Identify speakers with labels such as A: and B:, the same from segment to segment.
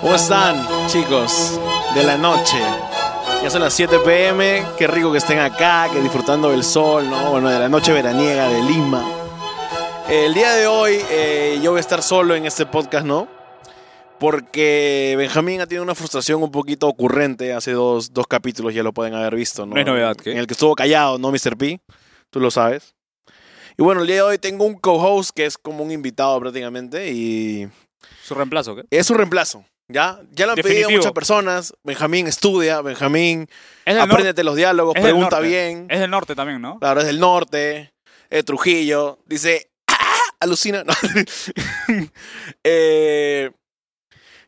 A: ¿Cómo están, chicos? De la noche. Ya son las 7 pm. Qué rico que estén acá, que disfrutando del sol, ¿no? Bueno, de la noche veraniega de Lima. El día de hoy eh, yo voy a estar solo en este podcast, ¿no? Porque Benjamín ha tenido una frustración un poquito ocurrente. Hace dos, dos capítulos ya lo pueden haber visto, ¿no?
B: No es novedad, ¿qué?
A: En el que estuvo callado, ¿no, Mr. P? Tú lo sabes. Y bueno, el día de hoy tengo un co-host que es como un invitado prácticamente y
B: Su reemplazo, ¿qué?
A: es un reemplazo. ¿Ya? Ya lo han pedido
B: Definitivo.
A: muchas personas. Benjamín estudia, Benjamín,
B: Es del norte.
A: apréndete los diálogos,
B: es del
A: pregunta
B: norte.
A: bien.
B: Es del norte también, ¿no?
A: Claro, es del norte, es Trujillo. Dice, "Ah, alucina. No. Eh,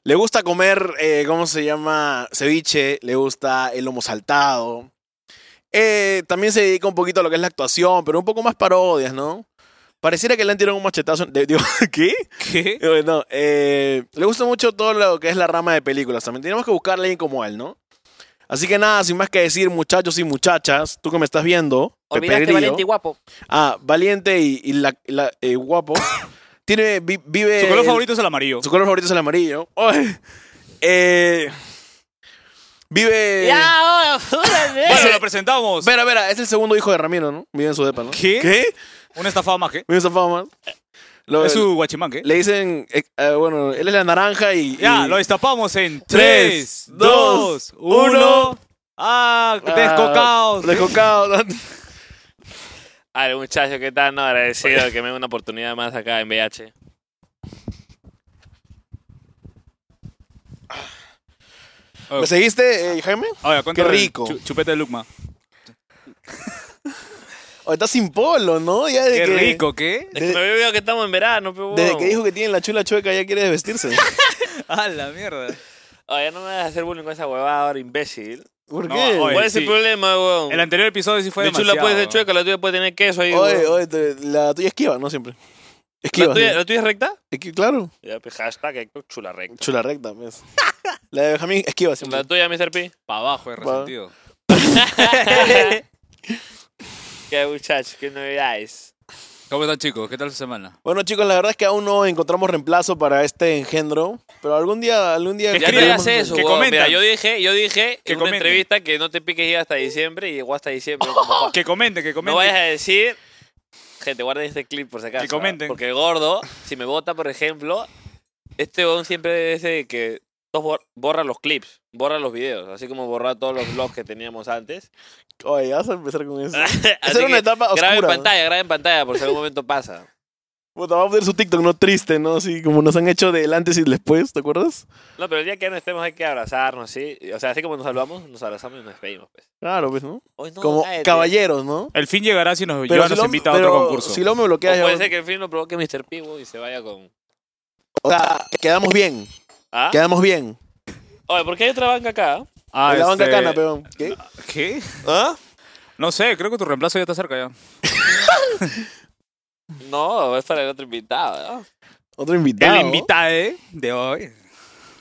A: le gusta comer, eh, ¿cómo se llama? Ceviche, le gusta el lomo saltado. Eh, también se dedica un poquito a lo que es la actuación, pero un poco más parodias, ¿no? Pareciera que le han tirado un machetazo. de- digo, ¿Qué?
B: ¿Qué?
A: Eh, Bueno, eh, le gusta mucho todo lo que es la rama de películas. También tenemos que buscarle a alguien como él, ¿no? Así que nada, sin más que decir, muchachos y muchachas, tú que me estás viendo, Pepe
C: Olvidaste
A: Grillo.
C: Valente y Guapo.
A: Ah, valiente y, y la- la- eh, guapo. Tiene, vi- vive.
B: Su color
A: el-
B: favorito es el amarillo.
A: Eh, Su color favorito es el amarillo. Ay, eh, vive.
C: Ya, oh, joder.
B: Bueno, lo presentamos.
A: Espera, espera, es el segundo hijo de Ramiro, ¿no? Vive en su depa, ¿no?
B: ¿Qué?
A: ¿Qué?
B: Una estafada más, ¿qué?
A: Vive en su fama. Lo-
B: Es su guachimán, ¿qué?
A: Le dicen. eh, eh, bueno, él es la naranja y.
B: Ya,
A: y-
B: lo destapamos en
A: Tres,
B: 3, 2,
A: dos,
B: 1. Ah, descocaos.
A: Ah, Descocados.
D: Al muchacho que tan agradecido de que me dé una oportunidad más acá en BH.
A: ¿Me seguiste, eh, Jaime?
B: Oye, ¿cuánto
A: Qué
B: del
A: rico.
B: chu- chupete de Lucma.
A: O estás sin polo, ¿no? Ya desde
B: Qué
A: que,
B: rico, ¿qué?
A: De-
D: Es que me veo que estamos en verano, pero
A: Desde que dijo que tiene la chula chueca ya quiere desvestirse.
B: A la mierda.
D: ya no me vas a hacer bullying con esa huevada ahora, imbécil.
A: ¿Por
B: No,
A: qué?
B: oye,
A: Oye,
D: ¿Cuál es el
B: sí.
D: problema,
A: Oh.
D: huevón?
B: El anterior episodio sí fue
D: Mi
B: demasiado.
D: chula puede ser chueca, la tuya puede tener queso ahí,
A: oye,
D: huevón.
A: te- la tuya esquiva, ¿no? Siempre. Esquiva.
D: ¿La tuya,
A: sí.
D: ¿La tuya es recta?
A: Esqui- claro.
D: Ya, pues, hashtag chula recta.
A: Chula recta, mes. La de Benjamín esquiva
D: ¿La
A: siempre.
D: tuya, Mr. P?
B: Para abajo, es
A: Pa-
B: resentido.
D: Qué muchacho, qué novedades.
B: ¿Cómo están, chicos? ¿Qué tal su semana?
A: Bueno, chicos, la verdad es que aún no encontramos reemplazo para este engendro. Pero algún día, algún día.
B: Que
D: Ya
B: escriban,
D: no digas
B: que
D: eso, huevón.
B: comenten.
D: Mira, yo dije, yo dije
B: Que
D: en una
B: comenten.
D: entrevista que no te piques ya hasta diciembre y llegó hasta diciembre.
A: Oh.
D: como-
B: Que comenten, que comenten.
D: No vayas a decir. Gente, guarden este clip por si acaso.
B: Que comenten.
D: ¿ah? Porque el gordo, si me vota, por ejemplo, este weón siempre es de que todos bor- borra los clips, borra los videos, así como borra todos los vlogs que teníamos antes.
A: Oye, vas a empezar con eso.
D: Así
A: Esa era una
D: que
A: etapa oscura.
D: Grabe en
A: ¿no?
D: pantalla, grabe en pantalla, por si algún momento pasa.
A: Puta, va a poner su TikTok, no triste, ¿no? Así como nos han hecho del antes y el después, ¿te acuerdas?
D: No, pero el día que ya no estemos hay que abrazarnos, ¿sí? O sea, así como nos saludamos, nos abrazamos y nos despedimos, pues.
A: Claro, pues, ¿no?
D: Hoy no,
A: como
D: cállate.
A: caballeros, ¿no?
B: El fin llegará si nos,
A: Pero
B: Joan
A: si
B: nos
A: lo-
B: invita a
A: pero
B: otro concurso.
A: Si lo me
D: O
A: bloqueas,
D: puede
A: ya-
D: ser que el fin lo provoque Mr. Pivo y se vaya con...
A: o sea, quedamos bien,
D: ¿Ah?
A: quedamos bien.
D: Oye, ¿por qué hay otra banca acá?
B: Ah,
A: En la banca
B: este,
A: cana, peón. ¿Qué?
B: ¿Qué?
A: ¿Ah?
B: No sé, creo que tu reemplazo ya está cerca ya.
D: No, es para el otro invitado, ¿no?
A: Otro invitado.
B: El invitado de hoy.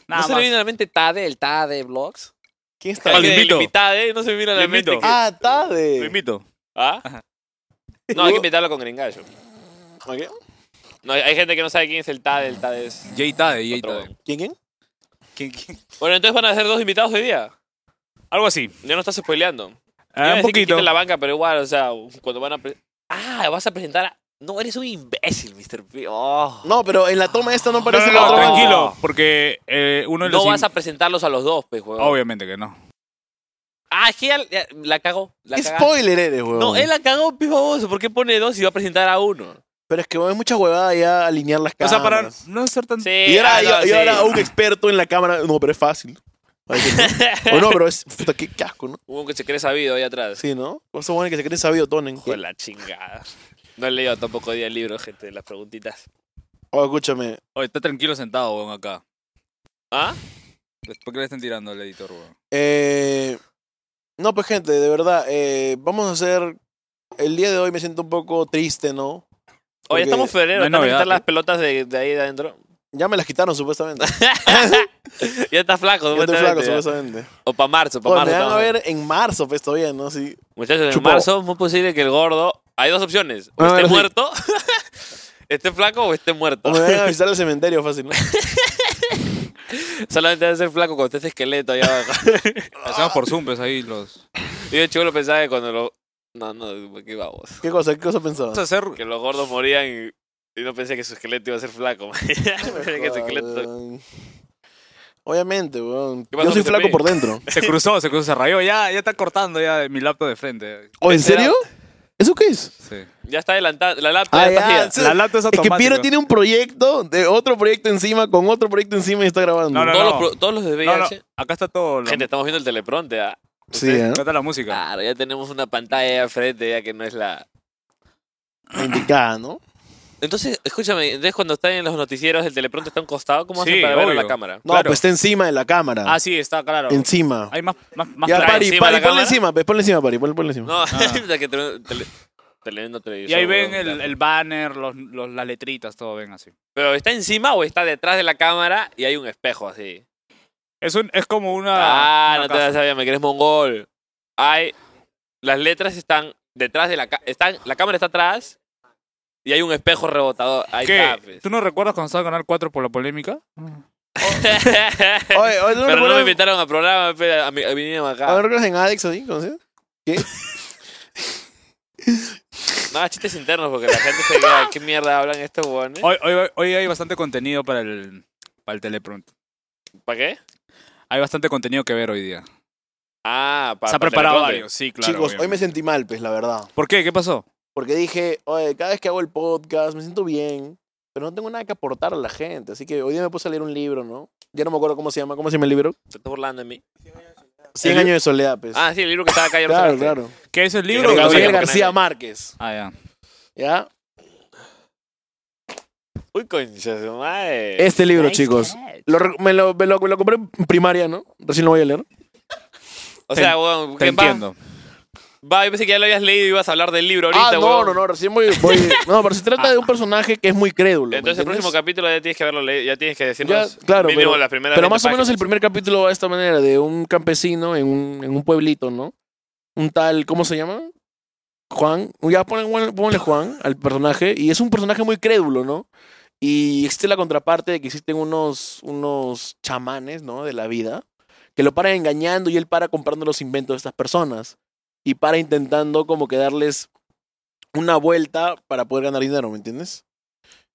B: Nada
D: ¿No se le
B: más.
D: viene a la mente Tade, el Tade Vlogs?
A: ¿Quién está?
B: Ah,
D: El
B: lo invito.
D: Tade, no se me viene a la
B: Lo
D: mente.
B: invito.
D: que-
A: Ah,
B: Lo
A: Tade.
B: invito.
D: ¿Ah? No, hay que invitarlo con gringallo.
A: ¿Qué?
D: No, hay- hay gente que no sabe quién es el Tade, el Tade es
B: Jay Tade, Jay
D: otro
B: Tade.
D: huevón.
A: ¿Quién, quién?
B: ¿Quién- quién?
D: Bueno, entonces van a ser dos invitados hoy día.
B: Algo así.
D: Ya no estás spoileando. Iba
B: Ah,
D: a
B: un
D: decir que
B: poquito.
D: quiten la banca, pero igual, o sea, cuando van a... pre- Ah, vas a presentar a... No, eres un imbécil, Mr. P. Oh.
A: No, pero en la toma esta no
B: No,
A: parece
B: no,
A: la
B: no,
A: otra.
B: tranquilo, porque eh, uno de los.
D: No vas
B: in-
D: a presentarlos a los dos, pues, huevón.
B: Obviamente que no.
D: Ah, es que ya, ya- la cagó. La
A: ¿Qué
D: cagó.
A: spoiler eres, weón?
D: No, él la cagó, pues, baboso. ¿Por qué pone dos y va a presentar a uno?
A: Pero es que weón, es mucha huevada ya alinear las
B: O
A: cámaras.
B: sea, para no ser tan.
D: Sí,
A: Y ahora,
D: ah, no,
A: yo, yo
D: sí.
A: era un experto en la cámara. No, pero es fácil. Ay, que no. o no, pero es. Puta, qué casco, ¿no?
D: Hubo un que se cree sabido ahí atrás.
A: Sí, ¿no? Cosas buenas que se creen sabido, Tonen.
D: Hijo de la chingada. No he leído tampoco hoy día el libro, gente, de las preguntitas.
A: Oh, escúchame.
B: Oye, está tranquilo sentado, weón, acá.
D: ¿Ah?
B: ¿Por qué le están tirando al editor, weón?
A: Eh, no, pues gente, de verdad, eh, vamos a hacer... El día de hoy me siento un poco triste, ¿no?
D: Hoy
A: Porque
D: estamos en febrero,
B: no hay
D: ¿están a
B: novedad,
D: quitar
B: ¿eh?
D: las pelotas de, de ahí de adentro?
A: Ya me las quitaron, supuestamente.
D: Ya está flaco,
A: Yo estoy flaco,
D: supuestamente, ya.
A: supuestamente.
D: O para marzo, para
A: Oye,
D: marzo.
A: me van a
D: estamos.
A: ver en marzo, pues, todavía, ¿no? Sí.
D: Muchachos, en
A: Chupó.
D: marzo es muy posible que el gordo... Hay dos opciones. O
A: A
D: esté
A: ver, sí.
D: muerto, esté flaco o esté muerto.
A: O me van a visitar al cementerio, fácil, ¿no?
D: Solamente debe ser flaco cuando estés esqueleto allá abajo. Ah.
B: Hacemos por Zoom, pues ahí los.
D: Yo de chulo pensaba que cuando lo. No, no, qué vamos.
A: ¿Qué cosa? ¿Qué cosa pensabas?
B: Vamos a hacer.
D: Que los gordos morían y, y no pensé que su esqueleto iba a ser flaco. man. pensé que su esqueleto.
A: Ay. Obviamente, weón.
D: ¿Qué pasó,
A: Yo soy
D: Mr.
A: flaco
D: P?
A: por dentro.
B: Se cruzó, se cruzó, se rayó. Ya, ya está cortando ya mi laptop de frente.
A: ¿O en
D: Espera.
A: serio? ¿Eso qué es?
B: Sí.
D: Ya está adelantada. La laptop
A: Ah,
D: ya está
A: ya,
D: gira.
A: sí.
B: La laptop es
A: Es que
B: automática.
A: Piero tiene un proyecto, de otro proyecto encima, con otro proyecto encima y está grabando.
B: No, no,
D: Todos,
B: no.
D: Los, pro- todos los de
B: No, no,
D: VIH.
B: acá está todo. La...
D: Gente, Ah. estamos viendo el teleprompter. ah.
A: Sí, ¿eh?
B: Acá está la música.
D: Claro, ya tenemos una pantalla ahí al frente ya que no es la...
A: Indicada, ¿no?
D: Entonces, escúchame, entonces cuando están en los noticieros el teleprompter está a un costado, ¿cómo
B: Sí,
D: hacen para ver a la
B: obvio.
D: cámara?
A: No,
B: Claro.
A: pues está encima de la cámara.
D: Ah, sí, está claro.
A: encima.
B: Hay más, más, más
A: ya,
B: claro.
A: Pari,
D: encima de
A: Pari,
D: la
A: ponle
D: cámara.
A: encima, pues, ponle encima, Pari, ponle, ponle encima.
D: No,
B: Ah.
D: la que tele- tele- tele- televisor,
B: Y ahí ven
D: weón,
B: el,
D: ya.
B: el banner, los, los, las letritas, todo ven así.
D: Pero ¿está encima o está detrás de la cámara y hay un espejo así?
B: Es, un, es como una.
D: Ah,
B: una
D: no te
B: casa.
D: la sabía, me crees mongol. Hay... Las letras están detrás de la... ca- Están, la cámara está atrás y hay un espejo rebotador. Ahí está,
B: ¿Qué?
D: pues.
B: ¿Tú no recuerdas cuando estaba en Canal 4 por la polémica?
A: Oye, oye, Oh, ¿no
D: Pero no me
A: recuerdas-
D: invitaron al programa, pe, a mi- a- vinieron
A: ¿no
D: acá.
A: recuerdas en Adex ahí? ¿Cómo se llama?
D: Nada, chistes internos porque la gente se queda, ¿qué mierda hablan estos hueones?
A: Oh.
B: Hoy, hoy, hoy hay bastante contenido para el, para el teleprompter.
D: ¿Para qué?
B: Hay bastante contenido que ver hoy día.
D: Ah, para
B: Se ha preparado varios, sí, claro.
A: Chicos, hoy me
B: obviamente.
A: sentí mal, pues, la verdad.
B: ¿Por qué? ¿Qué pasó?
A: Porque dije, oye, cada vez que hago el podcast me siento bien, pero no tengo nada que aportar a la gente. Así que hoy día me puse a leer un libro, ¿no? Ya no me acuerdo cómo se llama. ¿Cómo se llama el libro?
D: Te estás burlando de mí.
A: Cien
B: El-
A: años de soledad, pues.
D: Ah, sí, el libro que estaba acá ayer.
A: claro, claro.
B: ¿Qué es el
D: Yo
B: libro?
A: De
D: creo que
B: o
D: no
B: qué?
A: Gabriel
D: sé.
A: García Márquez.
B: Ah, ya.
A: ¿Ya?
D: Uy, concha, su madre.
A: Este libro, chicos. Lo re- me, lo, me lo- me lo compré en primaria, ¿no? Recién lo voy a leer.
D: O sea, huevón,
B: Te
D: que va,
B: entiendo.
D: va, yo pensé que ya lo habías leído y ibas a hablar del libro ahorita,
A: ah, no,
D: huevón.
A: no, no, recién voy, voy- No, pero se trata de un personaje que es muy crédulo. ¿me
D: Entonces el
A: entiendes?
D: próximo capítulo ya tienes que haberlo leído, ya tienes que
A: Ya,
D: decirnos
A: claro,
D: mínimo
A: pero,
D: las primeras
A: pero
D: 20
A: más o menos el
D: páginas.
A: primer capítulo va de esta manera, de un campesino en un, en un pueblito, ¿no? Un tal, ¿cómo se llama? Juan, ya ponen- ponle, Juan al personaje, y es un personaje muy crédulo, ¿no? Y existe la contraparte de que existen unos, unos chamanes, ¿no? De la vida, que lo paran engañando y él para comprando los inventos de estas personas. Y para intentando como que darles una vuelta para poder ganar dinero, ¿me entiendes?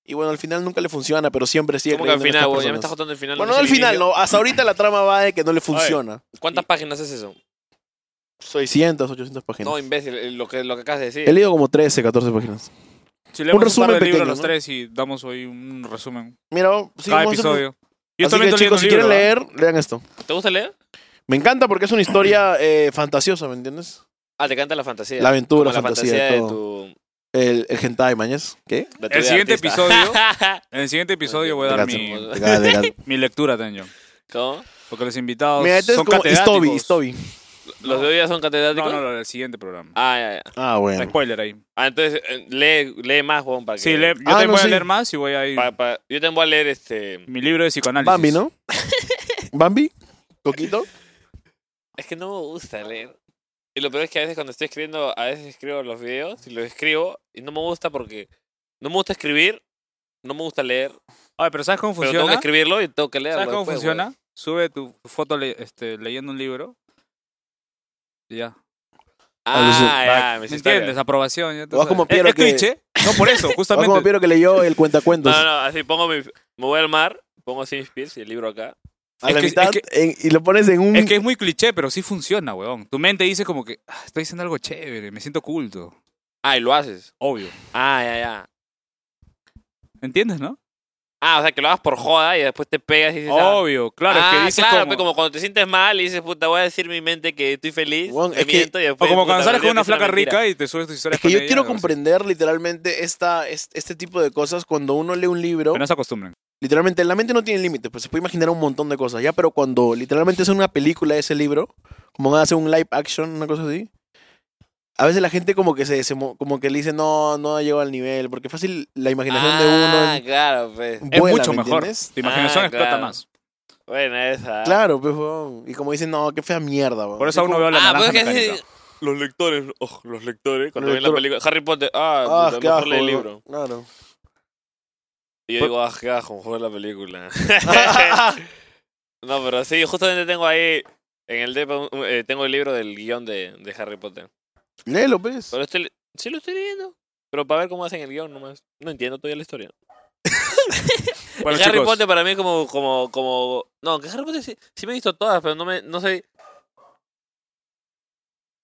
A: Y bueno, al final nunca le funciona, pero siempre sigue
D: ¿Cómo que al
A: creyendo en
D: final,
A: estas
D: huevón? Ya me
A: personas.
D: estás contando el final.
A: Bueno,
D: es
A: no al
D: el
A: final,
D: inicio.
A: no. Hasta ahorita la trama va de que no le funciona.
D: ¿Cuántas páginas es eso?
A: 600, 800 páginas.
D: No, imbécil, eh, lo que, lo que acabas de decir.
A: He leído como 13, 14 páginas.
B: Si leemos un
A: resumen
B: resumen par de libros
A: pequeño,
B: los
A: ¿no?
B: tres y damos hoy un resumen.
A: Mira, sí,
B: cada
A: vamos a hacer-
B: episodio. Yo
A: Así
B: también
A: que,
B: estoy leyendo
A: chicos,
B: un
A: si
B: libro,
A: quieren
B: ¿ah?
A: leer, lean esto.
D: ¿Te gusta leer?
A: Me encanta porque es una historia eh, fantasiosa, ¿me entiendes?
D: Ah, te canta la fantasía.
A: La aventura,
D: Como la
A: fantasía,
D: fantasía de
A: todo.
D: tu...
A: El, el hentai, mañas. ¿Qué?
D: de tu
B: El
D: vida
B: siguiente
D: artista.
B: episodio. En el siguiente episodio voy a dar mi,
D: Gracias.
A: Te cagas, te cagas.
B: mi lectura, Tenjo.
D: ¿Cómo?
B: Porque los invitados
A: Mira, este es
B: son
A: como
B: catedráticos.
A: Istobi, Istobi.
D: ¿Los de hoy ya son
B: No,
D: catedráticos?
B: no, no, el siguiente programa.
D: Ah, ya, ya.
A: Ah, bueno.
B: Spoiler ahí.
D: Ah, entonces eh, lee, lee más, Juan, para que...
B: Sí, le- yo
A: Ah,
B: también
A: no,
B: voy a
A: sí.
B: leer más y voy a ir.
D: pa- pa- yo también voy a leer este...
B: Mi libro de psicoanálisis.
A: Bambi, ¿no? Bambi, Coquito.
D: Es que no me gusta leer. Y lo peor es que a veces cuando estoy escribiendo, a veces escribo los videos y los escribo y no me gusta porque... No me gusta escribir, no me gusta leer,
B: Ay, pero ¿sabes cómo
D: pero tengo que
B: funciona?
D: escribirlo y tengo que leerlo
B: ¿Sabes cómo
D: después,
B: funciona?
D: weón.
B: Sube tu foto le- este, leyendo un libro. Y ya.
A: Ah,
D: Ah, ya, me
B: ¿Me
D: hiciste
B: entiendes?
D: leer.
B: Aprobación. Ya tú
A: Vas
B: sabes.
A: como
B: es,
A: Piero
B: es
A: que-
B: cliché. No, por eso,
A: Ah, como
B: justamente.
A: Piero que leyó el cuentacuentos.
D: No, no, así pongo mi... Me voy al mar, pongo Sim Spears y el libro acá.
A: A
B: es
A: la
B: que- es
A: mitad
B: que-
A: en- y lo pones en un...
B: Es que es muy cliché, pero sí funciona, weón. Tu mente dice como que "Ah, estoy haciendo algo chévere, me siento culto.
D: Ah, y lo haces.
B: Obvio.
D: Ah, ya, ya.
B: ¿Entiendes, no?
D: Ah, o sea, que lo hagas por joda y después te pegas y dices... ah,
B: Obvio, claro. es que
D: Ah,
B: dices
D: claro,
B: como,
D: pues, como... cuando te sientes mal y dices, puta, voy a decir mi mente que estoy feliz.
A: Weón,
D: te
A: es que-
D: miento y
B: O
D: después,
B: como
D: puta,
B: cuando sales
D: me
B: con una
D: dices
B: flaca
D: mentira.
B: rica y te subes tus historias
A: Es que
B: con
A: yo
B: ella,
A: quiero
B: algo así.
A: comprender literalmente esta, es- este tipo de cosas cuando uno lee un libro.
B: Que no se acostumbren.
A: Literalmente, la mente no tiene límites, pues se puede imaginar un montón de cosas, ¿ya? Pero cuando literalmente hacen una película de ese libro, como van a hacer un live action, una cosa así, a veces la gente como que se desemo- como que le dice, no, no ha llegado al nivel, porque fácil la imaginación de uno.
D: Ah, claro, pues.
A: en-
B: Es
A: vuela,
B: mucho
A: ¿me
B: mejor.
A: entiendes?
B: Tu imaginación
D: Ah,
B: explota
D: claro.
B: más.
D: Bueno, esa.
A: Claro, pues, weón. Y como dicen, no, qué fea mierda, weón.
B: Por eso
A: Es
B: aún no
A: como-
B: veo la
D: Ah, pues
B: naranja
D: es que
B: mecánica.
D: sí, los lectores, oh, los lectores, cuando
A: Los
D: ven la
A: lectores.
D: película, Harry Potter, ah,
A: Ah,
D: puta,
A: qué
D: mejor
A: ajo,
D: lee el
A: weón.
D: libro.
A: Claro.
D: Y yo digo, ah, qué ajo, mejor la película. No, pero sí, justamente tengo ahí en el depa, un- un- eh, tengo el libro del guión de, de Harry Potter.
A: Léelo, pues.
D: Pero estoy, sí lo estoy leyendo. Pero para ver cómo hacen el guión nomás. No entiendo todavía la historia.
B: Bueno,
D: Harry
B: chicos,
D: Potter para mí es como, como, como. No, que Harry Potter sí, sí me he visto todas, pero no me, no sé.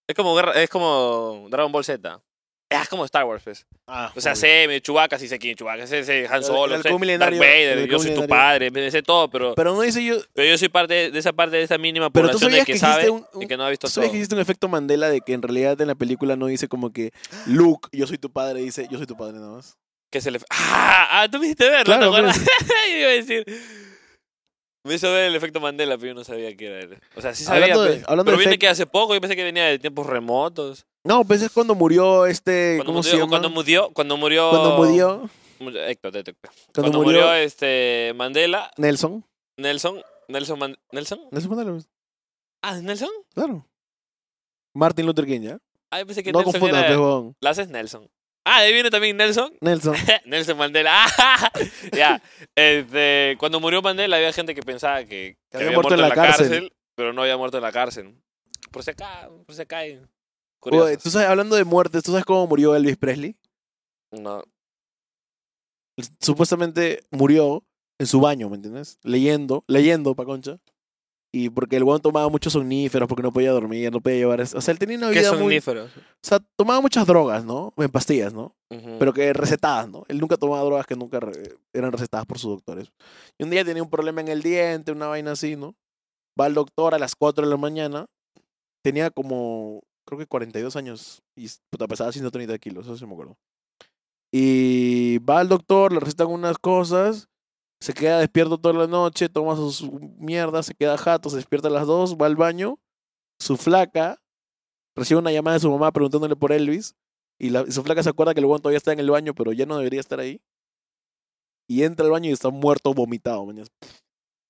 D: Es como guerra- es como Dragon Ball Z. Ah, Es como Star Wars, pues.
A: Ah,
D: O sea,
A: muy
D: sé mi Chewbacca, sí sé quién es Chewbacca, sé, sé Han
A: El-
D: Solo,
A: el
D: sé
A: halcón
D: Darth
A: milenario, el
D: Vader, yo
A: halcón
D: soy tu
A: milenario.
D: padre, me sé todo, pero,
A: Pero no dice yo.
D: pero yo soy parte de, de esa parte de esa mínima
A: Pero tú
D: población de
A: sabías
D: que,
A: que
D: sabe
A: existe un-
D: y
A: un-
D: que no ha visto
A: ¿Tú
D: todo.
A: sabes que existe un efecto Mandela de que en realidad en la película no dice como que Luke, yo soy tu padre, dice yo soy tu padre nada más?
D: Que se le... ¡Ah! ah, Tú me hiciste verlo,
A: Claro,
D: ¿te acuerdas? yo iba a decir... Me hizo ver el efecto Mandela, pero yo no sabía que era él. O sea, sí sabía,
A: Hablando de-
D: pues,
A: hablando
D: pero
A: de
D: viste
A: efect-
D: que hace poco, yo pensé que venía de tiempos remotos.
A: No, pues es cuando murió este.
D: Cuando
A: ¿Cómo se
D: murió,
A: llama?
D: cuando murió... Cuando murió...
A: Cuando murió.
D: mu- Héctor, Héctor.
A: Cuando,
D: Cuando
A: murió,
D: murió este Mandela,
A: Nelson.
D: Nelson... Nelson... Man- ¿Nelson?
A: Nelson Mandela, pues,
D: Ah, ¿Nelson?
A: claro. Martin Luther King, ¿ya?
D: Ah, yo pensé que
A: No
D: Nelson
A: confundas,
D: era...
A: pues, huevón.
D: La haces Nelson. Ah, ahí viene también Nelson.
A: Nelson.
D: Nelson Mandela. Ah, ya. Este, cuando murió Mandela había gente que pensaba que, que había, muerto, en la cárcel. pero no había muerto en la cárcel. Por si acá, por si acá. hay curiosos.
A: Oye, tú sabes, hablando de muertes, ¿tú sabes cómo murió Elvis Presley?
D: No.
A: Supuestamente murió en su baño, ¿me entiendes? Leyendo, leyendo, pa' concha. Y porque el weón tomaba muchos somníferos, porque no podía dormir, no podía llevar... O sea, él tenía una
D: ¿Qué
A: vida
D: son
A: muy... O
D: níferos?
A: sea, tomaba muchas drogas, ¿no? En pastillas, ¿no?
D: Ujú.
A: pero que recetadas, ¿no? Él nunca tomaba drogas que nunca re- eran recetadas por sus doctores. Y un día tenía un problema en el diente, una vaina así, ¿no? Va al doctor a las 4 de la mañana, tenía como, creo que 42 años y puta, pesaba 130 kilos, eso sí me acuerdo. Y va al doctor, le recetan unas cosas, se queda despierto toda la noche, toma sus mierdas, se queda jato, se despierta a las 2, va al baño, su flaca recibe una llamada de su mamá preguntándole por Elvis. Y la, su flaca se acuerda que el weón todavía está en el baño, pero ya no debería estar ahí. Y entra al baño y está muerto, vomitado. mañas.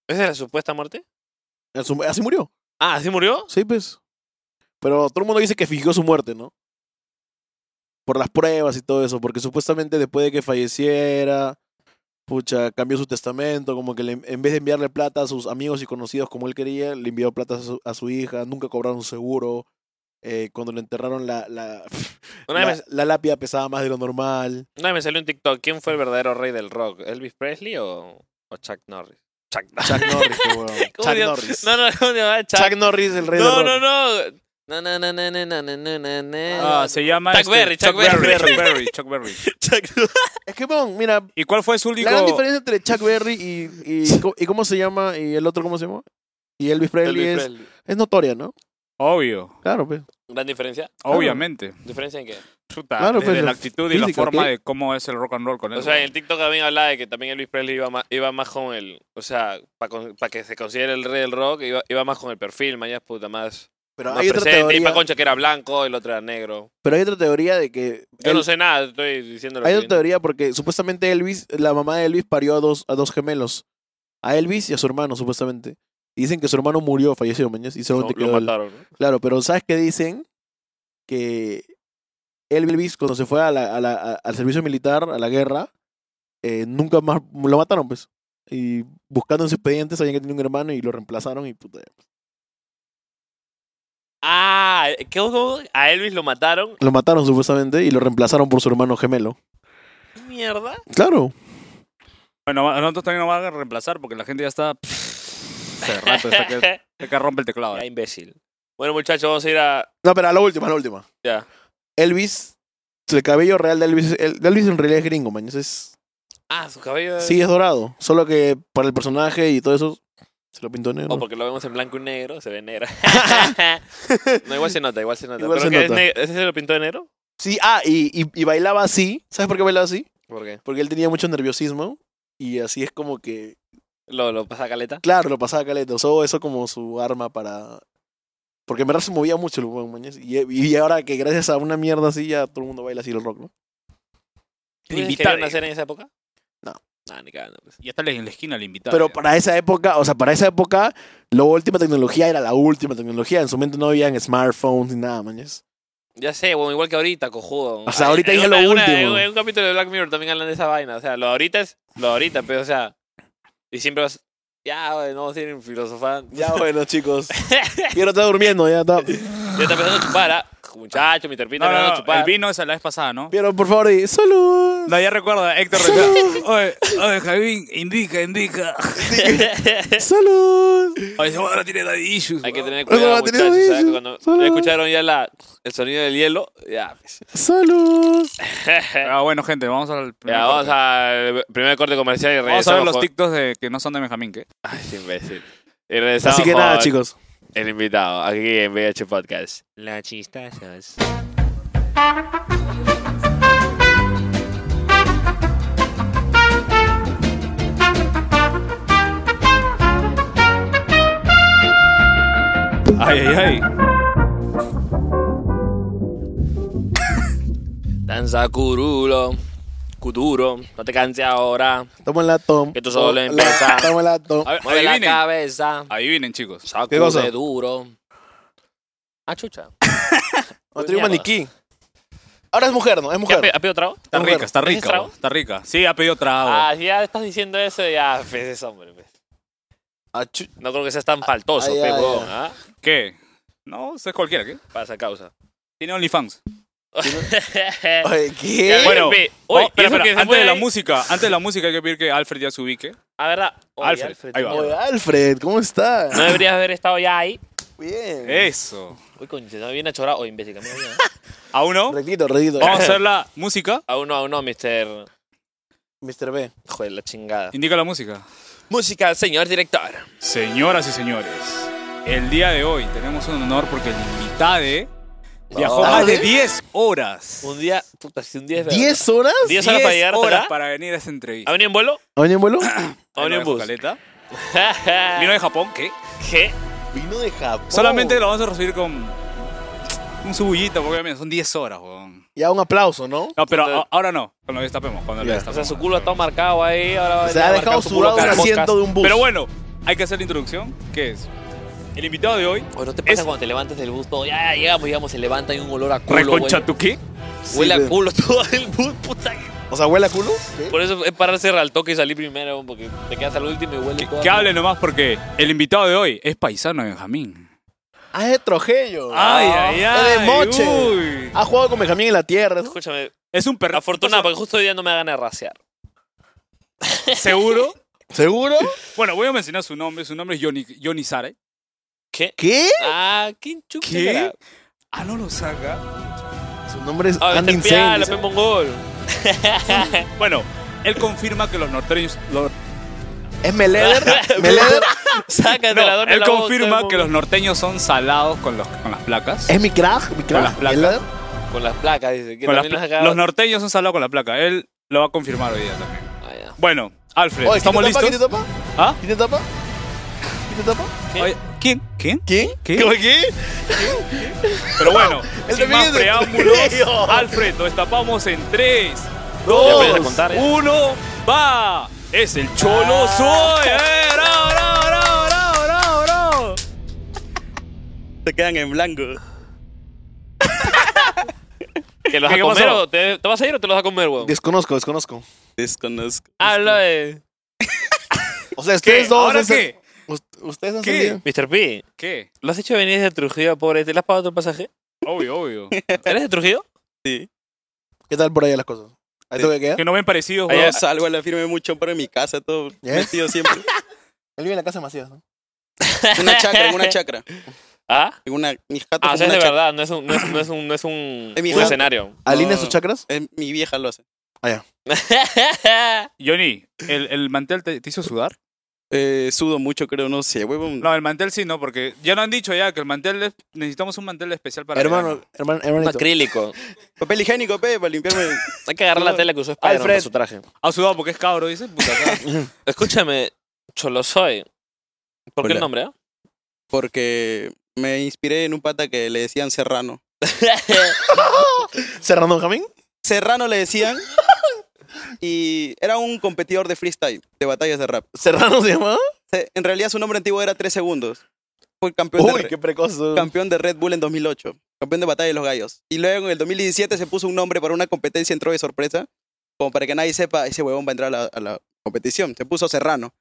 D: ¿Esa es la supuesta muerte?
A: Asum- Así murió.
D: Ah, ¿sí murió?
A: Sí, pues. Pero todo el mundo dice que fingió su muerte, ¿no? Por las pruebas y todo eso, porque supuestamente después de que falleciera, pucha, cambió su testamento, como que le- en vez de enviarle plata a sus amigos y conocidos como él quería, le envió plata a su, a su hija, nunca cobraron seguro. eh, cuando le enterraron la, la,
D: Una vez,
A: la- la lápida pesaba más de lo normal.
D: me, una vez me salió un TikTok. ¿Quién fue el verdadero rey del rock? ¿Elvis Presley o, o Chuck Norris? Chuck Norris.
A: Chuck Norris, qué huevón.
D: ¿Cómo
A: Chuck
D: se llama?
A: Norris.
D: No, no, ¿cómo se llama? Chuck,
A: Chuck Norris, el rey
D: no,
A: del
D: no,
A: rock.
D: no. No, no, no, no, no, no, no, no, no, no.
B: ah, se llama
D: Chuck
B: este,
D: Berry, Chuck
B: Chuck Berry,
D: Berry.
B: Chuck Berry, Chuck Berry.
A: Es que, bon, mira,
B: ¿Y cuál fue su único?
A: la gran diferencia entre Chuck Berry y, y, co- y cómo se llama, y el otro cómo se llama, y Elvis Presley,
D: Elvis
A: es,
D: Presley.
A: es notoria, ¿no?
B: Obvio,
A: Claro, pues.
D: ¿Gran diferencia?
B: obviamente.
D: ¿Diferencia en qué?
B: Chuta,
A: Claro,
B: desde
A: pues,
B: la
A: la
B: actitud y la
A: física,
B: forma
A: ¿qué?
B: de cómo es el rock and roll con él.
D: O sea, en el TikTok también hablaba de que también Elvis Presley iba más, iba más con el... O sea, para que se considere el rey del rock, iba, iba más con el perfil, mañana puta, más,
A: Pero
D: más
A: hay otra,
D: presente. Y
A: teoría,
D: para Concha que era blanco, el otro era negro.
A: pero hay otra teoría de que...
D: Yo
A: el-
D: no sé nada, estoy diciendo lo
A: hay
D: que...
A: otra teoría porque supuestamente Elvis, la mamá de Elvis parió a dos, a dos gemelos. A Elvis y a su hermano, supuestamente. Y dicen que su hermano murió, falleció, mañas, y
D: No,
A: solamente
D: lo
A: quedó él.
D: mataron. ¿no?
A: Claro, pero ¿sabes qué dicen? Que Elvis, cuando se fue a la- a la- a- al servicio militar, a la guerra, eh, nunca más lo mataron, pues. Y buscando en sus expedientes, sabían que tenía un hermano y lo reemplazaron y puta. ya, pues.
D: Ah, ¿qué, cómo? a Elvis lo mataron.
A: Lo mataron supuestamente y lo reemplazaron por su hermano gemelo.
D: ¿Qué mierda?
A: Claro.
B: Bueno, a nosotros también nos van a reemplazar porque la gente ya está. Hace rato, está que, está que rompe el teclado.
D: Era imbécil. Bueno, muchachos, vamos a ir a...
A: No, pero a la última, a la última.
D: Ya.
A: Elvis, el cabello real de Elvis, el, de Elvis en realidad es gringo, man. Es,
D: Ah, su cabello...
A: sí, es dorado. Solo que para el personaje y todo eso, se lo pintó negro.
D: O Oh, porque lo vemos en blanco y negro, se ve negro. no, igual se nota, igual se nota.
A: Igual
D: ¿Pero
A: se
D: que es
A: nota.
D: ne- ¿Ese se lo pintó de negro?
A: Sí, ah, y, y- y bailaba así. ¿Sabes por qué bailaba así?
D: ¿Por qué?
A: porque él tenía mucho nerviosismo y así es como que,
D: ¿Lo, lo pasa caleta?
A: claro, lo pasaba caleta, usó eso como su arma para... Porque en verdad se movía mucho el huevón, mañas. Y, y ahora que gracias a una mierda así ya todo el mundo baila así el rock, ¿no?
D: ¿Tú crees que
B: Invitado.
D: querían hacer en esa época?
A: No.
D: No, ni cagando. pues.
B: Ya está en la esquina el invitado.
A: Pero
B: ya.
A: para esa época, o sea, para esa época, la última tecnología era la última tecnología. En su momento no habían smartphones ni nada, mañas.
D: Ya sé, bueno, igual que ahorita, cojudo.
A: O sea,
D: Ay,
A: ahorita
D: en
A: dije
D: una-
A: lo
D: en una-
A: último.
D: En un capítulo de Black Mirror también hablan de esa vaina. O sea, lo de ahorita es lo de ahorita, pero o sea... pues, Y siempre vas... Ya, güey, no vamos a ir en filosofán.
A: Ya bueno, chicos. Quiero estar durmiendo, ya está.
D: Ya está empezando a chupar, ¿ah? Muchacho, mi terpita
B: No, no,
D: empezando
B: no,
D: a chupar.
B: el vino es la vez pasada, ¿no?
A: Pero por favor, di, salud.
B: No, ya recuerdo, Héctor. recuerda. Oye, oye, Javín, indica, indica.
A: Salud.
B: Oye, esa madre tiene daddy issues.
D: Hay que
B: weón.
D: tener
A: Pero
D: cuidado,
A: no, tenía
D: muchachos. ¿sabes?
A: eso.
D: Cuando
A: Solo-
D: ya escucharon ya la, el sonido del hielo, ya. pues.
A: Salud.
B: Ah, bueno, gente, vamos al primer
D: Ya, vamos
B: corte.
D: al primer corte comercial y
B: Vamos a
D: regresamos.
B: ver los
D: con-
B: TikToks de, que no son de Benjamín, ¿qué?
D: Ay, qué imbécil. Y regresamos
A: Así que nada,
D: con
A: chicos.
D: El invitado, aquí en VH Podcast. La chistazas.
B: Ay, ay, ay.
D: Danza curulo, cuturo, no te canses ahora.
A: Toma la tom.
D: Que tú solo
A: Toma la-
D: empieza.
A: Toma la tom.
B: A ver,
D: Mueve la
B: adivinen.
D: cabeza,
B: Adivinen, chicos.
A: ¿Qué cosa?
D: sacude duro. Ah, chucha.
A: Matri un maniquí. Ahora es mujer, ¿no? Es
D: ¿Qué, ¿Ha pe-
A: mujer.
D: ha pedido trago?
B: Está
A: Mujer.
B: rica, está
D: ¿Ese
B: rica.
D: trago?
B: weón, Está rica. Sí, ha pedido trago.
D: Ah, si ya estás diciendo eso, ya, pues es hombre. pues.
A: Achu-
D: No creo que seas tan faltoso,
A: Ah,
D: pe,
A: ya, ya.
D: huevón, ¿ah?
B: ¿Qué? No, eso es cualquiera, ¿qué?
D: Para esa causa.
B: Tiene OnlyFans.
A: Ay,
D: Ya,
A: ¿Qué?
D: ve.
B: Bueno,
D: pe.
B: oh, espera,
D: Oye, ¿y eso
B: espera,
D: que se
B: antes de la
D: mueve?
B: música, antes de la música hay que pedir que Alfred ya se ubique.
D: A ver, la- Oye,
B: Alfred, ahí va.
A: Oye, Alfred, ¿cómo
D: No
A: estás?
D: deberías haber estado ya ahí.
A: Bien.
B: Eh, Eso.
D: Uy, conche, no me viene a chorar. Oye, imbécil, cambia, mira.
B: ¿Aún no?
A: Rectito, rectito.
B: Vamos a hacer la música.
D: Aún no, aún no, mister.
A: Mr. B.
D: Joder, la chingada.
B: Indica la música.
D: Música, señor director.
B: Señoras y señores, el día de hoy tenemos un honor porque el invitado viajó
A: Ah,
B: más de
A: ¿sí?
B: 10 horas.
D: Un día, puta, si un día es verdad.
A: ¿Diez horas?
D: 10 horas para llegar hasta
B: horas
D: acá.
B: para venir a esta
D: ¿Ha
B: entrevista.
D: venido en vuelo?
A: ¿Ha venido en vuelo?
D: ¿Ha venido en
B: Ahí lo dejo,
D: bus?
B: Caleta. Vino de Japón, ¿qué?
D: ¿Qué?
A: Vino de Japón.
B: Solamente lo vamos a recibir con un subullito, porque mira, son 10 horas, weón.
A: Ya un aplauso, ¿no?
B: No, pero
D: Entonces-
B: a- ahora no, cuando lo destapemos. Cuando lo
A: Ya.
D: O
B: destapemos.
D: sea, su culo está marcado ahí. Ahora va a
A: Se
D: venir
A: ha
D: a
A: dejado
D: marcar su culo
A: sudado un
D: cada podcast.
A: asiento de un bus.
B: Pero bueno, hay que hacer la introducción, que es el invitado de hoy.
D: Oye, ¿no te pasa
B: Es-
D: cuando te levantas del bus todo? Ya, ya, llegamos, llegamos, se levanta y un olor a culo, güey.
B: Reconcha tu qué?
A: Sí,
D: Huele a
A: pero-
D: culo todo el bus, puta.
A: O sea, huele a culo. ¿Qué?
D: Por eso es pararse al toque y salir primero, porque te quedas al último y huele
B: Que,
D: todo.
B: que hable nomás porque el invitado de hoy es paisano de Benjamín.
A: Ah, es de Trujillo. Ah,
B: Ay, ay, ay.
A: Es de Moche.
B: uy.
A: Ha jugado con Benjamín en la tierra.
D: Escúchame,
B: Es un perro.
D: afortunado, porque justo hoy día no me hagan a rasear.
B: Seguro.
A: ¿Seguro?
B: Bueno, voy a mencionar su nombre. Su nombre es Johnny, Johnny Sare.
D: ¿Qué?
A: ¿Qué?
D: Ah, ¿quién chucha
B: ¿Qué?
D: era?
B: Ah, no lo saca.
A: Su nombre es
D: Ah,
A: Andy
D: Mr.
A: Insane.
D: Piala, pe mongol.
B: Bueno, él confirma que los norteños. los-
A: ¿Es Meleder? ¿Meleder?
D: Sácate
B: No,
D: la dona
B: él
D: la voz,
B: confirma
D: pe
B: que los
D: mongol.
B: norteños son salados con, los, con las placas.
A: ¿Es mi crack? ¿Mi
B: las
A: crack?
B: placas.
A: ¿Meleder?
D: Con las placas, dice. Que
B: Con las
D: también
B: pla-
D: las
B: los
D: acaba-
B: norteños son salados con la placa. Él lo va a confirmar hoy día también.
D: Ah, ya.
B: Bueno, Alfred,
A: Oye,
B: ¿estamos
A: ¿quién te tapa?
B: listos?
A: ¿Quién te tapa?
B: ¿Ah?
A: ¿Quién te tapa? ¿Quién te tapa?
D: ¿Qué?
B: Oye, ¿Quién? ¿Quién?
A: ¿Quién?
B: ¿Qué?
A: ¿Cómo qué?
B: Pero bueno,
A: El
B: sin
A: dominio
B: más
A: es el
B: preámbulos,
A: dominio.
B: Alfred, lo destapamos en 3,
A: Ya
B: 2,
A: empiezas a
D: contar, ¿eh?
B: 1, va. Es el Cholo Soy. ¡Eh, bravo, bravo, bravo, bravo, bravo, bravo!
C: Se quedan en blanco.
D: ¿Que los
B: ¿Qué-
D: vas a
B: qué
D: comer
B: pasó?
D: o te, te vas a ir o te los vas a comer, weón?
A: Desconozco, desconozco.
C: Desconozco.
D: Habla de
A: O sea, ustedes dos.
B: ¿Ahora
A: han sal-
B: qué?
A: Ust- Ustedes han
B: ¿Qué?
A: salido.
D: Mr. P.
B: ¿Qué?
D: ¿Lo has hecho venir desde Trujillo, pobre? ¿Te le has pagado tu pasaje?
B: Obvio, obvio.
D: ¿Eres de Trujillo?
C: Sí.
A: ¿Qué tal por allá las cosas? ¿Ahí tú que queda?
B: Que no ven parecidos,
C: Yo
B: weón.
C: salgo a la firme mucho para mi casa, todo
A: ¿Ya?
C: metido siempre.
A: Él vive en la casa de Macías, ¿no?
C: Una chacra, en una chacra.
D: ¿Ah?
C: En una, mi jato
D: Ah, o
C: como
D: sea, es
C: una
D: de
C: chacra.
D: verdad, no es un, no es, no es un, no es un,
C: Es mi
D: un
C: hija.
D: escenario.
A: ¿Alinea
C: No.
A: sus chakras?
C: Es Eh, mi vieja lo hace.
B: Johnny, ¿el, el mantel te, te hizo sudar?
C: Eh, sudo mucho, creo, no sé, huevón.
B: No, el mantel sí, no, porque ya lo han dicho ya que el mantel es- necesitamos un mantel especial para
A: Hermano,
B: verano.
A: hermano,
D: Un
A: hermanito.
D: acrílico.
C: Papel higiénico, pe, para limpiarme.
D: Hay que agarrar la
C: No.
D: tela que usó Spider-Man
A: Alfred.
D: para su traje.
B: Ha sudado porque es cabro, dice. Puta, acá.
D: Escúchame, Cholo Soy. ¿Por qué
C: Hola.
D: el nombre, ah?
C: Porque me inspiré en un pata que le decían Serrano.
A: ¿Serrano Benjamín?
C: Serrano le decían. Y era un competidor de freestyle, de batallas de rap.
A: ¿Serrano se llamaba?
C: Se- En realidad su nombre antiguo era 3 segundos. Fue campeón de
A: Uy,
C: re-
A: qué precoz.
C: campeón de Red Bull en 2008, campeón de Batalla de los Gallos. Y luego en el 2017 se puso un nombre para una competencia, entró de sorpresa, como para que nadie sepa, ese huevón va a entrar a la, a la competición. Se puso Serrano.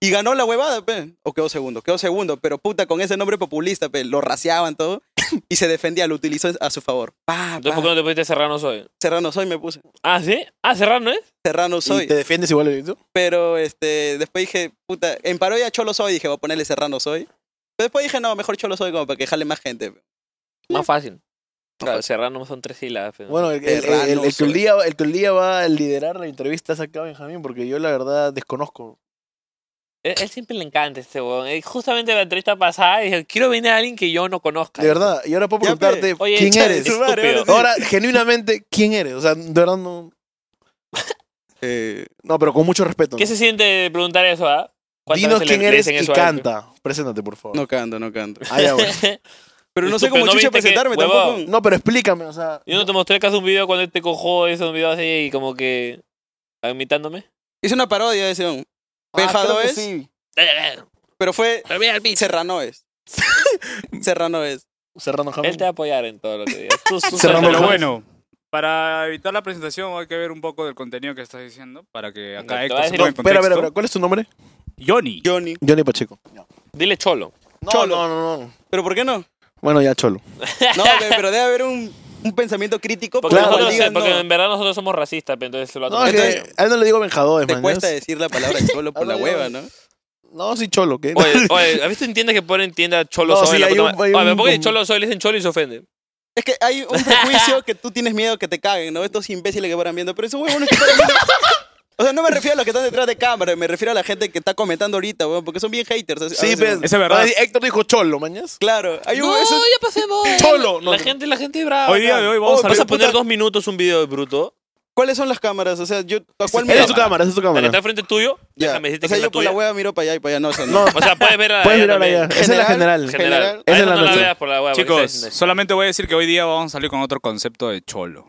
C: Y ganó la huevada, pe. O quedó segundo, quedó segundo. Pero puta, con ese nombre populista, pe, lo raciaban todo. Y se defendía, lo utilizó a su favor. Pa,
D: Entonces, ¿por qué no
C: pa.
D: te pusiste Serrano Soy?
C: Serrano soy, me puse.
D: Ah, ¿sí? Ah, Serrano, ¿eh?
C: Serrano
A: ¿Y te
C: soy.
A: defiendes igual de tú?
C: Pero este, después dije, puta, en parodia Cholo soy. Dije, voy a ponerle Serrano soy. Pero después dije, no, mejor Cholo soy como para que jale más gente. pe.
D: Más fácil. Claro, Serrano son tres sílabas. pero-
A: Bueno, el, el- el- el- el que un día, el que un día va a liderar la entrevista es acá Benjamín, porque yo la verdad desconozco.
D: Él, él siempre le encanta este huevón. Él Justamente en la entrevista pasada dijo, quiero venir a alguien que yo no conozca.
A: De verdad, y ahora puedo
C: Ya, pe.
A: preguntarte
D: Oye,
A: quién
D: chale,
A: eres.
D: su madre,
C: Estúpido.
D: ahora sí.
A: Ahora, genuinamente, ¿quién eres? O sea, de verdad no.
C: Eh,
A: No, pero con mucho respeto.
D: ¿Qué
A: ¿no?
D: se siente de preguntar eso, ah? ¿Cuántas
A: Dinos
D: veces le-
A: quién
D: le
A: eres
D: dicen
A: y
D: eso a alguien?
A: canta. Preséntate, por favor.
C: no canto, no canto.
A: Ah, ya, bueno.
C: Pero no sé
D: Estúpido,
C: cómo
D: ¿no
C: chucha
D: viste que-
C: presentarme
D: huevón?
C: tampoco.
A: No, pero explícame, o sea. ah,
D: Yo no te mostré acaso un video cuando él te cojo hizo un video así y como que ah, imitándome.
C: Hice una parodia de ese. ¿no?
A: Ah,
C: Pejado
A: creo que
C: es.
A: sí.
C: Pero fue
D: Pero mira al pinche.
C: Serrano es. Serrano es.
A: Serrano Jamín.
D: Él te va a apoyar en todo lo que digas. Tú-
A: Cerrando
D: tú suéltalo.
B: Pero
A: Ramón.
B: bueno, para evitar la presentación hay que ver un poco del contenido que estás diciendo para que
D: Venga,
B: acá
D: te voy a
B: Héctor se
D: decir-
B: ponga en
A: Espera, espera, espera.
B: contexto.
A: ¿Cuál es tu nombre?
B: Johnny.
C: Johnny.
A: Johnny Pacheco.
D: Dile cholo.
A: No,
C: Cholo.
A: No, no, no.
C: ¿Pero por qué no?
A: Bueno, ya cholo.
C: No, pe- pero debe haber un, un pensamiento crítico.
D: Porque,
A: Claro,
D: nosotros,
C: digan,
D: porque
C: no.
D: en verdad nosotros somos racistas, pero entonces se lo
A: No,
D: atoman.
A: es que
D: Entonces-
A: a él no le digo venjadores,
C: Te
A: man.
C: cuesta
A: ¿no?
C: decir la palabra solo por
A: Ah,
C: la hueva, ¿no?
A: No, sí, cholo. ¿qué?
D: Oye, oye, ¿has visto en tiendas que ponen tienda Cholo
A: No,
D: Soy?
A: sí,
D: la
A: hay
D: puta
A: un-
D: madre?
A: hay
D: Oye,
A: un-
D: me pongo Cholo Soy, le dicen Cholo y se ofenden.
C: Es que hay un prejuicio que tú tienes miedo que te caguen, ¿no? Estos imbéciles que paran viendo. Pero esos huevones que paran viendo. O sea, no me refiero a los que están detrás de cámara, me refiero a la gente que está comentando ahorita, huevón, porque son bien haters. a- a
A: Sí, pues.
C: veces,
A: pero.
C: huevón.
B: Esa es verdad.
A: Oye, Héctor dijo cholo, mañas.
C: Claro, hay un.
D: no,
C: eso-
D: ya pasemos.
A: Cholo, no,
D: la
A: no.
D: gente, la gente es brava.
B: Hoy día
D: acá.
B: de hoy vamos
C: Oh,
B: a
D: Vas
B: ver
D: a poner dos minutos un video de bruto.
C: ¿Cuáles son las cámaras? O sea, yo. ¿A cuál
A: Esa
C: miro?
A: es tu cámara, esa es tu
D: La que
A: cámara.
D: está frente tuyo.
C: Ya.
D: Déjame decirte
C: O sea,
D: que es la
C: yo por la
D: tuya.
C: hueva miro para allá y para allá. No, o sea,
A: No,
C: no.
D: O sea, puedes ver a
A: puedes
D: ella
A: mirar
D: también.
A: allá. Esa es la Ah, general.
D: General.
C: General.
D: A
A: Esa es
D: esa
A: la
D: no la
A: nuestra.
D: veas por la hueva. porque
B: Chicos,
D: está-
B: solamente voy a decir que hoy día vamos a salir con otro concepto de cholo.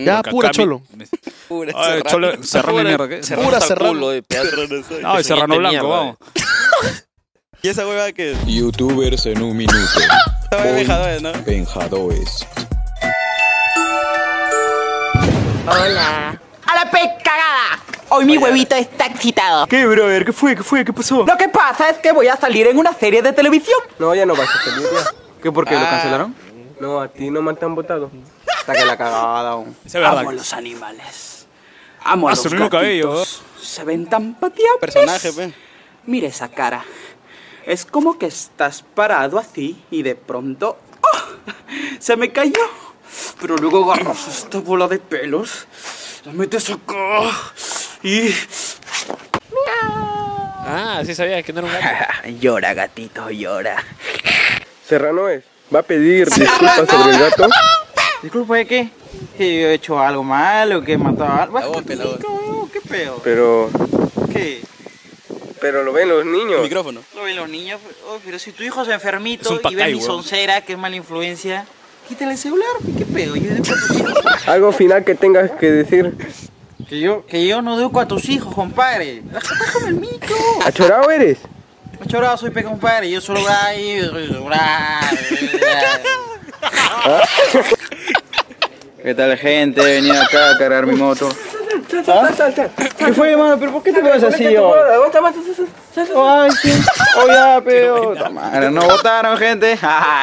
A: Ya,
B: Que
A: pura
B: acá
A: Ah,
B: mi-
A: cholo.
B: me-
C: Pura
B: Ay,
C: cerrada.
B: cholo, serrano de mierda. ¿qué?
D: Serrano
A: Pura
D: está
A: serrano.
D: culo, eh, pedazo.
B: Ay, serrano
D: Gente
B: blanco,
D: mierda, eh.
B: vamos.
C: Y esa hueva que.
E: Youtubers en un minuto.
C: Estaba de
E: Voy.
C: Benjadores, ¿no?
E: Venjadores.
F: Hola. A la pez cagada. Hoy mi huevito está excitado.
G: ¿Qué, brother? ¿Qué fue? ¿Qué fue? ¿Qué pasó?
F: Lo que pasa es que voy a salir en una serie de televisión.
G: No, ya no vas a salir, ya. ¿Qué? ¿Por qué? ¿Lo
C: Ah.
G: cancelaron? No, a ti nomás te han votado. Está que la cagada, aún.
B: Esa es verdad.
F: Amo a los animales. Amo
B: Ah,
F: a
B: su
F: los
B: mismo
F: gatitos.
B: cabello, pues.
F: Se ven tan patiables.
C: Personaje, pe.
F: Mira esa cara. Es como que estás parado así y de pronto... ¡Oh! Se me cayó. Pero luego agarras esta bola de pelos, la metes acá y...
D: Ah, sí sabía que no era un gato.
F: llora, gatito, llora.
G: Serrano es. Va a pedir disculpas sobre el gato.
H: Disculpa, ¿de qué? ¿Que yo he hecho algo malo? ¿Que he matado a algo?
C: La voz, la voz.
H: ¿Qué pedo?
G: Pero.
H: ¿Qué?
G: Pero lo ven los niños.
C: Micrófono.
H: Lo de los niños. oh, pero si tu hijo es enfermito
B: Es un
H: y ve
B: pacay,
H: mi
B: weón.
H: soncera, que es mala influencia, quítale el celular. ¿Qué pedo? Yo educo a tus hijos.
G: Algo final que tengas que decir.
H: que, yo, que yo no educo a tus hijos, compadre. Déjame el micro.
G: ¿Achorado eres?
H: Machorado soy pe, compadre. Yo solo braille. yo soy braille. ¿Qué tal, gente? Venía acá a cargar mi moto.
G: ¿Qué fue, hermano? ¿Pero por qué te pones así, yo? Ay, sí. Oh, ya, pero.
H: Madre, no votaron, gente.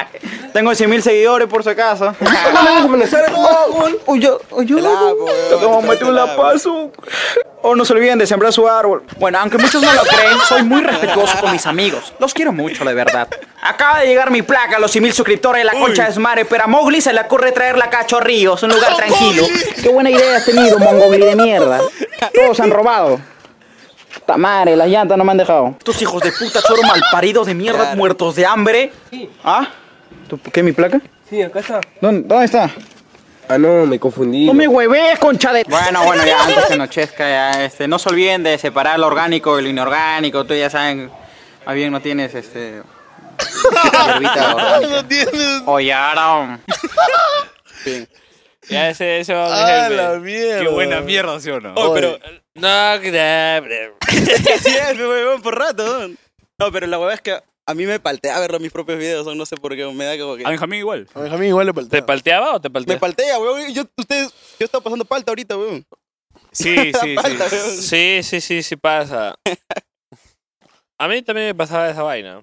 H: Tengo 100 mil seguidores por si acaso. Uy, yo, uy, yo.
C: Como mete la paz.
H: O no se olviden de sembrar su árbol. Bueno, aunque muchos no lo creen, soy muy respetuoso con mis amigos. Los quiero mucho, de verdad. Acaba de llegar mi placa a los 100 mil suscriptores de la concha de su madre, pero a Mowgli se le ocurre traerla acá a Cachorrillos, un lugar tranquilo. Qué buena idea has tenido, Mongogli de mierda. Todos han robado. Tamare, las llantas no me han dejado. Estos hijos de puta choro malparidos de mierda, muertos de hambre. ¿Ah? ¿Tú- ¿Qué, mi placa?
G: Sí, acá está.
H: ¿Dónde, dónde está?
G: Ah, no, me confundí.
H: hueves, concha de... Bueno, bueno, ya, antes que anochezca, ya, este, no se olviden de separar lo orgánico y lo inorgánico, tú ya saben, más bien no tienes, este... oh, hierbita orgánica. Oye, ahora...
D: Ya ese, ese va
A: ¡Ah,
D: a mi
A: la
D: jefe.
A: mierda!
B: Qué buena mierda, ¿sí o no?
D: Oh, pero. No, que da-
C: Sí, es, huevón, por rato. huevón. No, pero la hueva es que a mí me paltea verlo en mis propios videos. No sé por qué. Me da como que.
B: A Benjamín igual.
A: A Benjamín igual le
D: ¿Te
A: paltea.
D: palteaba o te
C: Me
D: palteaba?
C: paltea, huevón. Yo, ustedes, yo estaba pasando palta ahorita, huevón.
B: Sí, sí, sí.
C: Palta, huevón.
D: sí, sí, sí, sí pasa. A mí también me pasaba esa vaina.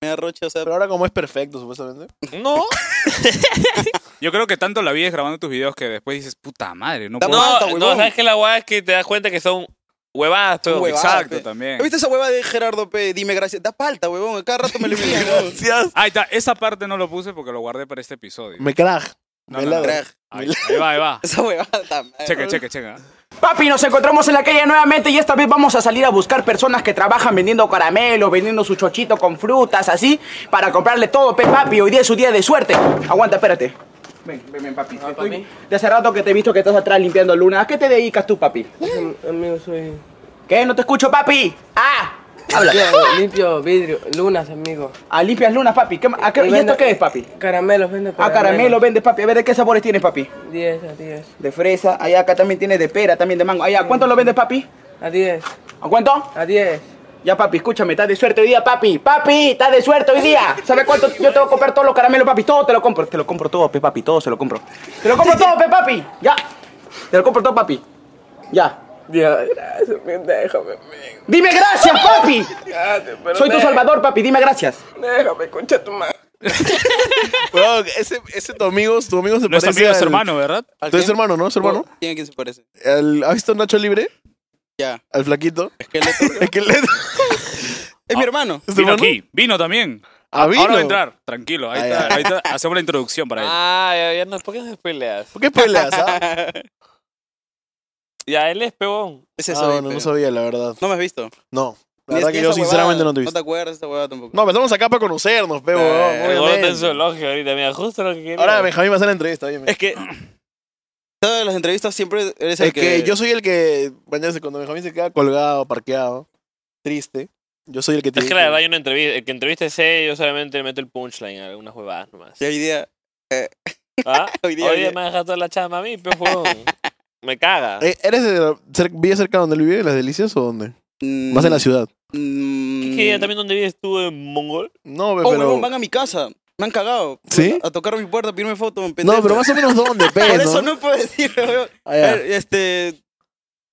C: Me da roche, o sea,
A: Pero ahora como es perfecto, supuestamente.
D: No,
B: Yo creo que tanto la vives grabando tus videos que después dices, puta madre, no
C: Da
B: puedo.
C: más, Aguanta,
D: no,
C: huevón.
D: no, ¿sabes qué? La guay es que te das cuenta que son huevadas, pero
C: huevadas.
B: Exacto,
C: pe.
B: también.
C: ¿Has visto esa hueva de Gerardo P? Dime gracias. Da palta, huevón. a Cada rato me lo envían. huevón.
B: Ahí está, esa parte no lo puse porque lo guardé para este episodio.
A: Me crag.
B: No,
A: me
B: no,
A: ladra.
C: Crack.
B: Ahí, ahí va, ahí va.
C: Esa hueva está
B: Checa, checa, checa.
I: Papi, nos encontramos en la calle nuevamente y esta vez vamos a salir a buscar personas que trabajan vendiendo caramelos, vendiendo su chochito con frutas, así, para comprarle todo, pe papi. Hoy día es su día de suerte. Aguanta, espérate. Ven, ven, ven, papi. Estoy- De hace rato que te he visto que estás atrás limpiando luna. ¿A qué te dedicas tú, papi?
G: Amigo, soy.
I: ¿Qué? No te escucho, papi. Ah, habla.
G: Limpio, limpio vidrio, lunas, amigo.
I: Ah, limpias lunas, papi. ¿Qué ma- a qué-
G: Y
I: ¿Y
G: vendo-
I: esto qué es, papi?
G: Caramelos, vende
I: Ah, caramelo, vende, papi. A ver, ¿de qué sabores tienes, papi?
G: 10 a 10.
I: De fresa. Allá acá también tienes de pera, también de mango. Allá, ¿cuánto lo vendes, papi?
G: A 10.
I: ¿A cuánto?
G: A 10.
I: Ya, papi, escúchame, estás de suerte hoy día, papi. Papi, estás de suerte hoy día. ¿Sabes cuánto? Yo te voy a comprar todos los caramelos, papi. Todo te lo compro. Te lo compro todo, pe, papi. Todo se lo compro. Te lo compro todo, pe, papi. Ya. Te lo compro todo, papi. Ya.
G: Dios, gracias, mi- déjame, amigo.
I: Dime gracias, papi.
G: Ya, te- pero
I: Soy tu
G: dé-
I: salvador, papi. Dime gracias.
G: Déjame, concha tu madre.
A: Weón, ese, ese tu amigo, tu amigo se
B: Nuestro
A: parece
B: amigo es
A: al-
B: hermano, ¿verdad?
A: Tú eres hermano, ¿no? ¿Es hermano?
C: ¿Quién a quién se parece?
A: El- ¿Has visto Nacho Libre?
C: Ya.
A: Al flaquito.
C: Esqueleto.
A: Es que le...
C: Es mi hermano.
A: ¿Es tu
B: Vino
A: hermano?
B: aquí, vino también.
A: Ah, vino.
B: Ahora va a entrar, tranquilo. Ahí
A: Ahí
B: está, ahí está. Hacemos la introducción para él.
D: Ah, ya, ya no, ¿por qué no spoileas?
A: ¿Por qué peleas, ah?
D: Ya, él es peón.
C: Ese
A: Ah,
C: soy,
A: bueno,
C: pero-
A: no sabía, la verdad.
C: No me has visto.
A: No. La
C: Ni
A: verdad
C: es-
A: que
C: ni
A: yo
C: esa huevada,
A: sinceramente no te he
C: No te
A: visto.
C: acuerdas de esa huevada tampoco.
A: No, pero estamos acá para conocernos, peo.
C: Eh,
D: El gordo en su elogio ahorita, mira, justo lo que quería.
A: Ahora Benjamín va a hacer la entrevista. oye,
C: Es que. Todas las entrevistas siempre eres el
A: Es que, yo soy el que, bañarse, cuando Benjamín se queda colgado, parqueado, triste, yo soy el que
D: Es
A: tiene
D: que la verdad, yo no entrevista. El que entrevista es él, yo solamente le meto el punchline, algunas huevadas nomás.
C: Y hoy día.
D: ¿Ah?
C: Hoy
D: Hoy
C: día,
D: día,
C: hoy día.
D: me ha dejado toda la chamba a mí, pero huevón. Me caga.
A: Eh, ¿Eres de la- cer- villa cerca donde él vive, en Las Delicias, o dónde?
C: mm,
A: Más en la ciudad.
D: ¿Qué, qué, también dónde vives tú en Mongol?
A: No,
C: Oh,
A: pero...
C: huevón, van a mi casa. Me han cagado.
A: ¿Sí?
C: A tocar mi puerta, a pedirme foto. un pendejo.
A: No, pero más o menos dónde, peo,
C: Por
A: ¿no?
C: eso no puedo decir, huevón.
A: Ah,
C: A
A: ya.
C: ver, este.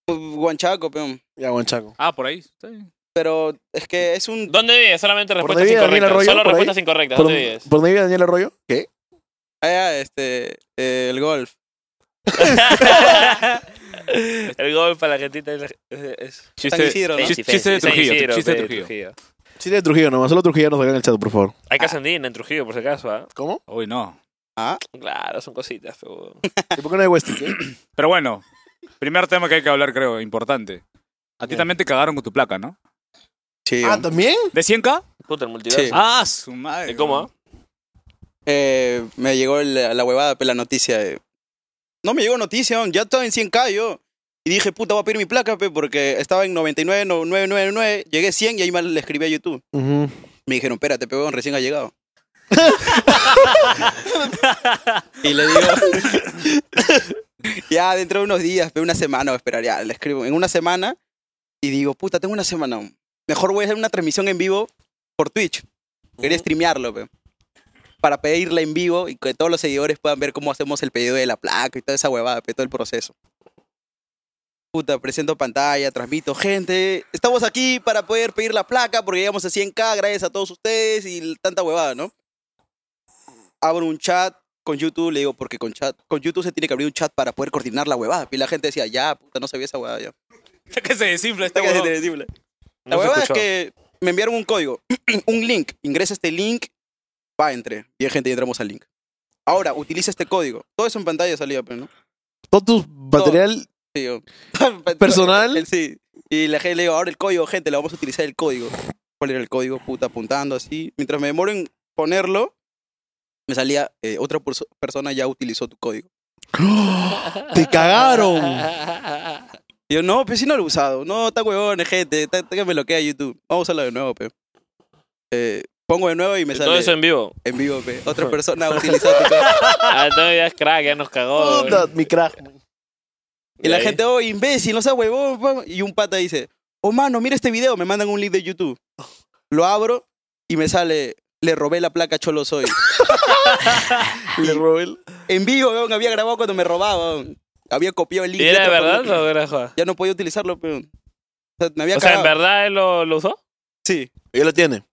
C: Guanchaco, peón.
A: Ya, Guanchaco.
B: Ah, por ahí. está bien.
C: Pero es que es un.
D: ¿Dónde vives? Solamente respuestas
A: vive Daniel
D: incorrectas.
A: Arroyo?
D: Solo
A: ¿Por ahí?
D: respuestas incorrectas.
A: ¿Por,
D: ¿Dónde vives?
A: ¿Por dónde vive Daniel Arroyo? ¿Qué?
C: Allá, este. eh, el golf.
D: el gol para la gentita es, es-
B: Chiste,
C: Isidro, ¿no?
B: chis-
D: Fancy,
B: chiste de
D: fancy,
B: Trujillo.
D: San Isidro,
B: chiste de
D: pe,
B: Trujillo.
A: Sí, de Trujillo nomás. Solo Trujillo nos acá en el chat, por favor.
D: Hay casa andina en Trujillo, por si acaso, ¿ah?
A: ¿Cómo?
B: Uy, no.
D: Claro, son cositas, pero... huevón.
A: ¿Y por qué no hay Westing? eh?
B: Pero bueno, primer tema que hay que hablar, creo, importante. A ti también te cagaron con tu placa, ¿no?
C: Sí.
A: Ah, ¿también?
B: ¿De 100K?
D: Puta, el multiverso.
C: Sí.
B: Ah, su madre.
D: ¿Y cómo?
C: Eh, me llegó la, la huevada, pe, la noticia. eh. No me llegó noticia, ya estaba en 100k yo. Y dije, puta, voy a pedir mi placa, pe, porque estaba en 99,999, llegué 100 y ahí mal le escribí a YouTube.
A: Ujú.
C: Me dijeron, espérate, pe, weón, recién ha llegado. y le digo, ya dentro de unos días, pe, una semana voy a esperar, ya le escribo en una semana. Y digo, puta, tengo una semana. aún. Mejor voy a hacer una transmisión en vivo por Twitch. Quería streamearlo, pues. pe para pedirla en vivo y que todos los seguidores puedan ver cómo hacemos el pedido de la placa y toda esa huevada, pe, todo el proceso. Puta, presento pantalla, transmito gente. Estamos aquí para poder pedir la placa porque llegamos a 100k, gracias a todos ustedes y tanta huevada, ¿no? Abro un chat con YouTube, le digo, porque con chat, con YouTube se tiene que abrir un chat para poder coordinar la huevada. Y la gente decía, ya, puta, no sabía esa huevada ya.
B: que se desinfla
D: este
C: Está
B: esta
C: casi
B: huevón.
C: terrible.
D: No se
C: La huevada es
D: escuchó.
C: que me enviaron un código, un link. Ingresa este link, va, entre. Bien, gente, y entramos al link. Ahora, utiliza este código. Todo eso en pantalla salía, pero no.
A: Todo tu material...
C: Sí, yo-
A: ¿Personal?
C: Él Sí. Y la gente le digo, ahora el código, gente, le vamos a utilizar el código. ¿Cuál era el código? Puta, apuntando así. Mientras me demoro en ponerlo, me salía, eh, otra perso- persona ya utilizó tu código.
A: ¡Te cagaron!
C: Y yo, no, pero si no lo he usado. No, está huevón, gente. Está, está que me bloquea YouTube. Vamos a usarlo de nuevo, pe. Eh, pongo de nuevo y me
D: Y
C: sale.
D: Todo eso en vivo.
C: En vivo, pe. Otra persona ha utilizado tu cara.
D: Ah, entonces ya es crack, ya nos cagó.
A: Puta, mi crack.
C: Y la
D: ahí.
C: gente, oh, imbécil, no sea huevón. pa". Y un pata dice, oh, mano, mira este video. Me mandan un link de YouTube. Lo abro y me sale, le robé la placa Cholo Soy.
A: Le robé el...
C: en vivo, weón, había grabado cuando me robaba. weón. Había copiado el link.
D: ¿Y era de
C: letra por
D: verdad
C: letra.
D: o era joda?
C: Ya no podía utilizarlo, pero... O sea, me había
D: O sea, ¿en
C: cagado.
D: verdad él lo, lo usó?
C: Sí.
A: Ella lo tiene.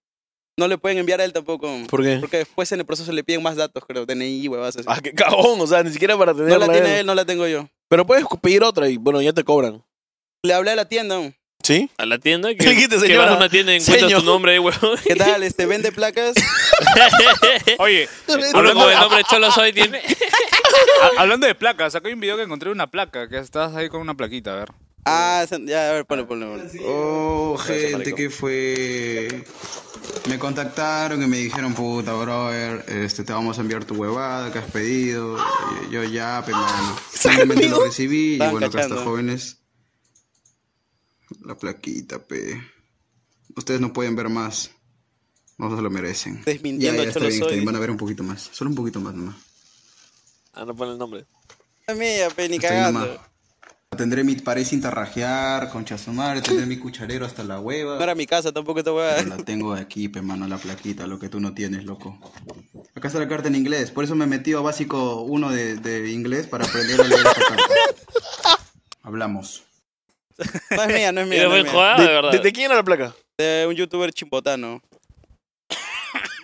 C: No le pueden enviar a él tampoco.
A: ¿Por qué?
C: Porque después en el proceso le piden más datos, creo. DNI, huevas así.
A: Ah, qué cagón, o sea, ni siquiera para tener
C: no la tiene él, no la tengo yo.
A: Pero puedes pedir otra y bueno, ya te cobran.
C: Le hablé a la tienda.
A: ¿Sí?
D: A la tienda.
A: Le
D: Que,
A: dijiste,
D: que
A: señora,
D: vas a una tienda y encuentras
A: señor.
D: tu nombre ahí, huevón.
C: ¿Qué tal? Este, vende placas.
B: Oye,
D: Hablando
A: ah,
D: del nombre Cholo Soy, tiene.
B: a- hablando de placas, acá hay un video que encontré de una placa, que estás ahí con una plaquita, a ver.
C: Ah, esa- ya, a ver, ponlo, ponlo. ponlo.
J: Oh, gente
D: marico.
J: que fue. Me contactaron y me dijeron, puta, brother, este, te vamos a enviar tu huevada que has pedido. Y Yo ya, pero bueno. Simplemente lo recibí y
C: Estaban
J: bueno, acá está,
C: cachando.
J: jóvenes. La plaquita, pe. Ustedes no pueden ver más. No se lo merecen. Ya,
C: Desmintiendo
J: ya,
C: a
J: está
C: Cholo
J: bien, está
C: Soy.
J: bien. Van a ver un poquito más. Solo un poquito más nomás.
D: Ah, no pone el nombre.
C: La mía, pe, ni
J: Hasta ahí nomás.
C: cagando.
J: Tendré mi pared sin tarrajear, concha su madre, tendré mi cucharero hasta la hueva.
C: No era mi casa tampoco esta
J: Pero
C: huevada.
J: La tengo aquí, pe mano, la plaquita, lo que tú no tienes, loco. Acá está la carta en inglés, por eso me he metido a básico 1 de, de inglés para aprender a leer esta carta. Hablamos.
C: No es mía, no es
D: Y
C: mía.
D: lo
C: no
D: ven
C: es mía.
D: jugada, de verdad.
A: ¿De, de quién era la placa?
C: De un youtuber chimbotano.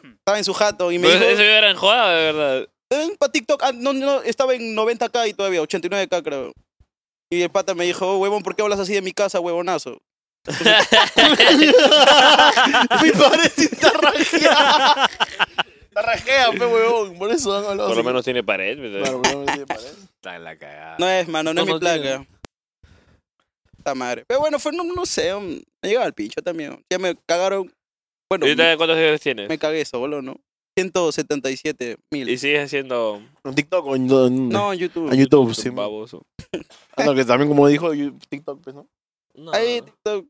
C: Estaba en su jato y me
D: Pero
C: dijo...
D: Pues, ese video era en jugada, de verdad.
C: "Ven pa' TikTok, Ah, no, no, estaba en 90k y todavía, 89k creo. Y el pata me dijo, "Oh, huevón, ¿por qué hablas así de mi casa, huevonazo?
A: Mi pared sin tarrajear. Tarrajea, pe huevón. Por eso han hablado
D: Por lo
A: así.
D: menos eh. tiene pared. ¿verdad?
A: Claro, por lo menos tiene pared.
B: Está la cagada.
C: No es, mano, no,
D: No,
C: es mi
D: no
C: placa.
D: tiene.
C: Puta madre. Pero bueno, fue, no, no sé, um, me llegaba al pincho también. Ya me cagaron. Bueno,
D: ¿Y ahorita
C: me,
D: cuántos seguidores tiene?
C: me cagué solo, ¿no? 177 mil.
D: Y sigues haciendo
A: ¿En TikTok o en dónde?
C: No, en YouTube.
A: En YouTube, sí.
D: un baboso.
A: Ah, no, que también como dijo you- TikTok, pues, ¿no?
D: No.
C: Hay TikTok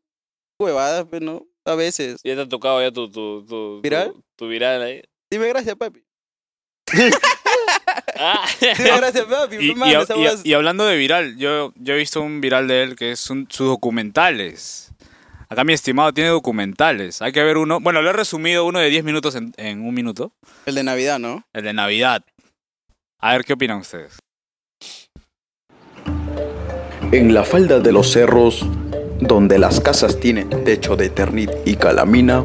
C: huevadas, pero no, a veces.
D: Ya te han tocado ya tu, tu, tu,
C: ¿Viral?
D: tu, tu viral ahí.
C: Dime gracias, papi.
D: Ah,
C: Dime gracias, papi.
B: Y,
C: no mames,
B: y-
C: esa
B: y-
C: huevada es-
B: y hablando de viral, yo, yo he visto un viral de él que es un- sus documentales. Acá mi estimado tiene documentales. Hay que ver uno. Bueno, lo he resumido uno de 10 minutos en, en un minuto.
C: El de Navidad, ¿no?
B: El de Navidad. A ver qué opinan ustedes.
F: En la falda de los cerros, donde las casas tienen techo de ternit y calamina,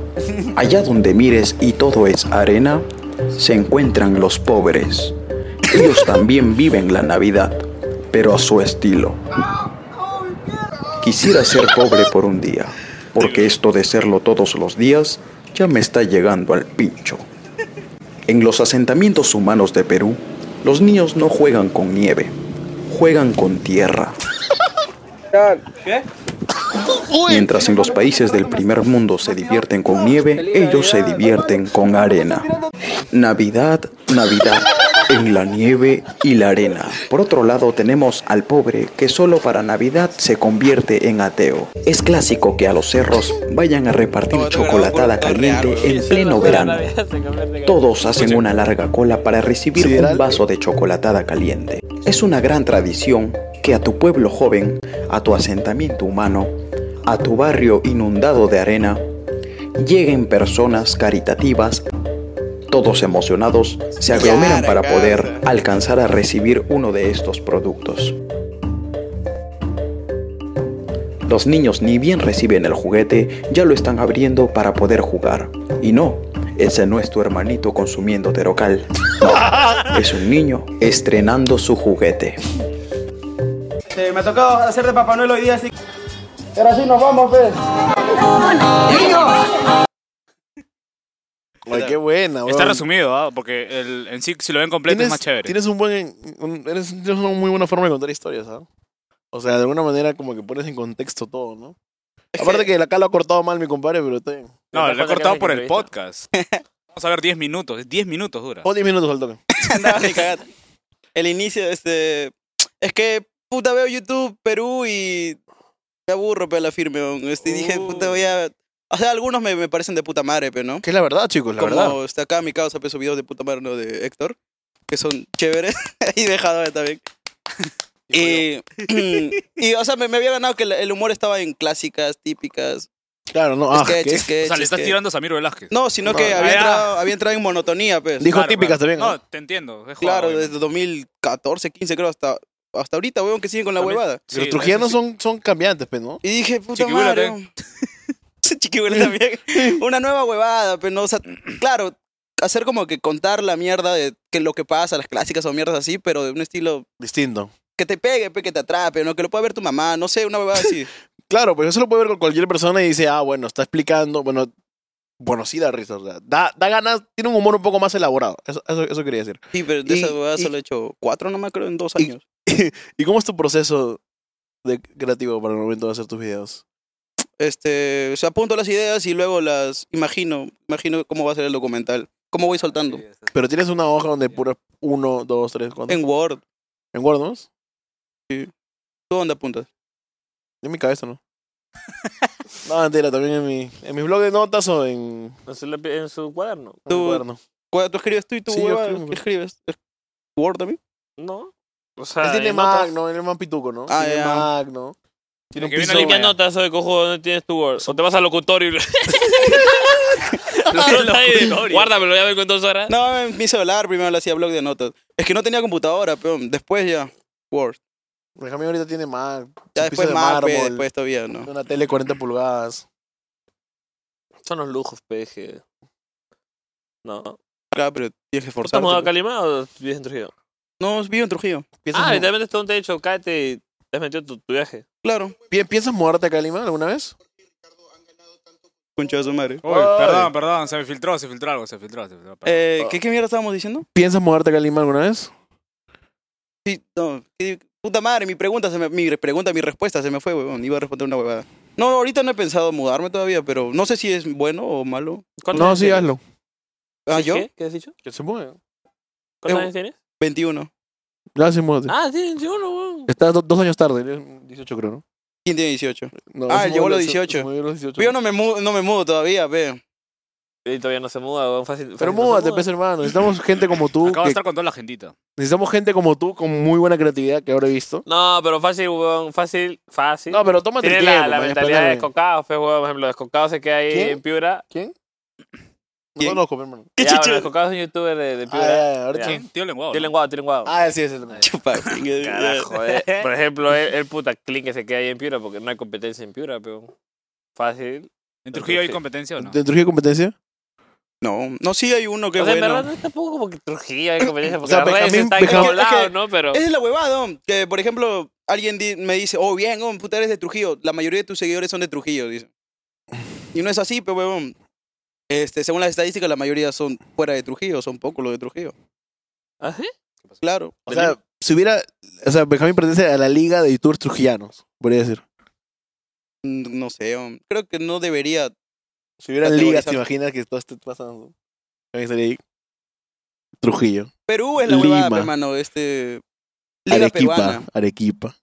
F: allá donde mires y todo es arena, se encuentran los pobres. Ellos también viven la Navidad, pero a su estilo. Quisiera ser pobre por un día, porque esto de serlo todos los días ya me está llegando al pincho. En los asentamientos humanos de Perú, los niños no juegan con nieve, juegan con tierra. Mientras en los países del primer mundo se divierten con nieve, ellos se divierten con arena. Navidad, Navidad, en la nieve y la arena. Por otro lado tenemos al pobre que solo para Navidad se convierte en ateo. Es clásico que a los cerros vayan a repartir chocolatada caliente en pleno verano. Todos hacen una larga cola para recibir un vaso de chocolatada caliente. Es una gran tradición que a tu pueblo joven, a tu asentamiento humano, a tu barrio inundado de arena, lleguen personas caritativas. Todos emocionados se aglomeran para poder alcanzar a recibir uno de estos productos. Los niños ni bien reciben el juguete, ya lo están abriendo para poder jugar. Y no, ese no es tu hermanito consumiendo terocal. No, es un niño estrenando su juguete.
G: Este, me ha tocado hacer de Papá Noel hoy día, así que... Ahora sí nos vamos, pues.
A: Ay, qué buena,
B: Está
A: huevón.
B: resumido, ¿ah? porque el, en sí, si lo ven completo, es más chévere.
A: Tienes un buen, un- eres, tienes una muy buena forma de contar historias, ¿ah? O sea, de alguna manera como que pones en contexto todo, ¿no? Aparte que acá lo ha cortado mal mi compadre, pero está bien.
B: No,
D: Esta
B: lo he
D: falta
B: cortado
D: que
B: por
D: me
B: el
D: entrevista.
B: podcast. Vamos a ver 10 minutos. 10 minutos dura.
A: O 10 Oh, minutos al toque.
C: Andaba de cagada. El inicio, este. Es que, puta, veo YouTube Perú y. Me aburro, pero la firme. weón. Este, y dije, puta, voy
A: Uh.
C: a. O sea, algunos me, me parecen de puta madre, pero no.
A: Que es la verdad, chicos, la
C: Como
A: verdad.
C: está acá mi causa, peso videos de puta madre, ¿no? De Héctor. Que son chéveres. y dejadores también. Y, y, o sea, me, me había ganado que el- el humor estaba en clásicas, típicas.
A: Claro, no. Ah,
C: sketch,
A: ¿qué?
C: sketch,
B: o sea, le estás
C: sketch.
B: tirando a Samir Velázquez.
C: No, sino
A: No,
C: que
A: ah,
C: había
B: ya.
C: entrado, había entrado en monotonía, pues.
A: Dijo típicas también,
B: No,
A: ¿no?
B: te entiendo. es
C: Claro,
B: jugado,
C: desde 2014, 15 creo hasta, hasta ahorita, weón, que siguen con la
B: También-
C: huevada.
B: sí,
A: los trujianos
B: eso sí.
A: son, son cambiantes, pues, ¿no?
C: Y dije, puta
B: Chiquihuila,
C: madre.
B: ten.
C: weón. que huele también. Una nueva huevada, pero no, o sea, claro, hacer como que contar la mierda de que lo que pasa, las clásicas o mierdas así, pero de un estilo
A: Distinto.
C: que te pegue, pe, que te atrape, no que lo pueda ver tu mamá, no sé, una huevada así.
A: Claro, pues eso lo puede ver con cualquier persona y dice, ah, bueno, está explicando, bueno, bueno, sí da risa, o sea, da, da ganas, tiene un humor un poco más elaborado, eso, eso, eso quería decir.
C: Sí, pero de
A: Y-
C: esas huevadas
A: y-
C: solo he hecho cuatro nomás, creo, en dos
A: y-
C: años.
A: ¿Y cómo es tu proceso de creativo para el momento de hacer tus videos?
C: Este, o sea, apunto las ideas y luego las imagino, imagino cómo va a ser el documental, cómo voy soltando.
A: Pero tienes una hoja donde puro uno, dos, tres, ¿cuánto?
C: En Word,
A: ¿En Word, no?
C: ¿tú dónde apuntas?
A: En mi cabeza, ¿no? no, mentira, también en mi, en mi blog de notas o en,
D: En su, lapi- en su cuaderno.
A: en mi
C: Tú,
A: cuaderno.
C: ¿cuál- tú escribes tú y tú,
A: Sí, yo
C: hueva,
A: escribo,
C: ¿qué escribes? ¿Word también?
D: No. O
A: Él
D: sea,
A: tiene
D: en notas-
A: Mac, ¿no? Él es más pituco, ¿no?
C: Ah,
A: tiene
C: ya.
A: Mac, ¿no? Tiene un
B: El que viene
A: piso-
B: limpia
D: ¿Qué notas soy cojo? ¿Dónde tienes tu Word? O te vas al locutorio y... Guárdame, Guárdamelo, ya vengo en dos horas.
C: No, en mi celular primero le hacía blog de notas. Es que no tenía computadora, pero después ya, Word.
A: Benjamín ahorita tiene Mac.
C: Ya
A: su piso
C: después
A: de
C: Mac, pe,
A: mármol,
C: después todavía, ¿no?
A: Una tele 40 pulgadas.
D: Son los lujos, peje. No.
C: Claro, pero tienes que
D: ¿Estás mudado a
C: esforzarte. pues.
D: Calima o vives en Trujillo?
C: No, vivo en Trujillo.
A: ¿Piensas,
D: Ah,
A: mu-
D: literalmente está un techo, cáete y te has metido tu, tu viaje.
C: Claro.
A: pi- ¿Piensas mudarte acá a Lima alguna vez?
C: Concha de su madre.
B: Uy, perdón, perdón, se me filtró, se filtró algo, se filtró, se filtró. perdón.
C: Eh, ¿qué, ¿Qué mierda estábamos diciendo?
A: ¿Piensas mudarte acá a Lima alguna vez?
C: Sí, no. qué- Puta madre, mi pregunta, se me- mi pregunta, mi respuesta se me fue, weón. Iba a responder una huevada. No, ahorita no he pensado mudarme todavía, pero no sé si es bueno o malo.
D: ¿Cuántos
A: No,
D: años
A: sí,
D: tienes?
A: hazlo.
C: Ah, ¿yo?
D: ¿Qué? ¿Qué has dicho?
A: Que se mueve.
D: ¿Cuántos
C: Eh,
D: años tienes?
C: 21.
A: Ya, sí, múdate.
D: Ah, sí, yo no, weón.
A: Estás do- dos años tarde. eres 18 creo, ¿no?
C: ¿Quién tiene 18?
A: no
C: Ah,
A: se
C: llegó
A: mudó-
C: a los
A: se-
C: 18.
A: se mudó a los 18.
C: Yo no me, mu- no me mudo todavía, pe.
D: Y todavía no se muda, weón. Fácil, fácil
A: Pero
D: no se
A: múdate,
D: muda.
A: pez hermano. Necesitamos gente como tú.
B: Acabo de
A: que-
B: estar con toda la gentita.
A: Necesitamos gente como tú con muy buena creatividad que ahora he visto.
D: No, pero fácil, weón. Fácil, fácil.
A: No, pero tómate
D: Tiene
A: el
D: la,
A: tiempo,
D: la
A: man,
D: mentalidad de
A: espérame.
D: descocado, pues, weón. Por ejemplo, descocado se queda ahí
A: ¿Quién?
D: en Piura.
A: No conozco, pe, hermano.
D: Ya, bueno, descocado es un youtuber de, de
A: Ah,
D: Piura.
A: ya, ya, ahorita.
D: Ya.
B: ¿Quién? Tío lenguado.
D: Tiene
B: ¿no?
D: lenguado, tiene lenguado.
A: Ah, sí, ese también.
C: Chupa, pe.
D: Carajo, eh. Por ejemplo, el, el puta clean que se queda ahí en Piura porque no hay competencia en Piura, pero fácil.
B: ¿En Trujillo hay competencia o no?
A: ¿Te surgió competencia?
C: No, no, sí hay uno
D: o
C: que es
D: sea, en
C: bueno.
D: verdad no es tampoco como que Trujillo hay competencia porque
A: sea,
D: las redes
A: Benjamín-
D: están en todos
A: Benjamín-
C: es que-
D: lados, ¿no? Pero
C: Esa es la huevada, ¿no? que por ejemplo, alguien di- me dice, oh, bien, oh, puta, eres de Trujillo. La mayoría de tus seguidores son de Trujillo, dice. Y no es así, pero huevón. Este, según las estadísticas, la mayoría son fuera de Trujillo, son pocos los de Trujillo.
D: ¿Ah, sí?
C: Claro.
A: O sea, si hubiera. O sea, Benjamín pertenece a la Liga de Youtubers Trujillanos, podría decir.
C: Mm, no sé, hom, creo que no debería.
A: Si hubiera ligas,
C: Categorizar.
A: ¿te imaginas que todo esté pasando? También sería ahí. Trujillo.
C: Perú es la
A: Lima.
C: huevada, hermano, este Liga
A: Arequipa.
C: peruana.
A: Arequipa.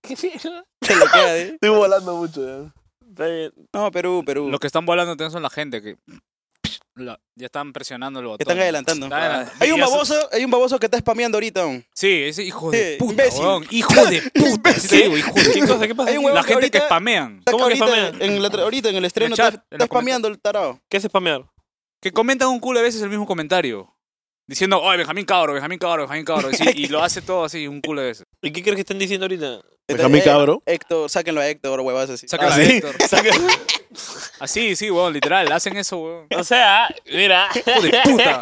D: ¿Qué mierda?
C: Se le queda, ¿eh?
A: Estoy volando mucho, ya.
D: Está bien.
C: No, Perú, Perú.
B: Los que están volando también son la gente que. la- ya están presionando el botón.
C: están adelantando. Ah,
B: Están adelantando.
C: Hay un
B: Ya son-
C: baboso, hay un baboso que está spameando ahorita. hom.
B: Sí, ese hijo
C: Sí,
B: de puta,
C: imbécil.
B: weón. Hijo de puta. sí te digo, hijo de
D: ¿Qué cosa? ¿Qué pasa?
C: Hay un huevón
B: La
C: que
B: gente que
C: ahorita-
B: spamean.
C: Está
D: ¿Cómo que
C: ahorita
D: spamea?
C: en, la tra- ahorita en el estreno
B: chat,
C: está,
B: en la
C: está spameando el tarado.
D: ¿Qué es spamear?
B: Que comentan un culo de veces el mismo comentario. Diciendo, oye, Benjamín Cabro, Benjamín Cabro, Benjamín Cabro. Y, sí, y lo hace todo así, un culo de veces.
D: ¿Y qué crees que están diciendo ahorita?
A: Este, Benjamín
C: Eh,
A: Cabro.
C: Héctor, sáquenlo a Héctor, huevas así.
B: Saca la
A: ¿sí?
B: Héctor. Así, sí, weón, literal. Hacen eso, weón.
D: O sea, mira.
B: Hijo de puta.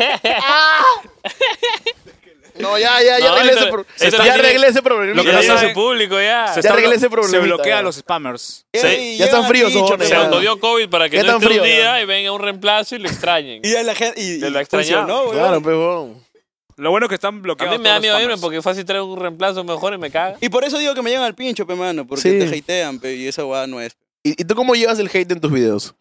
A: No, ya, ya, ya
D: No,
A: arreglé
D: esto-
A: ese pro-
D: esto
A: ya
D: no tiene-
A: arreglé ese
D: Lo
A: problema.
D: que
B: Ya
D: no sabe
B: saben.
D: su público ya.
A: Se- arreglé ese
B: se
A: problemita,
B: bloquea a
A: ya.
B: los spammers.
C: Eh,
D: Sí,
C: y
A: ya están
C: han
A: fríos,
C: dicho
A: ojones,
D: Se
C: que
A: ya.
C: no.
D: autodió COVID para que
A: Ya
D: no
A: tan
D: esté un
A: frío,
D: día
A: ya.
D: y venga un reemplazo y lo extrañen.
C: Y ya la gente. Y,
D: De
C: y
D: la extrañaba.
C: funcionó, weón.
A: Claro, pues, huevón.
B: Lo bueno es que están
D: A
B: bloqueados.
D: mí me
B: todos
D: da
B: los
D: miedo irme
B: spammers.
D: porque fácil traer un reemplazo mejor y me caga.
C: Y por eso digo que me llegan al pincho, pe mano, porque
A: Sí.
C: te hatean, pe, y esa huevada no es.
A: ¿Y, y tú cómo llevas el hate en tus videos?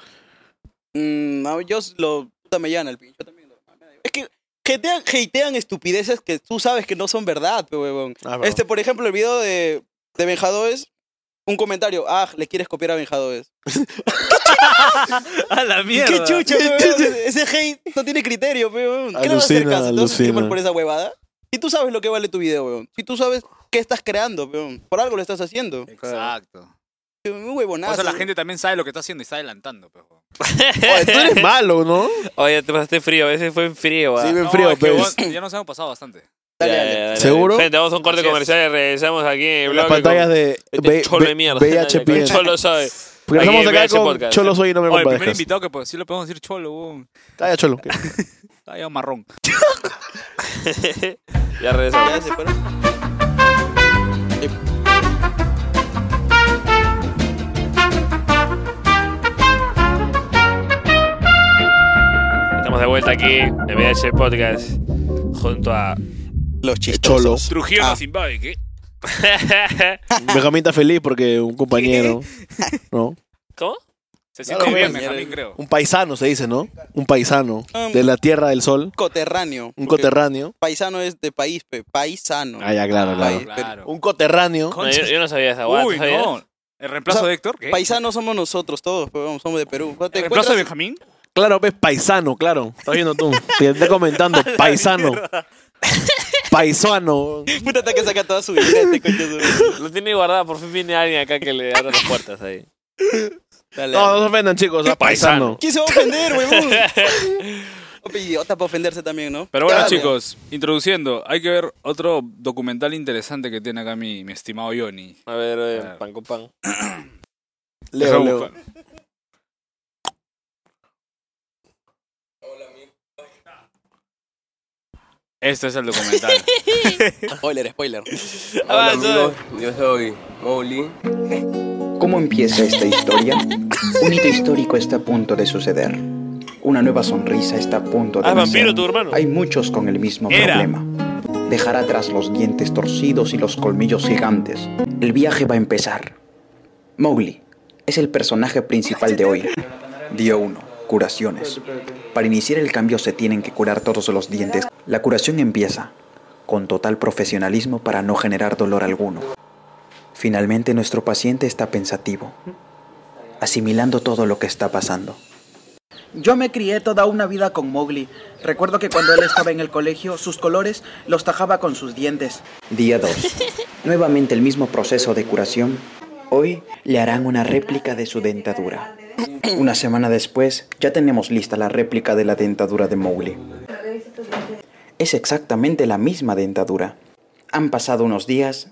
C: Mm, no, yo s- lo puta me llegan al pincho también. normal, me da igual. Es que hatean, hatean estupideces que tú sabes que no son verdad, pe huevón.
A: Ah,
C: Este, por ejemplo, el video de, de Benjadoes, un comentario, ah, le quieres copiar a Benjadoes.
B: A la mierda.
C: ¡Qué chucha, pe, huevón! Ese hate no tiene criterio, pe huevón. ¿Qué le vas a hacer
A: Alucina,
C: caso? ¿Te vas a sentir mal
A: alucina.
C: por esa huevada? Si tú sabes lo que vale tu video, weón. Si tú sabes qué estás creando, pe, huevón. Por algo lo estás haciendo.
B: Exacto.
C: Un huevonazo.
B: Por eso la
C: weón.
B: gente también sabe lo que está haciendo y está adelantando, pero.
A: Oye, tú eres malo, ¿no?
D: Oye, te pasaste frío, ese fue en frío, va.
A: Sí, bien
B: No,
A: frío,
B: es que
A: pues.
B: vos- ya nos hemos pasado bastante.
C: Dale,
D: Ya,
C: dale.
D: ya, dale.
A: ¿Seguro?
D: Gente, vamos a un corte
B: Así es.
D: comercial y regresamos aquí en
A: Las
D: bloque con-
A: pantallas de
D: este
A: B-
D: cholo de
A: B-
D: mierda.
A: VHPN.
D: El cholo sabe.
A: Porque nos
D: Aquí,
A: vamos
D: vea
A: acá
D: ese
A: con
D: podcast.
A: Cholo Soy y no me
B: Oye, el primer
A: compadezcas.
B: invitado que pues, sí le podemos decir cholo, huevón.
A: Calla, Cholo. ¿qué?
B: Está ya marrón.
D: ya regresamos.
C: Ya se fueron.
D: Estamos de vuelta aquí en VH Podcast junto a
C: Los
A: Cholo.
C: chistosos.
D: Trujillo
C: Ah.
D: Zimbabue, ¿qué?
A: Benjamín está feliz porque un compañero, ¿no?
D: ¿Cómo?
B: Se
A: Claro,
B: siente bien,
A: pues,
B: Benjamín, creo.
A: Un paisano se dice, ¿no? Un paisano
C: Um,
A: de la Tierra del Sol,
C: Coterráneo.
A: un
C: porque
A: coterráneo.
C: Paisano es de país, pe. Paisano.
A: Ah, ya, claro, claro.
C: País,
B: Claro.
A: Un coterráneo. Eh,
D: No, yo, yo no sabía esa guay.
B: Uy, no. ¿El reemplazo
C: O sea,
B: de Héctor? ¿Qué?
C: Paisano somos nosotros todos, pe, vamos, somos de Perú. Cuando te
B: ¿El reemplazo de
C: encuentras-
B: Benjamín?
A: Claro, ves paisano, claro. Estás viendo tú. Te está comentando, paisano. Paisano.
C: Puta, hasta que saca toda su vida este coño. su-
D: Lo tiene guardado, por fin viene alguien acá que le abra las puertas ahí.
C: Dale,
A: No, no
C: dale.
A: se ofendan, chicos. a paisano.
C: ¿Quién se va a ofender, huevón? Ope, Idiota para ofenderse también, ¿no?
B: Pero bueno,
C: Dale.
B: chicos, introduciendo, hay que ver otro documental interesante que tiene acá mi, mi estimado Johnny.
D: A ver, eh,
B: Claro.
D: pan con pan.
A: Leo, Leo.
B: Este es el documental.
C: Spoiler, spoiler.
D: Hola, amigos.
E: Yo soy Mowgli.
F: ¿Cómo empieza esta historia? Un hito histórico está a punto de suceder. Una nueva sonrisa está a punto de
D: Ah,
F: nacer.
D: vampiro tu hermano.
F: Hay muchos con el mismo
B: Era.
F: problema. Dejar atrás los dientes torcidos y los colmillos gigantes. El viaje va a empezar. Mowgli es el personaje principal de hoy. Día 1. Curaciones. Para iniciar el cambio se tienen que curar todos los dientes. La curación empieza con total profesionalismo para no generar dolor alguno. Finalmente nuestro paciente está pensativo, asimilando todo lo que está pasando.
I: Yo me crié toda una vida con Mowgli. Recuerdo que cuando él estaba en el colegio, sus colores los tajaba con sus dientes.
F: Día 2. Nuevamente el mismo proceso de curación. Hoy le harán una réplica de su dentadura. Una semana después ya tenemos lista la réplica de la dentadura de Mowgli. Es exactamente la misma dentadura. Han pasado unos días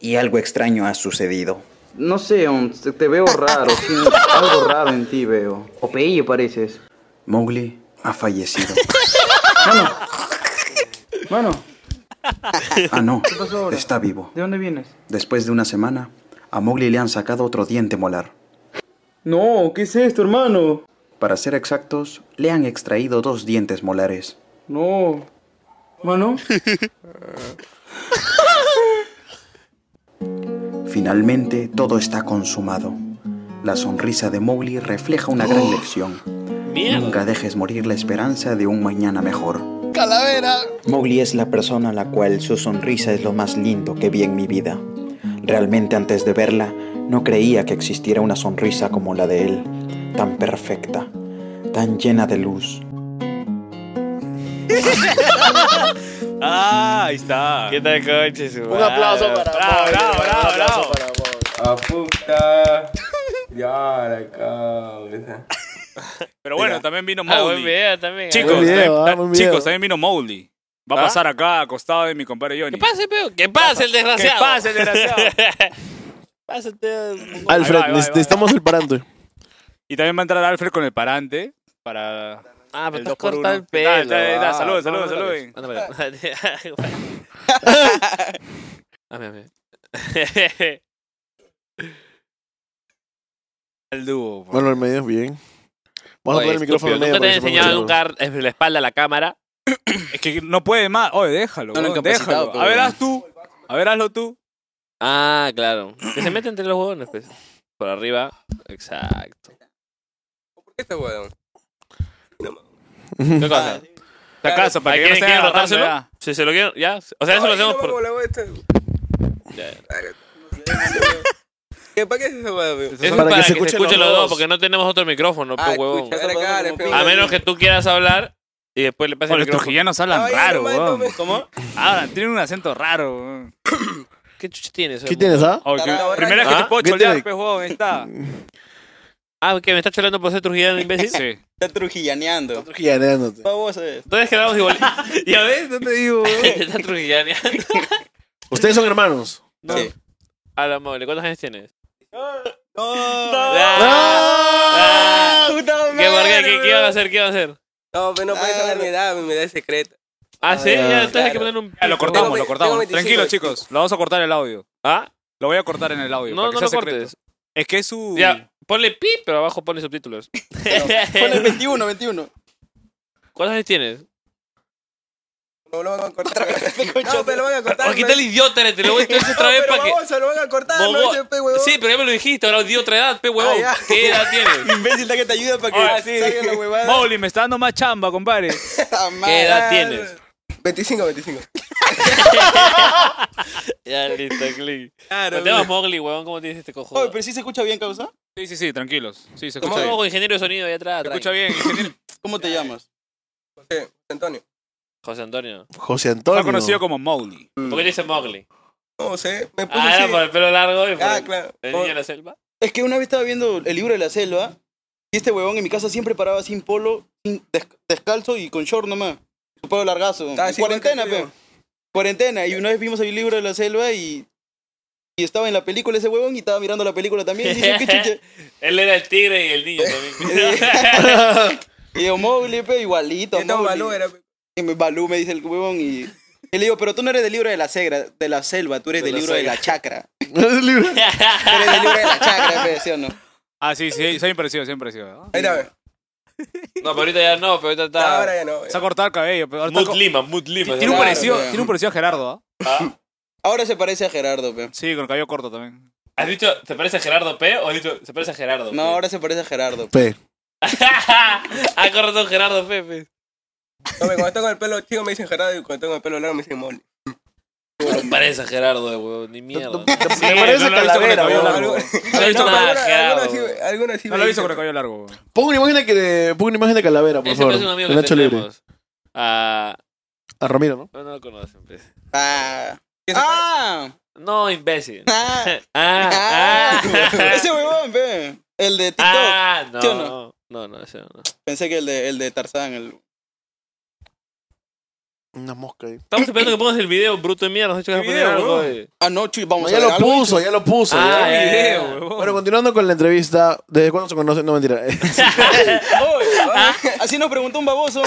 F: y algo extraño ha sucedido.
G: No sé, um, te- te veo raro. sí, algo raro en ti veo. O peillo pareces.
F: Mowgli ha fallecido.
G: Mano,
F: Ah, no,
G: pasó ahora?
F: está vivo.
G: ¿de dónde vienes?
F: Después de una semana, a Mowgli le han sacado otro diente molar.
G: No, ¿qué es esto, hermano?
F: Para ser exactos, le han extraído dos dientes molares.
G: No. Mano,
F: Finalmente, todo está consumado. La sonrisa de Mowgli refleja una gran lección.
D: Mierda.
F: Nunca dejes morir la esperanza de un mañana mejor. ¡Calavera! Mowgli es la persona a la cual su sonrisa es lo más lindo que vi en mi vida. Realmente antes de verla, no creía que existiera una sonrisa como la de él, tan perfecta, tan llena de luz.
B: ah, ahí está.
D: ¿Qué tal, coche? su
A: Un
D: madre?
A: aplauso para
B: Bravo,
A: Mowgli,
B: bravo,
A: un
B: bravo,
A: aplauso
B: bravo.
A: para Mowgli.
E: Afuta. Ya, la cabeza.
B: Pero bueno, también vino
D: Ah, buen
B: Mowgly.
D: video también.
B: Chicos,
A: Buen video,
B: también- eh.
A: ah, buen video.
B: chicos, también vino Mowgly. Va a
D: ¿Ah?
B: pasar acá acostado de mi compadre Johnny.
D: Que pase, peo. Que pase el desgraciado.
B: Que pase el desgraciado.
D: Pásate.
A: Alfred,
B: Ahí va, ahí va,
A: neces-
B: ahí va.
A: necesitamos el parante.
B: Y también va a entrar Alfred con el parante para...
D: Ah,
B: El
D: pero estás
B: dos por
D: cortado
B: uno.
D: el pelo.
B: Da, da, da,
D: ah.
B: salud, salud,
D: Ah,
B: salud.
D: mándame. Dame, dame.
B: el dúo. por-
A: Bueno, el medio es bien. Vamos a
D: Oye,
A: poner el micrófono
D: estúpido,
A: en medio.
D: Nunca te he
A: para que se
D: enseñado
A: pueda
D: nunca dar la espalda a la cámara.
B: Es que no puede más. Oye, déjalo.
C: No lo
B: weón,
C: han capacitado,
B: déjalo.
C: pero
B: A ver,
C: bueno.
B: haz tú. A ver, hazlo tú.
D: Ah, claro. Que se mete entre los huevones, pues. Por arriba. Exacto.
E: Este weón.
A: escuchar.
D: ¿Qué cosa?
B: Te acaso, para
D: ¿A
B: que no
D: quién
B: estén
D: quieren
B: agarrando
D: rotárselo?
B: ya.
D: Si se lo quieren, ya. O sea, eso lo hacemos por. Ya, ya.
E: ¿Qué pa' qué es eso, weón?
D: Es
A: para que se
D: para, que, se
A: escuchen
D: escuchen
A: los
D: los dos,
A: dos.
D: porque no tenemos otro micrófono,
G: Ah,
D: pe huevón.
G: escucha.
D: A menos que tú quieras hablar y después le pases
B: Oye,
D: el
B: los
D: micrófono.
B: trujillanos hablan
E: Caballero,
B: raro,
E: mano,
B: weón.
E: me-
D: ¿Cómo?
B: Ahora, tienen un acento raro, weón.
D: ¿Qué chucha tienes?
A: ¿Qué
D: huevón?
A: tienes, ah?
B: Oh, que-
E: Tarado,
B: primera
D: ¿Ah?
B: que te puedo
A: ¿Qué
B: cholear,
A: tiene?
B: pe, huevón, ahí está.
D: Ah, que me estás cholando por ser trujillano, imbécil.
B: Sí.
C: Está trujillaneando.
A: Gianeándote.
C: Vamos a
E: eh.
C: ver.
D: Entonces quedamos igual.
B: Ya ves, no te digo,
D: Te estás trujillaneando.
A: Ustedes son hermanos.
C: Sí.
D: A la mole, ¿cuántos años tienes? Ah.
E: Puta
D: ¿Qué por qué?
E: madre,
D: ¿Qué, qué iban a hacer? ¿Qué iban a hacer?
E: No, pero no puedes saber mi edad, mi edad es secreta.
D: Ah, sí,
E: Ah,
D: ya, entonces hay
E: claro.
D: que poner un.
B: Ya, lo cortamos, lo cortamos.
E: 25.
B: Tranquilo, chicos. Lo vamos a cortar el audio.
D: ¿Ah?
B: Lo voy a cortar en el audio. para
D: No,
B: que
D: no
B: sea
D: lo
B: secreto.
D: cortes.
B: Es que es su.
D: Ya, ponle pi, pero abajo ponle subtítulos.
C: Ponle 21, 21.
D: ¿Cuántos años tienes?
E: No lo van a cortar. No, pero lo van a cortar.
D: Oh, quita el idiota, te lo voy a decir otra vez para que.
E: Se lo van a cortar,
D: Bobo-
E: no ese pe, huevón.
D: Sí, pero ya me lo dijiste, ahora di otra edad, pe huevón.
E: Ah, ya.
D: ¿Qué edad tienes?
E: Imbécil, está que te ayuda para que
B: Ah, sí.
E: salga la huevada.
B: Mowgli, me está dando más chamba, compadre.
E: Puta
D: ¿Qué
E: madre.
D: edad tienes?
E: 25, 25.
D: Ya, listo, clic.
E: Claro.
D: Te llamas Mowgli, huevón, ¿cómo tienes este cojo?
C: Oye, pero sí se escucha bien, causa.
B: Sí, sí, sí, tranquilos. Sí, se
D: Como
B: escucha bien.
D: con ingeniero de sonido ahí atrás.
B: Se
D: tranqui.
B: escucha bien. ingeniero.
C: ¿Cómo te llamas?
E: José, Antonio.
D: José Antonio.
A: José
B: Está
A: Antonio.
B: conocido como Mowgli.
D: ¿Por qué le dicen Mowgli?
E: No sé, me puse
D: Ah,
E: así.
D: era por el pelo largo y por
E: Ah,
D: el-
E: claro.
D: el niño de la selva.
C: Es que una vez estaba viendo el libro de la selva y este huevón en mi casa siempre paraba sin polo, sin- des- descalzo y con short nomás. Su pelo largazo.
E: Ah,
C: En
E: sí,
C: cuarentena,
E: igual que
C: pe.
E: el
C: Cuarentena. Y una vez vimos el libro de la selva y, y estaba en la película ese huevón y estaba mirando la película también. Y dice, ¿qué chucha?
D: Él era el tigre y el niño también.
C: Y yo, Mowgli, pe, igualito.
E: Yo tengo
C: Mowgli".
E: valor, era, pe.
C: Y me Balú me dice el huevón y... Y le digo, pero tú no eres del libro de la, segra, de la selva, tú eres
D: De
C: del
D: la
C: libro
D: segra.
C: de la chacra.
A: Es libre.
C: Tú eres del libro de la chacra, pe, ¿sí o no?
B: Ah, sí, sí, se ha impresionado, se ha impresionado.
E: Ahí está, ve.
D: No, pero ahorita ya no, pero ahorita
C: Ah.
D: está.
E: Ahora ya no.
B: Se ha cortado el cabello. pero ahora está
D: Mood
B: co-
D: Lima, Mood Lima.
B: tiene, un
C: Claro,
B: parecido,
C: weón.
B: tiene un parecido a Gerardo, ¿ah?
D: Ah,
C: Ahora se parece a Gerardo, pe.
B: Sí, con el cabello corto también.
D: ¿Has dicho, ¿te parece a Gerardo P o has dicho, se parece a Gerardo?
C: No, ahora se parece a Gerardo. pe.
A: P.
D: ha cortado Ah, Gerardo P. pe.
E: No, ve, cuando estoy con el pelo chico me dicen Gerardo y cuando estoy con el pelo largo me dicen Molly.
D: No te parece a Gerardo, eh, huevón, ni mierda.
A: Me parece calavera,
B: cabello
A: weón.
B: largo.
E: Algo-
D: No he visto nada, Gerardo.
E: Algunos sí,
C: eh.
D: huevón.
E: algunos sí
B: No
E: me
B: lo he visto
E: dicen.
B: con el cabello largo. weón.
A: Pon una imagen que de, pon una imagen de calavera, por
D: Ese
A: favor.
D: es un amigo
A: de
D: que
A: Nacho Libre.
D: tenemos. Ah,
A: A Ramiro, ¿no?
D: no, no lo conocen, pues.
C: Ah. Ah.
D: No, imbécil.
C: Ah,
D: Ah, ah,
C: ese huevón, pe. El de TikTok.
D: ah,
C: ¿Sí o
D: no.
C: no?
D: No, no, ese no.
C: Pensé que el de, el de Tarzán. El...
A: Una mosca ahí.
D: Estamos esperando que pongas el video, bruto de mierda. Nos has dicho que vas a poner
E: video,
D: algo.
E: no?
D: eh.
C: Ah, no, chuy, vamos
A: ya
C: a
A: lo
C: hacer algo.
A: puso, ya lo puso.
D: Ah,
A: ya.
D: ya, ya, ya.
A: Bueno, continuando con la entrevista, ¿desde cuándo se conocen? No, mentira.
C: Ah, Así nos preguntó un baboso.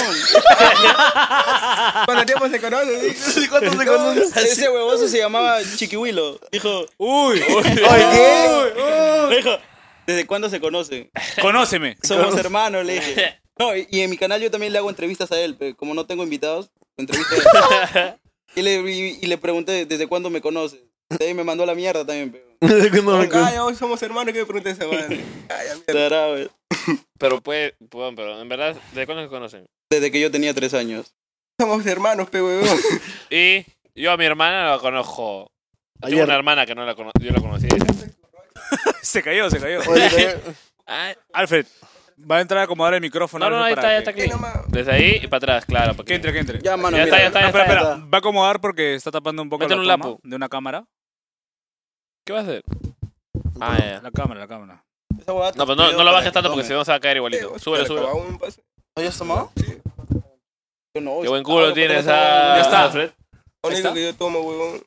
E: ¿Cuánto tiempo se conoce?
A: ¿Cuánto se conocen?
C: Ese huevoso se llamaba Chiquihuilo. Dijo,
B: Uy,
A: Oye, ¿qué?
C: dijo, ¿desde cuándo se conocen?
B: conóceme.
C: Somos hermanos, le dije. No, y y en mi canal yo también le hago entrevistas a él, pero como no tengo invitados, entrevistas a él. Y le, y, y le pregunté, ¿desde cuándo me conoces? De ahí me mandó a la mierda también, pero.
A: ¿Desde cuándo me
E: Ay,
A: conocen?
E: hoy somos hermanos, que me pregunté esa madre. Ay, a mierda.
C: Tarado, eh.
D: Pero puede, bueno, pero en verdad, ¿de cuándo se conocen?
C: Desde que yo tenía tres años.
E: Somos hermanos, pe, huevón.
D: Y yo a mi hermana la conozco. Tengo
A: Ayer.
D: una hermana que no la cono yo la conocí.
B: Se cayó, se cayó.
A: Oye, ¿qué?
D: Ah,
B: Alfred, va a entrar a acomodar el micrófono.
D: no, no,
B: Alfred,
D: ahí
B: para
D: está, ya
B: que-
D: está clic. Desde ahí y para atrás, claro. Para
B: Que entre, que entre.
C: Ya, mano,
D: Ya está,
C: mira.
D: ya está,
B: No,
D: ya
B: espera,
D: está.
B: espera. Va a acomodar porque está tapando un poco
D: Métele
B: la
D: un
B: toma
D: lapo.
B: de una cámara.
D: ¿Qué vas a hacer? Ah, ya.
B: La cámara, la cámara.
C: Esa huevada
D: No,
C: te
D: pero no,
C: pidió
D: no la
C: para
D: bajes
C: que
D: tanto porque
C: tome.
D: si no se va a caer igualito. Súbelo, súbelo.
C: ¿No ya has tomado?
E: Sí.
C: Yo no.
D: Qué buen culo tienes a
B: Ya está.
D: Alfred.
E: Lo
B: ¿Está?
E: único que yo tomo, huevón.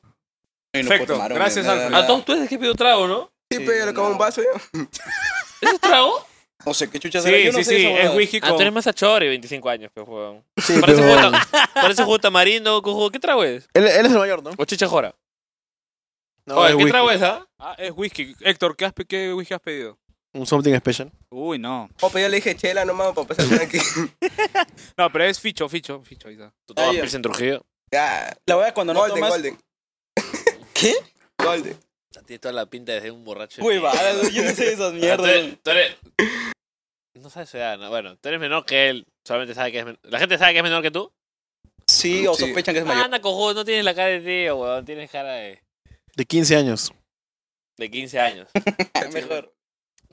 B: Perfecto, gracias, Alfred.
D: Ah, tú tú eres el que pidió trago, ¿no?
E: Sí,
C: Sí,
E: pe, yo le acabo
C: no.
E: un vaso ya.
D: ¿Ese es trago?
C: No sé qué chucha será,
B: Sí,
C: yo no
B: sí,
C: sé
B: sí,
C: esa
B: es
C: huevada.
B: whisky
D: Ah, tú eres
B: con...
D: más achori, 25 años, pues, huevón.
A: Sí,
D: Parece
A: pero-
D: jugo, ta- parece jugo tamarindo, con jugo- ¿qué trago es?
A: Él, él es el mayor, ¿no?
D: O chichajora.
A: No,
D: Oye,
A: es
D: ¿qué
A: whisky.
D: trago es, ah?
B: Ah, es whisky. Héctor, ¿qué, has, pe- ¿qué whisky has pedido?
A: Un something special.
B: Uy, no.
E: Oh, pero yo le dije chela nomás para pasar tranqui.
B: No, pero es ficho, ficho, ficho. Ahí está.
D: Tú tomas
C: ya.
D: Pilsen Trujillo.
E: Ya.
C: La huevada cuando no
E: Golden,
C: tomas...
E: golden.
C: ¿Qué?
E: Golden.
D: Tienes toda la pinta de ser un borracho. de mierda.
C: Huevada, yo no sé esas
D: Ah, tú
C: mierdas.
D: eres- tú eres- No sabes su edad, ¿no? Bueno, tú eres menor que él. Solamente sabe que es men- ¿La gente sabe que es menor que tú?
C: Sí, o
E: Sí.
C: sospechan que es
D: Ah,
C: mayor.
D: anda, cojudo, no tienes la cara de tío, weón. Tienes cara de,
A: De 15 años.
D: de 15 años.
C: Mejor.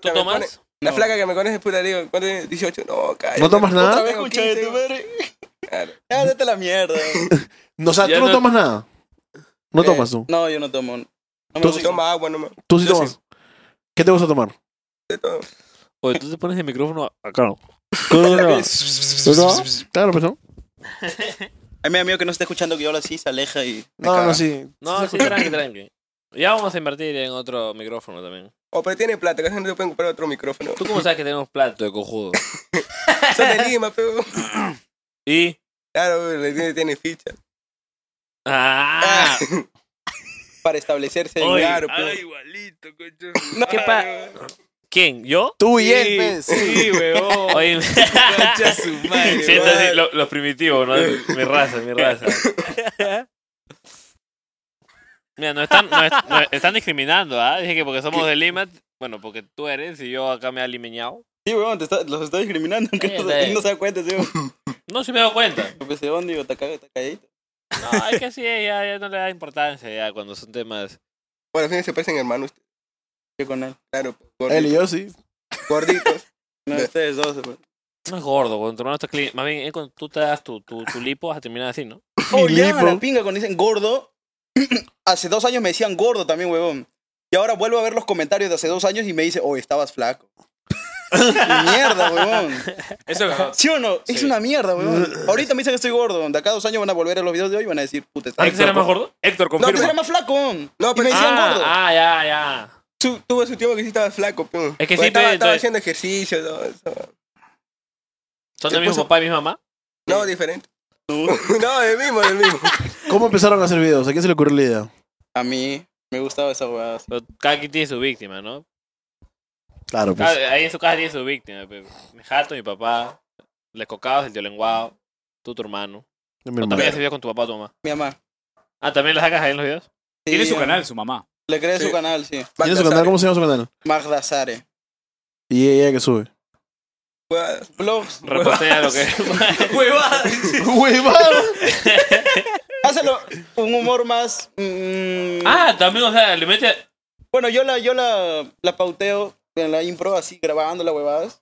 D: ¿Tú
E: me
D: tomas?
E: La flaca que me conoce, puta, le digo, ¿cuánto tienes? 18. No, cállate.
A: ¿No tomas
C: Otra
A: nada?
C: vez
E: Tengo
C: concha de tu
E: 15.
C: madre.
E: Claro.
C: Ya, date la mierda.
A: No, o sea,
D: Ya
A: tú no
D: no-
A: tomas nada. No
E: Eh,
A: tomas tú.
C: No, yo no tomo. No me
A: Tú
E: No
C: gusta.
E: Toma agua nomás.
A: Tú sí
B: yo
A: tomas. ¿Qué te gusta tomar?
E: De todo.
D: Oye, tú te pones el micrófono acá, ¿no?
A: ¿Tú tomas? Claro, pero no.
C: Hay mi amigo que no está escuchando que yo hablo así, se aleja y... me
A: No,
C: caga.
A: no, sí.
D: No, sí, tranqui, tranqui. Ya vamos a invertir en otro micrófono también.
E: O pero tiene plata, que no te pueden comprar otro micrófono.
D: ¿Tú cómo sabes que tenemos plato de cojudo?
E: Son de Lima, pero.
D: ¿Y?
E: Claro, le tiene, tiene ficha.
D: Ah,
E: Para establecerse en
D: Oye,
E: lugar,
C: pues.
D: ah,
E: pero-
D: igualito, coño.
E: No.
D: ¿Qué pa- ¿Quién? ¿Yo?
A: Tú y
D: Sí,
A: él, pues.
D: Sí, weón. Oye,
A: Concha su madre,
D: Siento así,
A: weón.
D: lo- los primitivos, ¿no? Mi raza, mi raza. Mira, nos están, nos est- nos están discriminando, ¿ah? Dije que porque somos de Lima, bueno, porque tú eres y yo acá me he alimeñado.
C: Sí, weón, te está- los está discriminando. aunque no,
D: Cállate.
C: se- no se da cuenta, sí, weón.
D: No, si me he dado cuenta.
C: Pues, weón, digo, está caga- está calladito.
D: No, es que sí, ya, ya no le da importancia ya cuando son temas.
E: Bueno, al final se parecen hermanos.
C: Yo con él.
E: Claro,
A: Él y
E: gorditos.
A: yo sí.
E: gorditos.
C: No, ustedes dos, weón.
D: No es gordo, cuando tu hermano está clean. Más bien, es cuando tú te das tu, tu, tu lipo, vas a terminar así, ¿no?
C: Oh, ya,
A: lipo.
C: la pinga cuando dicen gordo. hace dos años me decían gordo también, huevón. Y ahora vuelvo a ver los comentarios de hace dos años y me dice, oh, estabas flaco. mierda, huevón.
B: Eso es verdad.
C: ¿Sí o no? Es una mierda, huevón. Ahorita me dicen que estoy gordo. De acá a dos años van a volver a los videos de hoy y van a decir, puta, estás
D: ¿Antes era más gordo?
B: Héctor,
C: No, antes
B: confirma.
C: era más flaco. huevón.
E: No,
C: Y me
E: pero
C: decían gordo.
D: Ah, ah, ya, ya.
E: su- tuvo su tiempo que sí estaba flaco, pero.
D: Es que sí,
E: Porque estaba,
D: pe,
E: estaba
D: entonces-
E: haciendo ejercicio, todo eso.
D: ¿Son de
E: Sí,
D: mismo
E: pues,
D: papá y mi mamá?
E: No, diferente. no, el mismo, el mismo.
A: ¿Cómo empezaron a hacer videos? ¿A quién se le ocurrió la idea?
C: A mí me gustaba esa huevada.
D: Pero cada quien tiene su víctima, ¿no?
A: Claro,
D: Cada-
A: pues.
D: ahí en su casa tiene su víctima. pe. Mi jato, mi papá, el escocado, el tío lenguado, tú, tu hermano.
A: de mi
D: ¿O
A: hermano.
D: también haces videos con tu papá o tu mamá?
C: Mi mamá.
D: Ah, ¿también las sacas ahí en los videos?
C: Sí,
B: Tiene su
C: eh,
B: canal, su mamá.
C: Le creé su
E: Sí.
C: canal, sí.
A: ¿Tiene su
E: Baltasar,
A: canal? ¿Cómo se llama su canal?
C: Magda Sare.
A: Y ella que sube.
E: huevadas.
C: Vlogs.
D: Repostea lo que.
A: ¡Huevada!
C: Hazlo un humor más... mm,
D: ah, también, o sea, le mete.
C: Bueno, yo la, yo la, la pauteo en la impro, así grabando las huevadas,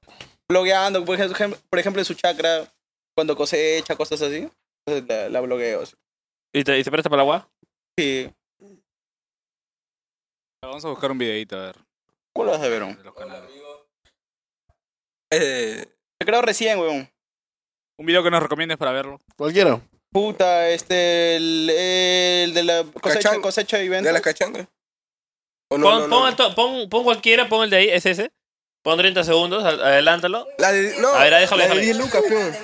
C: blogueando, por ejemplo, por ejemplo, en su chakra, cuando cosecha, cosas así. Entonces la, la blogueo. así.
D: ¿Y te, y te presta para el agua?
C: Sí.
B: Vamos a buscar un videito, a ver.
C: ¿Cuál vas a ver? weón?
B: de los canales.
E: Eh,
C: Te creo recién, weón.
B: Un video que nos recomiendes para verlo.
A: Cualquiera.
C: Puta, este, el, el de la cosecha,
E: Cachán.
C: cosecha y venta.
E: ¿De las cachangas? ¿O
D: pon, pon, el to- pon- pon cualquiera, pon el de ahí, es ese. Pon 30 segundos, a- adelántalo.
E: La de, no,
D: A ver, déjalo,
E: la de
D: déjalo.
E: 10 lucas, peón.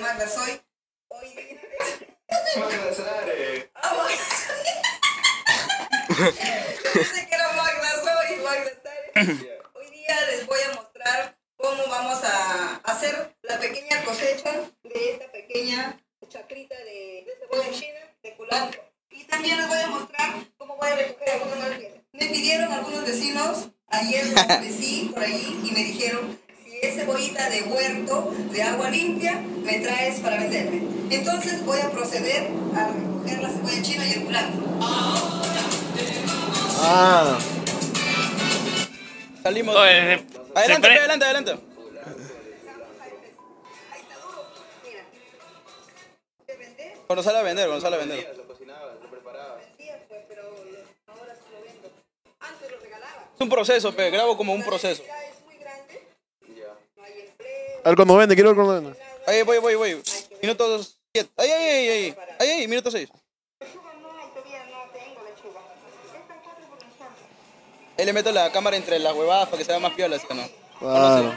H: Dice que era Magna Soy, Magna Sare. Hoy día les voy a mostrar cómo vamos a hacer la pequeña cosecha de esta pequeña chacrita de, de cebolla china, de culantro. Y también les voy a mostrar cómo voy a recoger algunos materiales. Me pidieron algunos vecinos, ayer los ofrecí por ahí y me dijeron, si es cebollita de huerto, de agua limpia, me traes para venderme. Entonces voy a proceder a recoger la cebolla china y el culantro.
A: Ah.
C: Salimos.
D: No, eh, eh, se
C: Adelante,
D: pre-
C: adelante, adelante. Cuando sale a vender, cuando sale a vender. Es un proceso, pe, grabo como un proceso.
A: A ver cuando vende, quiero ver cuando vende.
C: Ahí, voy, voy, voy. Minutos 7. Ahí, ahí, ahí, ahí. Ahí, ahí, minuto 6. Ahí le meto la cámara entre las huevadas para que se vea más piola, ¿sí o no?
A: Claro.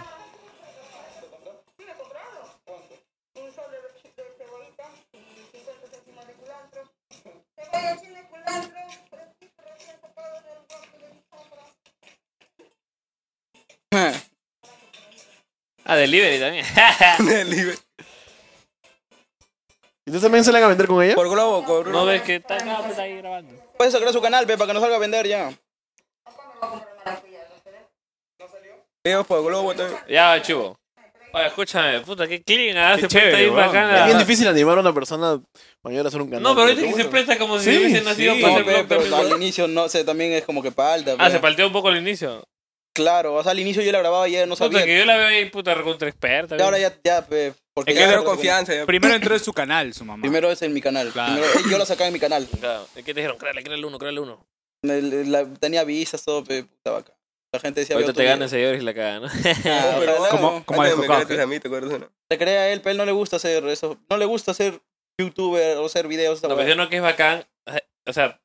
D: Ah, delivery también.
A: ¿Y ustedes también salen a vender con ella?
E: Por globo, por
D: no ves que está no, pues, ahí grabando.
C: Puedes sacar su canal, pe, para que no salga a vender ya.
E: videos por globo también.
D: Ya, chivo. Oye, escúchame, puta, qué clean, ah, se
B: chévere,
D: presta ahí
B: weón.
D: bacana.
A: Es bien difícil animar a una persona mayor a hacer un canal.
D: No, pero ahorita
A: Qué
D: que se
A: bueno.
D: presta como si
A: Sí,
D: hubiese nacido
B: sí.
D: para
C: No,
D: hacer
C: pe,
D: blog
C: pero
D: también.
C: al inicio no sé, también es como que palta.
D: Ah,
C: pe.
D: se palteó un poco al inicio.
C: Claro, o sea, al inicio yo la grababa y ella no
D: Puta,
C: sabía.
D: que yo la veo ahí, puta, recontra experta.
C: Y ahora
D: weón.
C: ya, ya, pe, porque
E: Es que
C: ya
E: creo
C: grabo como-
E: confianza. ya.
B: Primero entró en su canal, su mamá.
C: Primero es en mi canal.
B: Claro.
C: Primero- yo la sacaba en mi canal.
D: Claro, Es que te dijeron, créale, créale uno, créale uno.
C: El- la- tenía visas, todo, pe, puta vaca. La gente decía...
D: Ahorita
C: veo tu
D: te ganan
C: video.
D: seguidores y la cagan, ¿no?
C: Ah,
E: No, pero
C: ojalá,
E: no.
C: no.
B: Como- como
E: Antes
B: el
E: me
B: Cocao,
E: creaste
B: ¿qué?
E: a mí, ¿te acuerdas o no?
C: Te crea él, pero él no le gusta hacer eso. No le gusta ser youtuber o ser videos. esa
D: No,
C: hueá.
D: pero yo no que es bacán. O sea,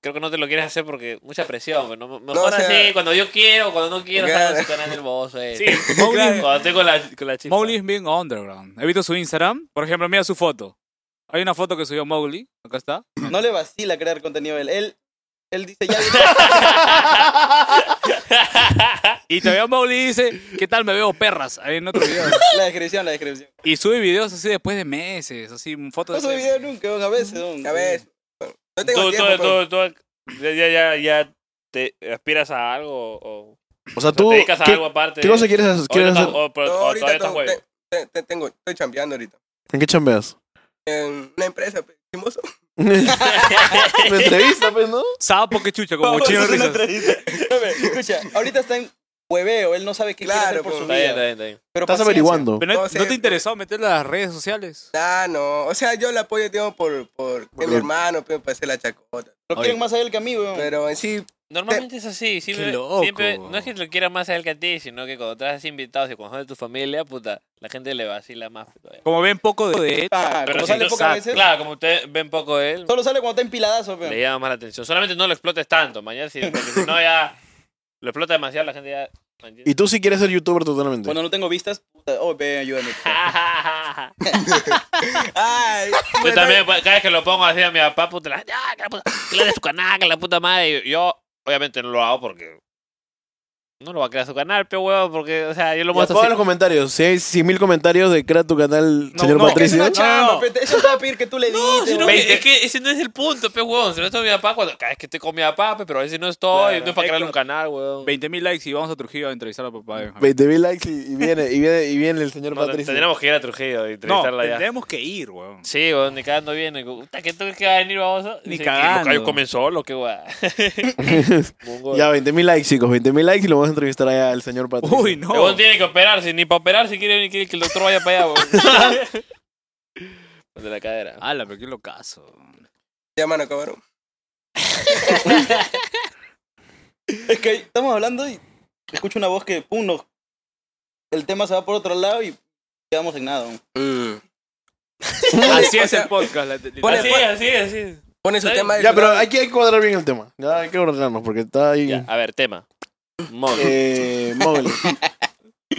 D: creo que no te lo quieres hacer porque mucha presión. pero no- mejor
E: o sea-
D: así, cuando yo quiero, cuando no quiero,
E: Claro.
D: salgo a su canal del bozo. eh.
B: Sí, Mowgli-
D: cuando estoy con la, con la chispa.
B: Mowgli es bien underground. He visto su Instagram. Por ejemplo, mira su foto. Hay una foto que subió Mowgli. Acá está.
C: No le vacila crear contenido a él. Él, él dice ya.
B: Y todavía Mowgli dice, ¿qué tal me veo perras? Ahí en otro video.
C: la descripción, la descripción.
B: Y sube videos así después de meses. Así, fotos.
C: No sube video nunca, weón, a veces. weón.
E: A ver. No tengo
D: ¿Tú, tú,
E: tiempo. pero-
D: tú- tú- ya, ya, ya, ya te aspiras a algo o,
A: O sea,
D: te
A: tú.
D: dedicas a
A: ¿qué-
D: algo aparte?
A: ¿Qué cosa quieres, hacer-
D: O
A: quieres
D: no,
A: hacer?
D: o- o- o
E: No, ahorita
D: oh, todavía estás
E: tengo-
D: huevo.
E: te- te- tengo- estoy chambeando ahorita.
A: ¿En qué chambeas?
E: En una empresa, pe, chimoso.
A: Me entrevista, pues, ¿no?
B: Sapo que chucha, como
C: Vamos a
B: chino
C: hacer una
B: risas.
C: entrevista. A ver, Escucha, ahorita está en hueveo, él no sabe qué quiere hacer
E: Claro,
C: por
E: pues.
C: su
D: Está bien, está
C: vida.
D: bien, está bien.
C: Pero
A: Estás
C: paciencia.
A: averiguando.
B: Pero no,
E: No sé.
B: ¿no te interesó meter las redes sociales?
E: Ah, no. O sea, yo la apoyo, tío, por, por que mi
A: Bien.
E: hermano, pero para hacer la chacota.
C: Lo quieren más a él que a mí, weón.
E: Pero en sí,
D: Normalmente es así, siempre,
B: loco,
D: siempre-
B: weón.
D: no es que lo quiera más a él que a ti, sino que cuando traes invitados y cuando son de tu familia, puta, la gente le vacila más. todavía.
B: Como ven poco de él.
C: Ah,
D: Pero
C: como
D: si
C: sale
D: no-
C: pocas veces,
D: Claro, como ustedes ven poco de él,
C: solo sale cuando está empiladazo,
D: le
C: weón.
D: llama más la atención. Solamente no lo explotes tanto, mañana si, porque si no ya lo explota demasiado, la gente ya... ¿me entiendes?
A: Y tú sí quieres ser youtuber totalmente.
C: Cuando no tengo vistas, puta, oh, ven, ayúdame.
E: ay,
D: Yo también, pues, cada vez que lo pongo así a mi papá, puta, la, ya, que la puta, que le dé su canal, que la puta madre. Y Yo, obviamente, no lo hago porque. No lo va a crear su canal, pero huevo, porque, o sea, yo lo
A: Pongan
D: muestro así.
A: los comentarios. Si hay 100.000 comentarios de crea tu canal,
B: No,
A: señor
B: no,
C: Es
A: Patricio.
C: una
B: No,
C: chamba,
B: no.
C: pe, te- eso te va a pedir que tú le
D: No,
C: dices.
D: sino
C: weón.
D: que, es que ese no es el punto, pe huevón. Si no estoy con mi papá, cuando, cada vez que estoy con mi papá, pe, pero a veces no estoy,
C: Claro.
D: no es para crearle
B: Héctor.
D: un canal, huevón.
B: 20.000 likes y vamos a Trujillo a entrevistar a papá. de Benjamín.
A: 20.000 likes y, y viene, y viene, y viene el señor
D: No,
A: Patricio.
D: tendríamos que ir a Trujillo y
B: No,
D: entrevistarla ya.
B: tenemos que ir, weón.
D: Sí, huevón, ni cagando viene. Puta, ¿qué tú crees que va a venir, baboso?
B: Ni
D: Sí,
B: cagando.
D: Y Lucayo comenzó, lo que huevón.
A: ya, 20.000 likes, chicos. 20.000 likes y lo vamos a entrevistar allá al señor Patricio.
B: Uy,
D: El huevón
B: no.
D: tiene que operarse, ni para operarse quiere, ni quiere que el doctor vaya para allá, huevón. De la cadera.
B: Ala, pero qué locazo.
E: ya, mano, cabrón.
C: Es que estamos hablando y escucho una voz que, pum, nos- el tema se va por otro lado y quedamos en nada. weón.
B: Así
E: O
B: es
E: sea,
B: el podcast. la- la-
E: Ponle-
D: así,
E: pon-
D: así, así.
E: Pone su
D: Ya,
E: tema.
A: Ya, pero hay que, hay que cuadrar bien el tema. Ya, hay que ordenarnos porque está ahí.
D: Ya, a ver, tema. Mod.
A: Eh, móvil.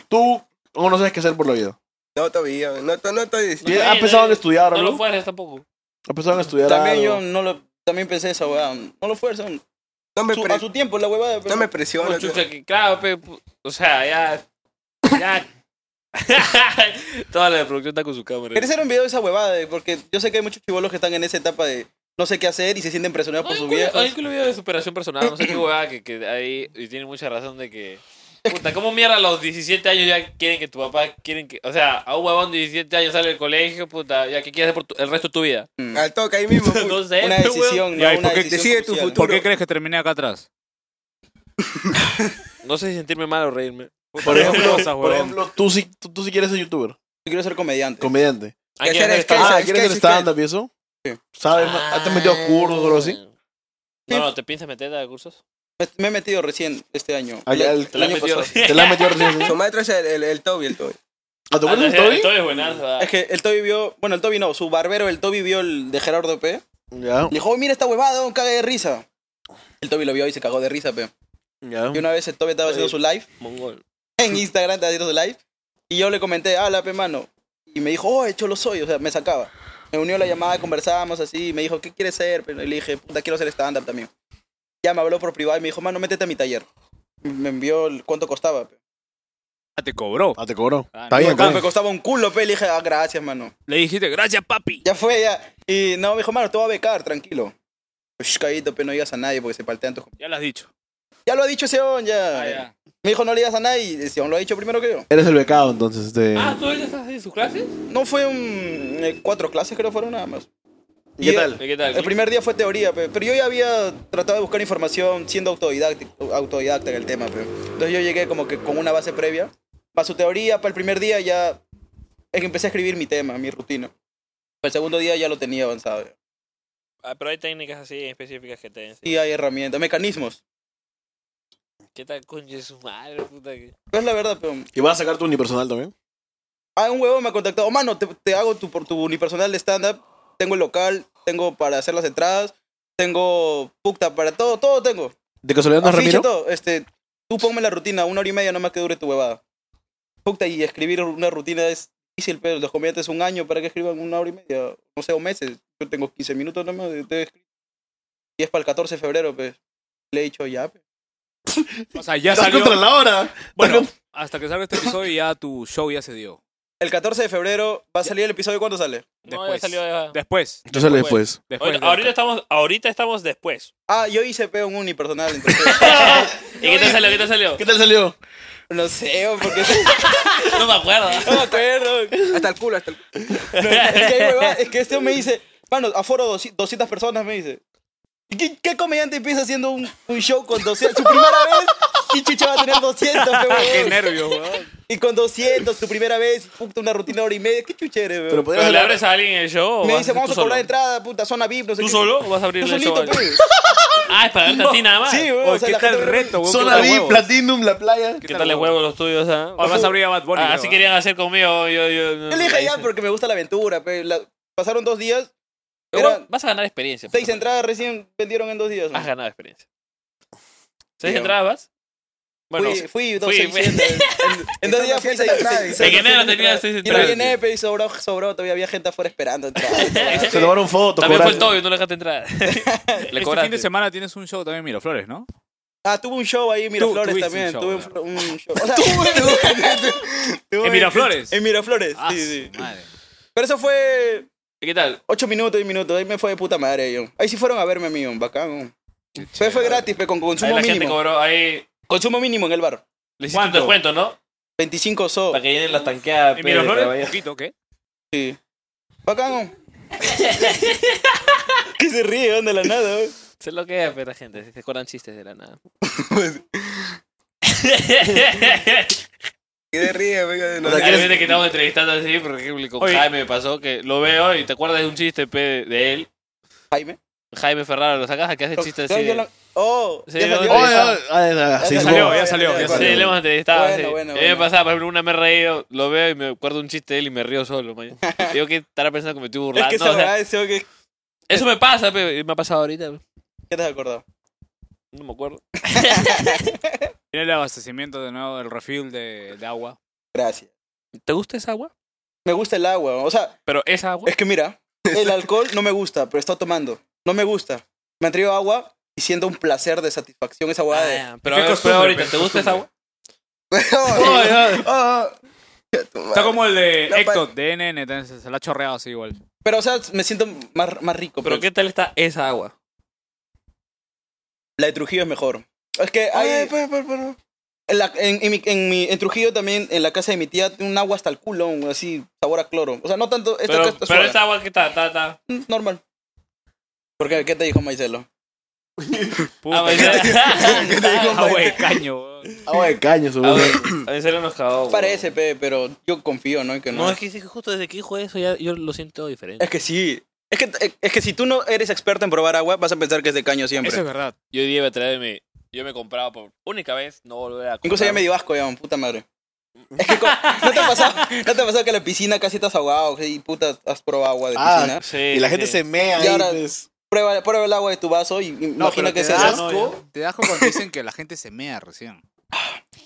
A: Tú aún no sabes qué hacer por la vida.
E: No, todavía. No, to- no estoy...
A: ¿Has
D: está bien,
A: empezado
D: está
A: a estudiar
D: No lo
A: algo?
D: fueres tampoco.
A: ¿Has empezado a estudiar
C: También
A: algo?
C: yo no lo, también pensé esa weá. No lo fuerzan.
E: No me,
C: Su-
E: pre-
C: a su tiempo, la huevada. pero-
E: no me presiono.
D: Como
E: tío.
D: chucha, que claro, pe, pu- o sea, ya. Ya. Toda la producción está con su cámara.
C: Quería hacer un video de esa huevada, de- porque yo sé que hay muchos chivolos que están en esa etapa de no sé qué hacer y se sienten presionados por
D: Ay,
C: su
D: cuál-
C: viejo.
D: ay, que lo video de superación personal, no sé qué huevada, que, que ahí. Y tiene mucha razón de que. Puta, ¿cómo mierda a los 17 años ya quieren que tu papá quieren que. O sea, a un huevón de 17 años sale del colegio, puta, ya que quieres hacer por tu- el resto de tu vida.
E: Mm. Al toque ahí mismo. pu-
D: No sé,
C: Una
D: pe, huevón.
C: decisión,
B: Ya, ¿y
C: no, una
B: por qué
C: decisión
E: decide tu
C: crucial.
E: futuro?
B: ¿Por qué crees que terminé acá atrás?
D: No sé si sentirme mal o reírme.
A: Por ejemplo,
B: Cosas,
A: por
B: huevón.
A: ejemplo tú, sí, tú, tú sí quieres ser youtuber,
C: Yo quiero ser comediante.
A: comediante.
D: Hay
E: hacer
D: hacer
E: es que-
A: Ah,
D: stand-up.
E: Ah,
A: ¿quieres ser
E: es que-
A: stand-up y eso? ¿Sabes?
C: Ah,
A: más?
D: Ah,
A: ¿Has te metido a cursos o algo así?
D: No, no, ¿te piensas meter a cursos?
C: Me, me he metido recién este año.
A: Ah, ya, el-
C: el año
D: has metido?
C: pasado.
A: ¿Te la has metido recién?
E: Su maestro es el, el, el Toby, el Toby.
A: ¿A tu
D: Ah,
A: cuenta
D: no, sí,
A: estoy?
D: el Toby es buenazo, ah.
C: Es que el Toby vio, bueno, el Toby no, su barbero, el Toby vio el de Gerardo P.
A: Ya,
C: Le dijo, "Oh, mira esta huevada, un caga de risa. El Toby lo vio y se cagó de risa, pe.
A: ya.
C: Y una vez el Toby estaba haciendo su live,
D: Mongol.
C: en Instagram estaba haciendo su live, y yo le comenté, habla, pe, mano. Y me dijo, oh, hecho lo soy, o sea, me sacaba. Me unió a la llamada, conversábamos así, y me dijo, ¿qué quieres ser? pe?" Y le dije, puta, quiero ser stand-up también. Ya me habló por privado y me dijo, mano, métete a mi taller. Me envió el- cuánto costaba, pe.
B: Ah, te cobró.
A: Ah, te cobró.
B: Ah,
A: Está bien,
B: no,
C: Claro,
A: está
C: me
A: bien.
C: costaba un culo, pe. Le dije, ah, gracias, mano.
B: Le dijiste, gracias, papi.
C: Ya fue, ya. Y no, me dijo, mano, te voy a becar, tranquilo. Pues, caído, pero no digas a nadie porque se paltean tus...
B: Ya lo has dicho.
C: Ya lo ha dicho ese on, ya.
B: Ah, ya.
C: Me dijo, no le digas a nadie y ese on lo ha dicho primero que yo.
A: Eres el becado, entonces. este, de-
D: Ah, ¿tú ahorita estás en sus clases?
C: No fue un... eh, cuatro clases creo fueron nada más.
A: ¿Y qué
C: yo-
A: tal?
D: ¿Qué tal?
C: El primer día fue teoría, pe, pero yo ya había tratado de buscar información siendo autodidacta, autodidacta en el tema. pe. Entonces yo llegué como que con una base previa. Para su teoría, para el primer día ya es que empecé a escribir mi tema, mi rutina. Para el segundo día ya lo tenía avanzado. ya.
D: Ah, pero hay técnicas así específicas que te enseñan.
C: Y hay herramientas, mecanismos.
D: ¿Qué tal, conche su madre, puta? que-
C: Pero es la verdad, pero...
A: ¿Y vas a sacar tu unipersonal también?
C: Ah, un huevo me ha contactado. Mano, te, te hago tu, por tu unipersonal de stand-up. Tengo el local, tengo para hacer las entradas. Tengo puta para todo, todo tengo.
A: ¿De casualidad no es
C: Afiche,
A: Ramiro?
C: todo. Este, tú ponme la rutina, una hora y media nomás que dure tu huevada. Puta, y escribir una rutina es difícil, pero los comediantes un año para que escriban una hora y media, no sé, o meses. Yo tengo 15 minutos nomás de, de escribir. Y es para el 14 de febrero, pues. Le he dicho ya, pues.
B: O sea, ya
C: Estás
B: salió.
C: contra la hora.
B: Bueno, hasta que salga este episodio ya tu show ya se dio.
C: El 14 de febrero va a salir el episodio. ¿Cuándo sale?
D: No, ya salió ya.
B: Después.
A: Yo sale después.
B: Después
D: ahorita,
B: del-
D: ahorita estamos, ahorita estamos después.
C: Ah, yo hice peo un unipersonal, entonces.
D: ¿Y qué tal salió? ¿Qué tal salió?
A: ¿Qué tal salió?
C: No sé, porque.
D: No me acuerdo.
C: No me acuerdo. Hasta el culo, hasta el culo. No, es, que, hay hueva- es que este me dice, mano, aforo 200 200 personas, me dice. ¿Y ¿Qué, qué comediante empieza haciendo un, un show con 200? Su primera vez, y Chicha va a tener 200, pe, huevón.
B: Qué nervios, weón.
C: Y con 200, tu primera vez, puta, una rutina de hora y media, qué chuchere, weón.
D: ¿Pero le abres a alguien en el show? o
C: Me
D: vas
C: dice,
D: tú
C: vamos a
D: solo?
C: cobrar entrada, puta, zona VIP, no sé
D: ¿Tú
C: qué.
D: solo o vas a abrir
C: Yo
D: el show?
C: solito,
D: a alguien?
C: pe.
D: Ah, es para darte a ti nada más.
C: Sí, weón, o sea, la gente me-
A: Zona VIP, Platinum, la playa.
D: ¿Qué tal el huevo los tuyos? ah?
B: O vas a abrir a Bad Bunny,
D: Ah,
B: creo,
D: así
B: ¿ah?
D: querían hacer conmigo. Yo, yo, no,
C: Yo le
D: la
C: dije ya
D: hice.
C: porque me gusta la aventura, pe. La- pasaron dos días,
D: Pero
C: eran
D: vas a ganar experiencia.
C: seis
D: puta
C: entradas recién vendieron en dos días.
D: madre. Has
C: man.
D: ganado experiencia. ¿Seis
C: Tío.
D: entradas vas? Bueno,
C: fui, fui, dos,
D: fui,
C: seis,
D: fui.
C: siete. En, en dos días fui seis, seis,
D: En
C: seis,
D: enero
C: seis,
D: tenía
C: seis,
D: seis
C: Y lo
D: entradas.
C: llené, pero y sobró, sobró, todavía había gente afuera esperando. entradas.
A: Se tomaron fotos,
D: También fue el
A: cobraron.
D: Toby, no le dejaste entrar. le
B: Este fin de
D: cobraste.
B: semana tienes un show también, Miraflores, ¿no?
C: ah, tuve un show ahí en Miraflores
B: tuviste un
C: también.
B: show,
C: Tuve un,
B: claro.
C: flo- un show. O sea, tuve- tuve-
B: ¿En Miraflores?
C: En Miraflores,
B: Ah,
C: sí, sí.
B: su madre.
C: Pero eso fue
D: ¿Y qué tal?
C: ocho minutos, 10 minutos. Ahí me fue de puta madre, yo. Ahí sí fueron a verme, amigo. Bacán. man. Pero fue gratis, pero con
D: Ahí
C: consumo
D: la gente
C: mínimo.
D: cobró ahí.
C: Consumo mínimo en el bar.
D: Le hiciste un
B: ¿Cuánto?
D: descuento, ¿no?
C: 25 so.
D: Para que llenen las tanqueadas.
B: ¿En
D: pe, de
B: Miraflores?
D: caballo.
B: poquito, ¿qué?
C: Sí. Bacán. man. que se ríe, man, de la nada. ¿eh? man.
D: Se lo queda, pero la gente. Se acuerdan chistes de la nada.
B: Pues,
E: Que se ríe, venga, de
D: O
E: no-
D: sea, hay veces que estamos entrevistando así, por ejemplo, con
B: Oye.
D: Jaime me pasó que lo veo y te acuerdas de un chiste pe, de él.
C: Jaime.
D: Jaime Ferraro, lo sacas que hace chistes así.
C: Yo la- Oh,
D: Sí,
C: ya
D: no,
C: salió.
D: no, no.
A: Oye, oye, oye, oye, sí,
C: Ya
A: sí,
B: salió,
A: sí.
B: ya salió, ya
D: Sí, le hemos entrevistado.
C: Bueno,
D: sí.
C: bueno,
D: a mí me
C: bueno.
D: pasaba, por ejemplo, una me he reído, lo veo y me acuerdo un chiste de él y me río solo. man. Digo que estará pensando que me estoy
C: Es
D: burlando.
C: que
D: o
C: esa
D: sea,
C: verdad, ese que
D: eso me pasa, pe, y me ha pasado ahorita. pe.
C: ¿Qué te has acordado?
D: No me acuerdo.
B: Tiene el abastecimiento de nuevo, el refill de, de agua.
C: Gracias.
D: ¿Te gusta esa agua?
C: Me gusta el agua. O sea,
D: Pero esa agua.
C: es que mira, el alcohol no me gusta, pero he estado tomando. No me gusta. Me han traído agua y siento un placer de satisfacción esa
D: Ah,
C: agua de.
D: ya, pero,
B: Qué
D: a ver,
B: costumbre,
D: pero ahorita,
B: pe,
D: ¿te gusta esa agua?
E: Oye,
C: ah,
E: oh, oh. Tu madre.
B: Está como el de
E: La pa-
B: Héctor, de NN, entonces se la ha chorreado así igual.
C: Pero, o sea, me siento más, más rico. pues.
D: Pero qué tal está esa agua.
C: La de Trujillo es mejor. Es que hay.
E: Ay, pero, pero, pero.
C: En, la- en- en mi- en mi- en Trujillo también, en la casa de mi tía, tiene un agua hasta el culo, un- así, sabor a cloro. O sea, no tanto. Esta
D: Pero,
C: que está
D: pero
C: suave.
D: esa agua que está, está, está.
C: Mm, Normal. ¿Por qué? ¿Qué te dijo Maicelo?
B: Puta,
D: Ah, ya.
C: Ah,
B: agua de caño. weón.
A: Agua de caño,
D: Ah,
A: seguro.
D: bueno, En serio nos cagó.
C: Parece, pe, pero yo confío, ¿no? En que no.
D: No, es que sí, justo desde que dijo eso ya yo lo siento diferente.
C: Es que sí. Es que, eh, es que si tú no eres experto en probar agua, vas a pensar que es de caño siempre.
B: Eso es verdad.
D: Yo día iba a traerme. Yo me compraba por única vez no volver a comprar.
C: Incluso ya me dio asco, ya, puta madre. Es que, co- ¿no te ha pasado, no te ha pasado que en la piscina casi estás ahogado y puta has probado agua de
A: Ah,
C: piscina?
D: Sí,
A: Y la gente
D: sí.
A: se mea
C: Y
A: ahí.
C: ahora-
A: pues.
C: Prueba, prueba el agua de tu vaso y imagina
B: pero
C: que
B: te
C: es
B: da
C: eso.
B: asco. Te da asco cuando dicen que la gente se mea recién.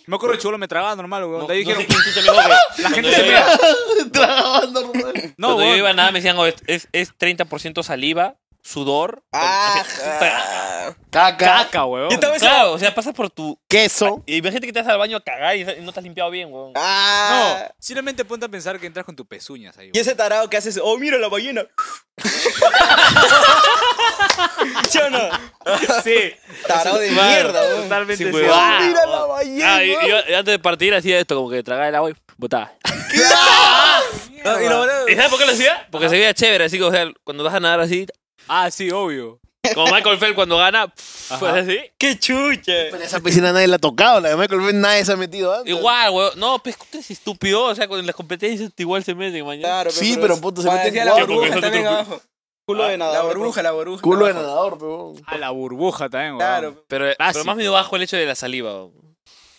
B: Me acuerdo el chulo me tragaba normal, weón.
D: No,
B: De ahí
D: no sé
B: dijeron,
D: quién chucha me dijo que-
B: la gente
D: cuando
B: se
D: yo
B: mea.
D: iba-
A: Trabajando, normal.
B: No,
D: cuando yo
B: weón.
D: iba a nada me decían, oh, es, es, es 30% saliva, sudor.
C: Ajá.
A: Caca,
B: Caca, weón.
C: Yo Ah, estaba esa-
D: Claro, o sea, pasas por tu...
A: queso.
D: Y imagínate que te vas al baño a cagar y y no te has limpiado bien, weón.
C: Ah.
B: No, simplemente ponte a pensar que entras con tus pezuñas ahí.
C: Y ese tarado que haces, oh, mira la ballena. ¿Sí o no?
B: weón. Sí.
C: Tarado de
B: Claro,
C: mierda, weón. "Oh,
B: Totalmente
D: Sí,
B: sí,
D: weón.
B: weón.
D: Ah,
E: Mira la
D: weón.
E: ballena.
D: Ah, y- y yo antes de partir hacía esto, como que tragaba el agua y botaba.
C: No, y lo bueno-
D: ¿Y sabes por qué lo hacía? Porque se veía chévere, así que, o sea, cuando vas a nadar así,
B: Ah, sí, obvio.
D: como Michael Phelps cuando gana, pff,
B: Ajá.
D: hace así.
C: ¡Qué chuche!
A: Esa piscina nadie la ha tocado, la de Michael Bay nadie se ha metido antes.
D: Igual, weón. No, pues tú eres estúpido. O sea, con las competencias igual se meten mañana.
C: Claro,
A: Sí, pero puto, se
E: Ah,
A: mete
E: decía
A: en
E: la
A: cuatro.
E: burbuja también abajo.
C: Culo de
E: La
C: nadador.
E: burbuja, la burbuja.
A: Culo de
E: abajo.
A: nadador, pebón.
B: A la burbuja también, weón.
E: Claro.
D: Pero,
B: Ah,
D: pero más me
B: pues.
D: dio bajo el hecho de la saliva, weón.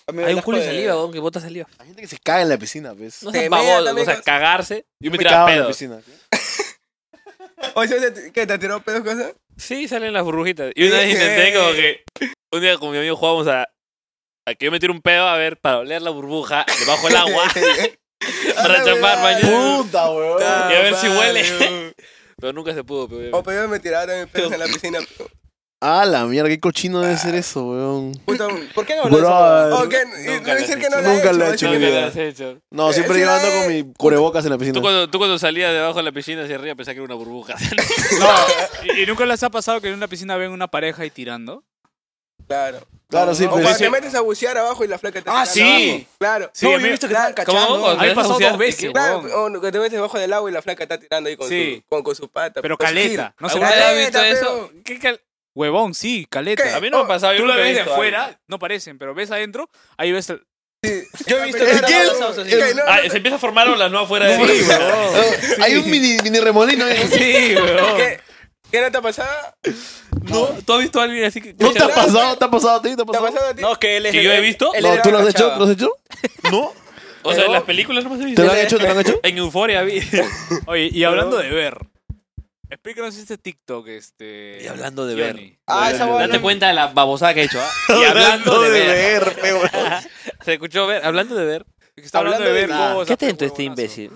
C: A mí
D: Hay
C: me
D: un culo de
C: asco
D: saliva, weón, que bota saliva.
A: Hay gente que se caga en la piscina, pues.
D: No
E: Te
D: seas
E: mea
D: babón, o
E: también,
D: sea,
E: cosas.
D: cagarse. Yo me
A: cago
D: tiraba
A: en la
D: pedo.
A: piscina.
E: O sea, ¿qué te tiró pedos cosas?
D: Sí, salen las burbujitas. Y una vez intenté como que. Un día con mi amigo jugábamos a. A que yo metiera un pedo, a ver, para oler la burbuja debajo del agua. para chapar mañana.
E: Puta, Oh, weón.
D: Y a ver si huele. Pero nunca se pudo, pero.
E: O pero yo me tiraron el pez en la piscina. pe.
A: Ah, la mierda, qué cochino debe ser eso, weón.
E: Puta, ¿por qué no habló
A: Brother.
E: eso? ¿O qué? Y
D: Nunca
E: No
D: lo
E: decir
D: he
E: que no lo he
A: eh, Nunca lo he hecho
E: hecho.
A: en mi
D: Nunca lo
A: vida.
D: has hecho.
A: No, siempre yo ando con mi cubrebocas en la piscina.
D: Tú cuando, tú cuando salías debajo de la piscina hacia arriba pensás que era una burbuja.
B: No, ¿y, y nunca les ha pasado que en una piscina ven una pareja y tirando?
E: Claro.
A: Claro, sí, pues,
E: O
A: pero
E: cuando
A: sí.
E: te metes a bucear abajo y la flaca te
B: Ah,
E: tira
B: sí.
E: abajo. Claro.
B: Sí, a
E: no, yo
B: mí-
E: he visto que estaban
D: ¿Cómo?
E: cachando.
D: ¿Cómo?
B: A mí me pasó dos veces,
E: Claro,
B: huevón.
E: o que te metes debajo del agua y la flaca está tirando ahí con,
B: Sí.
E: su, con, con su pata.
B: Pero
E: con su
B: caleta,
E: gil.
B: no se
D: ¿Alguna vez has visto
E: Caleta,
D: eso?
E: pero-
D: ¿Qué cal-
B: Huevón, sí, caleta.
E: ¿Qué?
D: A mí no me ha pasado. yo
B: Tú lo
D: nunca he
B: ves de
D: visto algo.
B: fuera, no parecen, pero ves adentro, ahí ves... el-
E: Yo he visto
A: Es
E: que
A: que
E: era
A: él-
E: abrazos así.
A: él-
E: No,
D: Ah,
E: no,
D: se empieza a formar olas no afuera de
B: Sí, huevón.
A: Hay un mini, mini remolino. ahí.
B: Sí, huevón.
E: ¿Qué? ¿Qué no te ha pasado? ¿Te
D: No, ¿Tú has visto a alguien así que.?
A: ¿No te ha pasado? ¿Te ha pasado a ti? ¿Te ha
E: ha
A: pasado?
E: pasado a ti?
C: No, que él es.
D: ¿Que yo he visto?
C: él
A: No,
C: era
A: ¿Tú lo has hecho?
C: cachado.
A: ¿Lo has hecho? ¿No?
D: O sea, en las películas no me has visto.
A: ¿Te lo han hecho? ¿Te lo han hecho?
D: En Euforia vi.
B: Oye, y hablando de ver, explícanos este TikTok, este...
D: Y hablando de
B: Johnny.
D: ver.
E: Ah, esa huevona-
D: Date cuenta de la babosada que he hecho. ¿ah? Y hablando de ver.
A: pe, weón.
D: Se escuchó ver. Hablando de ver.
B: que está hablando,
E: Hablando
B: de
E: de
B: ver
E: nada.
B: cosas,
D: Qué
B: pero
D: atento este
B: huevonazo.
D: imbécil.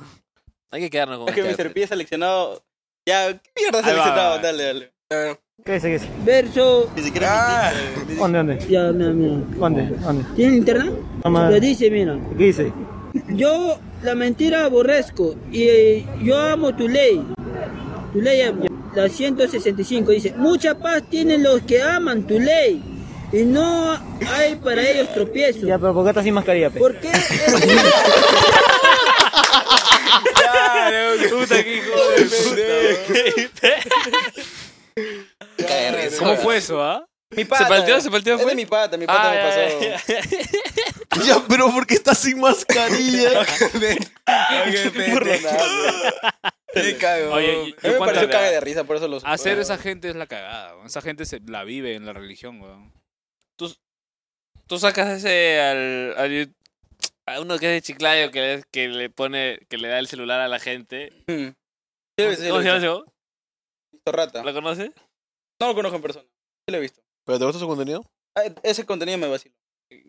D: Hay que quedarnos con
C: Es que
D: este
C: Mr.
D: arte.
C: P ha seleccionado. Ya, ¿qué mierda ha
B: Ahí va,
C: seleccionado?
B: va.
C: Dale, dale.
E: Eh,
G: ¿Qué es, qué es?
K: Verso.
C: Ni siquiera. es mi tipo, eh.
G: ¿Dónde, dónde?
K: Ya, mira, mira.
G: ¿Dónde? ¿Dónde?
K: ¿Tiene internet?
G: Toma.
K: Le dice, mira.
G: ¿Qué dice?
K: Yo la mentira aborrezco y eh, yo amo tu ley. Tu ley amo. La 165 dice, mucha paz tienen los que aman tu ley y no hay para ellos tropiezo.
G: Ya, pero ¿por qué estás sin mascarilla, pe?
K: ¿Por qué?
B: Puta, qué hijo de
C: Cae de risa.
B: ¿Cómo fue eso, ah?
C: Mi pata.
D: palteó? ¿Se palteó?
C: Es de
D: ¿Fue?
C: mi pata, mi pata
D: Ah,
C: me
D: ya,
C: pasó.
D: ya, ya.
A: Ya, pero ¿por qué estás sin mascarilla?
E: qué pendejo. Qué cagón.
B: Oye, y-
C: A mí
B: y
C: me
B: cuánta-
C: pareció caga de risa, por eso los. eh,
B: Hacer esa gente es la cagada, weón. esa gente se la vive en la religión, weón.
D: Tú sacas ese al, al yu- a uno que es de Chiclayo que, es- que le pone que le da el celular a la gente.
C: Hmm.
D: ¿Cómo
C: sí, lo
D: se llama? ese huevón?
C: Esto rata.
D: ¿La conoces?
C: No lo conozco en persona. Sí lo he visto.
A: ¿Pero te gusta su contenido?
C: Ah, Ese contenido me vacila.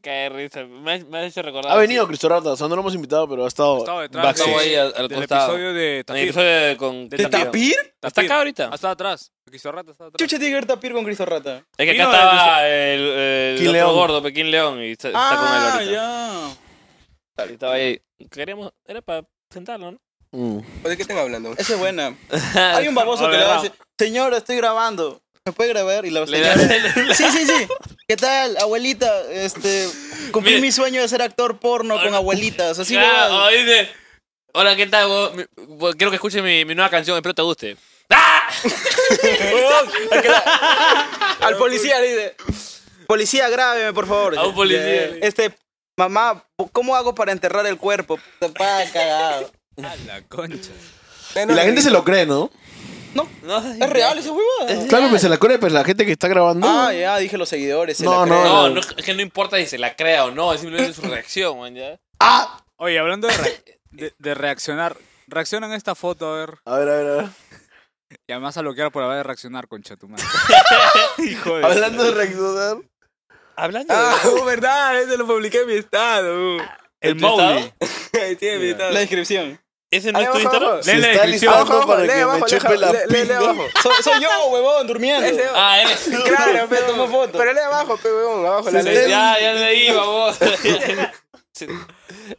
D: Cae de risa. Me, has- me has hecho recordar.
A: Ha venido Cristo Rata, o sea, no lo hemos invitado, pero ha estado.
B: Estaba detrás
A: backstage.
D: Ah, Estaba ahí al, al
B: Del
D: costado.
B: episodio de
D: En el
B: Tapir.
D: episodio de- con
B: ¿De
D: Tapir.
B: Tapir?
D: Está acá ahorita.
B: Hasta atrás. Quistorrata está atrás.
C: Chucha tiene que ver tapir con Cristo Rata.
D: Es que acá
B: Vino
D: estaba el, el
A: King
D: otro
A: León.
D: gordo, Pequín León, y está, está con él
C: Ah,
D: ahorita.
C: ya.
D: Y Estaba ahí. Queríamos, era para sentarlo, ¿no?
A: Mm.
E: ¿De qué están hablando?
C: Esa es buena. Hay un baboso
D: A
C: que le
D: ver,
C: va Ah, a
D: vamos.
C: decir, señor, estoy grabando. ¿Me puede grabar? Y la
D: Le da
C: señora,
D: el celular.
C: Sí, sí, sí. ¿Qué tal, abuelita? Este, cumplí
D: Mire.
C: mi sueño de ser actor porno con
D: Ahora-
C: abuelitas. Así
D: Claro,
C: va.
D: o dice, Hola, ¿qué tal? vos? Mi- vos- Quiero que escuches mi, mi nueva canción, espero te guste. ¡Ah!
C: Al policía le dice, policía, grábeme, por favor.
D: A un policía,
C: Eh,
D: le dice.
C: Este, mamá, ¿cómo hago para enterrar el cuerpo? Puta, pa, cagado.
B: A la concha.
E: No,
A: Y
E: no,
A: la
E: no,
A: gente se lo cree, ¿no?
D: No, sí,
C: ¿Es real ese huevón?
A: Claro, pero se la cree, pero la gente que está grabando.
C: Ah, ya, dije los seguidores. se
A: No,
C: la
A: no,
C: creen.
D: No, no, es que no importa si se la crea o no, es simplemente su reacción, man, ¿ya?
B: Oye, hablando de, re- de, de reaccionar, reaccionan a esta foto, a ver.
A: A ver, a ver, a ver.
D: Eh,
B: Y además a bloquear por haber de reaccionar, concha tu madre. Hijo de...
A: Hablando
D: eh.
A: de reaccionar.
D: Hablando de...
E: Ah, oh, verdad, ese lo publiqué en mi estado. uh.
B: El
D: ¿Tu estado?
B: Mowgli.
E: Sí, en mi estado.
C: La descripción.
D: ¿Ese no es
E: Ahí
D: tu
E: abajo,
D: Instagram?
E: abajo.
A: Se
B: Lee la
A: está
B: descripción.
A: listando
E: Abajo,
A: para
E: lee
A: que me
E: abajo,
A: chupe
E: lee
A: la
E: abajo, lee- lee
A: pinga.
E: abajo.
C: Soy, soy yo, huevón, durmiendo.
E: Ese-
D: Ah, eres tú.
E: Claro, pero,
C: tomó foto.
E: pero lee abajo, pe, weón, abajo la
A: Sí,
E: ley.
A: sí.
D: Ya, ya leí, vos.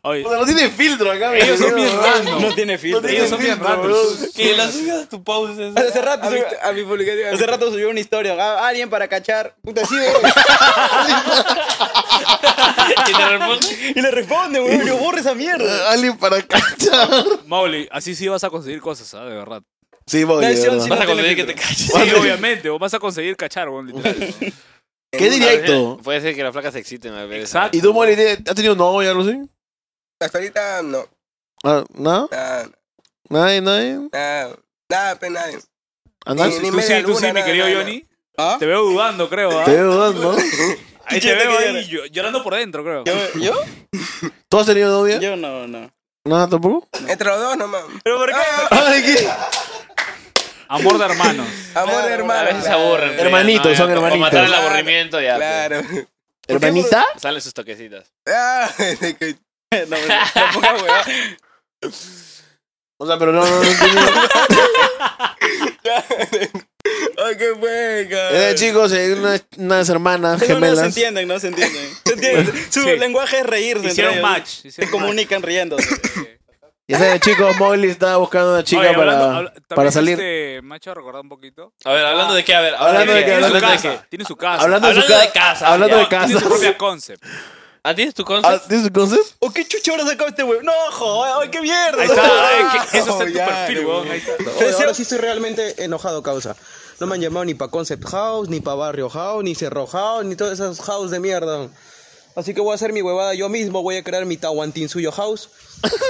B: Oye,
A: O sea, no tiene filtro acá, mi
B: ellos son
A: amigo,
B: bien
A: ¿verdad?
B: random.
C: No tiene filtro.
A: tiene
B: Ellos son bien
A: filtro,
B: raros.
A: bro.
D: Que la subida tu pausa. esa.
C: Hace rato,
E: A mi,
C: subió,
E: a mi publicación.
C: hace rato subió una historia. "Ah, Alguien para cachar. Puta, sí, huevón.
D: Y te responde.
C: Y le responde, huevón. Yo borro esa mierda.
A: Alguien para cachar.
B: Mowgli, así sí vas a conseguir cosas, ¿ah? De verdad.
A: Sí, voy.
C: La
A: de
C: edición
A: verdad.
C: sin-
D: Vas a conseguir que te calles.
B: Sí, obviamente, vos vas a conseguir cachar, weón, literal.
A: Qué directo.
D: Puede ser que la flaca se excite, me parece.
B: Exacto.
A: ¿Y tú, Mori, has tenido novia, Lucín?
E: Hasta ahorita no.
A: Ah, ¿No?
E: Nada,
A: ¿Nadie, nadie?
E: nada, nada, pe, nadie.
A: ¿A nadie?
E: Sí,
B: Tú
E: media
B: sí, tú
E: luna,
B: sí, mi
E: nada,
B: querido
E: nada,
B: Johnny.
C: ¿Ah?
B: Te veo dudando, creo, ¿ah?
A: Te veo dudando.
B: Ahí te
C: Yo te
B: veo
C: quiero.
B: ahí llo- llorando por dentro, creo.
C: ¿Yo? ¿Yo?
A: ¿Tú has tenido novia?
C: Yo no, no.
A: ¿Nada tampoco?
E: Entre los dos nomás. Ah,
C: ¿Pero por qué?
A: Ay, ¿qué?
B: Amor de hermanos.
L: Amor de hermano.
D: A veces se aburren. pues,
A: Hermanitos,
D: ya,
A: son
D: pa- pa
A: hermanitos.
D: matar el aburrimiento ya. pues.
L: Claro.
A: ¿Hermanita?
D: Salen sus toquecitos.
L: Ah, de que- no, la poca hueá.
A: O sea, pero no, no, no entiendo.
L: Ay, qué hueca.
A: Eh, chicos, eh, unas, unas hermanas
F: Pero no se
A: gemelas.
F: entienden, no se entienden. Se entienden. Su lenguaje es reírse. entre
B: Hicieron
F: ellos.
B: match,
F: Se comunican riéndose.
A: Y ese chico, Mowgli estaba buscando una chica
B: Oye,
A: para,
B: hablando- habla- también
A: para salir.
B: Este, me ha hecho recordar un poquito.
D: A ver, hablando de qué, a ver.
A: Hablando de qué,
D: Tiene su
A: hablando de
D: casa,
B: Tiene su casa.
A: Hablando de su
D: Hablando
A: ca-
D: de casa.
A: hablando
D: ya.
A: de casa.
B: Tiene su propia concept.
D: Ah, ¿tienes tu
A: Ah,
D: concept?
A: ¿Tienes su concept?
C: Oh,
F: ¿O qué chucha ahora sacó este huevo? No, joder, ay, qué mierda.
B: Ahí está, ay, que- eso está en tu
A: Oh,
F: Ya,
B: perfil, weón. Ahí está.
C: Oye, ahora sí estoy realmente enojado, causa. No me han llamado ni pa' Concept House, ni pa' Barrio House, ni Cerro House, ni todas esas house de mierda. Así que voy a hacer mi huevada yo mismo, voy a crear mi Tahuantinsuyo House.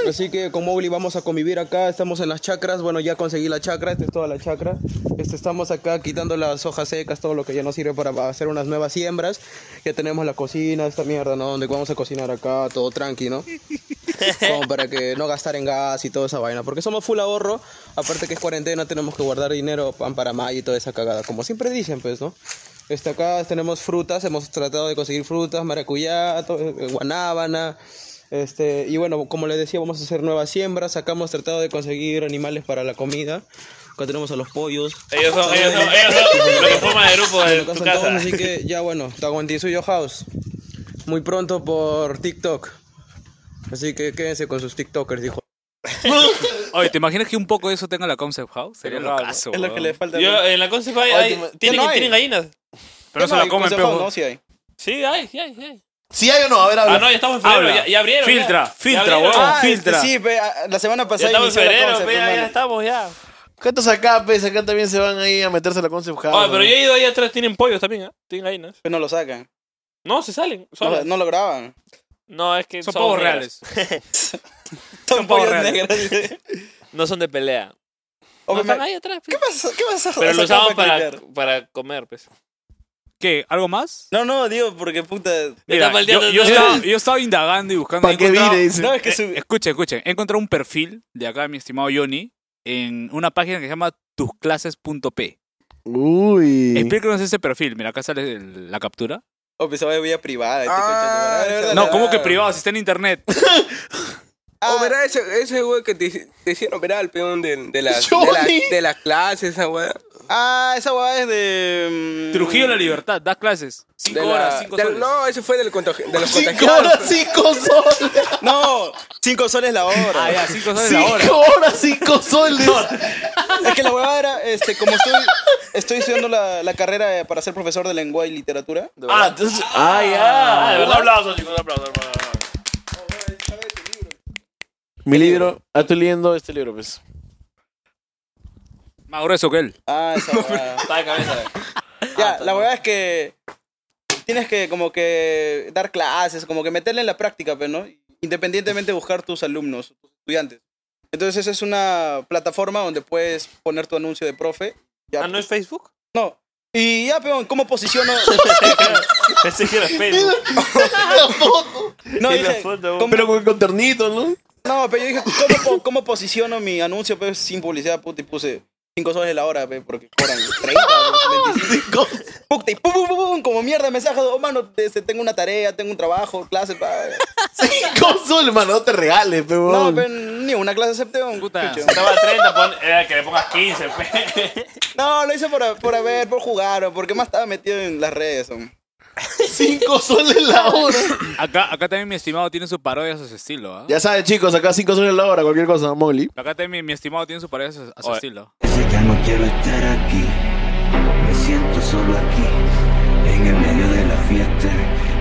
C: Así que con Mowgli vamos a convivir acá, estamos en las chacras, bueno ya conseguí la chacra, esta es toda la chacra. Este, estamos acá quitando las hojas secas, todo lo que ya nos sirve para hacer unas nuevas siembras. Ya tenemos la cocina, esta mierda, ¿no? Donde vamos a cocinar acá, todo tranqui, ¿no? Como para que no gastar en gas y toda esa vaina. Porque somos full ahorro. Aparte que es cuarentena, tenemos que guardar dinero pan para mayo y toda esa cagada. Como siempre dicen, pues, ¿no? Este, acá tenemos frutas, hemos tratado de conseguir frutas, maracuyá, to- eh, guanábana. Este, y bueno, como les decía, vamos a hacer nuevas siembras. Acá hemos tratado de conseguir animales para la comida. Acá tenemos a los pollos.
D: Ellos son, ellos son, ellos son lo que forma de grupo de
C: Acá
D: tu
C: están todos,
D: casa.
C: así que ya bueno, Tahuantinsuyo House. Muy pronto por TikTok. Así que quédense con sus TikTokers, dijo.
B: Oye, ¿te imaginas que un poco de eso tenga la concept house? Sería lo caso.
C: Es lo que le falta.
D: Yo, en la concept hay,
F: Oye,
D: hay-
F: ¿qué
D: tienen,
F: no hay?
D: tienen gallinas.
B: Pero eso
F: no,
B: la comen,
F: Concept
B: pejo.
F: House, No, sí hay.
D: Sí, hay, sí, hay, sí. hay.
A: ¿Sí hay o no? A ver, a ver.
D: Ah, no, ya estamos en febrero. Ya, ya abrieron.
B: Filtra,
D: ya.
B: filtra,
D: Ya abrieron.
B: huevón,
D: Ah,
B: filtra.
F: este Sí, pe, a- la semana
D: Ya
F: pasada
D: estamos en
F: inició la
D: febrero,
F: concept,
D: pe, ya,
F: hermano.
D: ya estamos, ya.
A: ¿Cuántos acá, pues? Acá también se van ahí a meterse a la concept house.
D: Oye, Ah, pero
A: ¿no?
D: yo he ido ahí atrás, tienen pollos también, ¿ah? Tienen gallinas.
F: Pero no lo sacan.
D: No, se salen.
F: No,
D: solas.
F: lo- no lo graban.
D: No, es que
B: Son
D: son
B: pavos
D: negras.
F: Son pollos negros.
D: No son de pelea.
F: Oh,
D: No,
F: me-
D: están ahí atrás, pues. pe.
F: ¿Qué pasó? ¿Qué pasó?
D: Pero lo
F: Eso
D: usamos
F: acaba de
D: para,
F: cambiar.
D: para comer, pues.
B: ¿Qué? ¿Algo más?
F: No, no, digo, porque puta.
B: Mira,
D: Está
B: yo,
D: paldeando
B: yo
D: todo.
B: estaba, yo estaba indagando y buscando.
A: ¿Para
B: he
A: qué
B: encontrado-
A: vine? Dice.
F: No, es que
B: eh,
F: su-
B: escuchen, escuchen. He encontrado un perfil de acá, mi estimado Johnny, en una página que se llama tusclases.p.
A: Uy.
B: Explícanos ese perfil. Mira, acá sale el- la captura.
F: O pensaba de vía privada. este
L: Ah,
F: coche, de verdad.
B: No, ¿cómo que privado? Si está en internet.
C: Ah,
L: O verá ese, ese güey que te, te hicieron, verá el peón de, de, las, de,
A: Johnny.
L: las- de las clases, esa weá.
F: Ah, esa huevada es de. mm,
B: Trujillo la libertad, das clases. Cinco
L: De la-
B: horas, cinco
L: del-
B: soles.
L: No, ese fue del contagi- de los
A: Cinco
L: contagiados.
A: horas, cinco soles.
F: No, cinco soles la hora.
B: Ah, ya, cinco soles la hora.
A: Cinco horas, cinco soles.
F: Es que la huevada era, este, como estoy, estoy estudiando la, la carrera eh, para ser profesor de lengua y literatura.
A: Ah, entonces. Ah, ya.
D: Ah, de verdad. Un aplauso, chicos, un aplauso. hermano.
A: Mi libro. Ah, estoy leyendo este libro, pues.
B: Más grueso que él.
F: Ah, esa huevada.
D: Está de cabeza. eh.
F: Ya,
E: Ah,
F: la huevada es que tienes que como que dar clases, como que meterle en la práctica, pero no, independientemente de buscar tus alumnos, tus estudiantes. Entonces esa es una plataforma donde puedes poner tu anuncio de profe. Ya,
D: Ah, ¿no es Facebook?
F: no. Y ya, peón, ¿cómo posiciono?
D: Pensé que era Facebook.
F: No,
D: Y la
F: dije,
D: foto,
F: ¿cómo-
A: Pero con, con ternito, ¿no?
F: No, pero yo dije, ¿cómo, po- cómo posiciono mi anuncio pues, sin publicidad, puta? Y puse 5 soles la hora, pe, porque cobran 30, pues, 25. Puta, y pum, pum, pum, pum, como mierda, mensaje, oh, mano, este, tengo una tarea, tengo un trabajo, clase, pa.
A: Cinco soles, mano. No te regales, pe,
F: No,
A: weón.
F: pe, ni una clase acepté, un
B: Puta.
F: picho.
D: Estaba a 30, pon, era que le pongas pues. 15, pe.
F: No, lo hice por, por haber, por jugar, o porque más estaba metido en las redes, hombre.
A: Cinco soles la hora.
B: Acá, acá también mi estimado tiene su parodia a su estilo, ¿ah?
A: Ya saben, chicos, acá cinco soles la hora, cualquier cosa, Molly.
B: Acá también mi estimado tiene su parodia a su, a su estilo.
M: Desde ya no quiero estar aquí, me siento solo aquí, en el medio de la fiesta.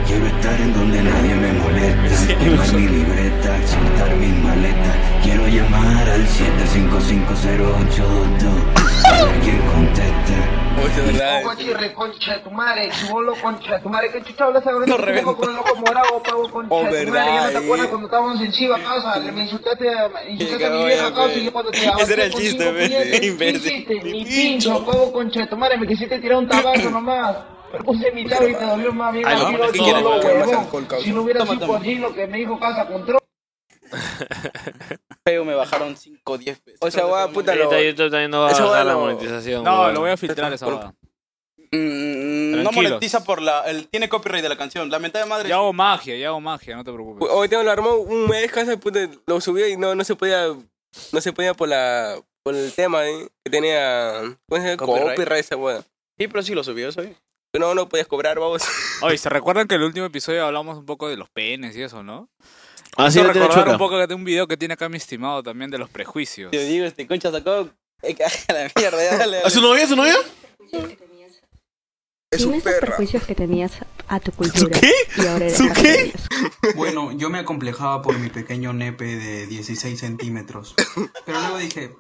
M: Quiero estar en donde nadie me molesta, tomar mi libreta, soltar mis maletas. Quiero llamar al 7550822, a ver quién contesta.
L: Oye, de verdad.
H: Cochirre, concha de tu madre, chibolo, concha de tu madre, que chucha hablas ahora
F: No,
H: no,
F: revés.
H: con el ojo morado, pavo, concha
F: Oh,
H: de tu madre, ya no te
F: verdad,
H: acuerdas
F: eh.
H: cuando estábamos en Chiva, causa, le me insultaste, a- insultaste a mi
F: cagada,
H: vieja, causa,
F: pe.
H: y yo cuando te
F: Ese
H: agarré
F: era el
H: con
F: chiste,
H: cinco
F: pe,
H: puñetes, ¿qué
F: imbécil.
H: hiciste?
F: Mi
H: Mi
F: pincho.
H: pincho, pavo, concha de tu madre, me quisiste tirar un tabaco nomás. Me puse mi tarro y te dolió más bien,
F: Ay, no,
H: amigo,
F: ¿qué quieres,
H: chibolo,
F: pe? Más
H: huevón.
F: alcohol, causa.
H: Si no hubiera
F: Toma,
H: sido
F: toma.
H: así lo que me dijo, causa, control.
C: feo me bajaron 5 o 10 pesos.
E: O sea, guau, puta, lo-
D: Ahorita YouTube también no va a
C: Esa
D: bajar
C: hueá
D: la
C: lo-
D: monetización.
C: No,
D: huevón.
C: lo voy a filtrar esa hueá. Mm, no
B: Tranquilos.
C: monetiza por la. El, tiene copyright de la canción. La mitad de madre.
B: Yo hago magia, yo hago magia, no te preocupes.
E: Hoy tengo lo armó un mes casa, puta, lo subí y no, no se podía, no se podía por la, por el tema ¿eh? que tenía, ¿cómo se llama?
C: Copyright.
E: Copyright esa weá.
C: Sí, pero sí lo subió, soy.
E: No, no podías cobrar, vamos.
C: oh.
B: Oye, ¿se recuerdan que en el último episodio hablamos un poco de los penes y eso, no?
A: Ah, sí,
B: Quiero
A: lo tiene
B: recordar
A: Chueca.
B: un poco de un video que tiene acá mi estimado también de los prejuicios.
C: Te digo, este concha sacó. A la mierda,
J: Ah,
C: ya, dale,
A: ¿A su novia, a su novia?
N: Es un perro. prejuicios que tenías a tu cultura. ¿Qué? Y ahora eres parte de ellos.
J: Bueno, yo me acomplejaba por mi pequeño nepe de 16 centímetros. Pero luego dije,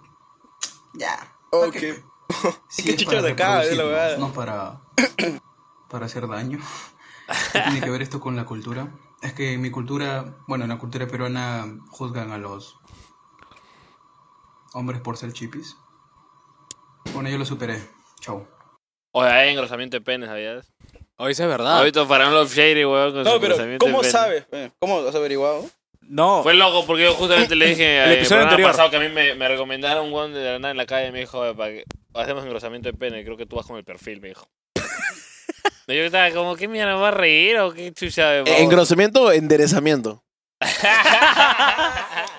J: ya.
C: Ok.
J: Sí,
C: ¿Qué
J: es
C: chicho
J: para
C: de acá, de la
J: reproducirnos,
C: verdad?
J: No para, para hacer daño. ¿Qué tiene que ver esto con la cultura? Es que en mi cultura, bueno, en la cultura peruana juzgan a los hombres por ser chipis. Bueno, yo lo superé. Chau.
D: O sea, hay engrosamiento de penes, ¿sabías?
B: Hoy es verdad.
D: Ahorita visto Faraón Love Shady, weón, con
C: No,
D: su
C: pero
D: engrosamiento de
C: ¿cómo
D: penes.
C: sabes? eh? ¿Cómo lo has averiguado?
B: No.
D: Fue loco porque yo justamente le dije
C: El
D: el
C: episodio
D: episodio
C: anterior.
D: pasado que a mí me, me recomendaron un weón de la nada en la calle y me dijo, "Oye, para que hacemos engrosamiento de pene, creo que tú vas con el perfil, me dijo. Y yo estaba como, ¿qué mierda me va a reír o qué chucha de
B: Eh,
D: bobo?"
A: Eh, ¿Engrosamiento o enderezamiento?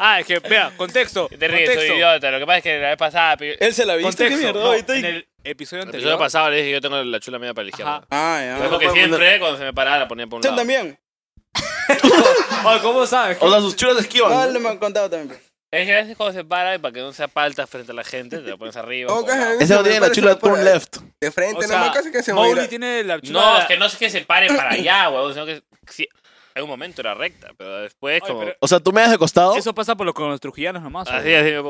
B: Ah, es que, vea, contexto.
D: Te ríes,
B: contexto. Este,
D: soy idiota. Lo que pasa es que la vez pasada. Él
C: se la
D: viste,
B: Contexto,
D: qué mierda,
B: no,
D: ahorita-
B: en el episodio
D: El
B: anterior.
D: episodio pasado le dije que yo tengo la chula media para la izquierda.
C: Ah,
D: Pero
C: ya.
D: es Porque siempre eh, cuando se me paraba la ponía por un
C: Yo
D: lado.
C: también.
B: Oye, ¿cómo sabes?
A: O sea, sus chulas esquivan.
C: Ah, No, lo me han contado también.
D: Es que a veces cuando se para y para que no sea palta frente a la gente, te lo pones arriba. por un lado.
A: Ese no tiene la chula turn left.
E: De frente,
D: O sea,
E: no me casi que se
D: Mowgli
E: muera.
B: tiene la
E: chula
D: No,
E: de-
D: es que no es que se pare para allá, weón, sino que sí, en un momento era recta, pero después como...
A: O sea, tú me das de costado.
B: Eso pasa por los, con los trujillanos nomás.
D: Así,
B: weón.
D: así me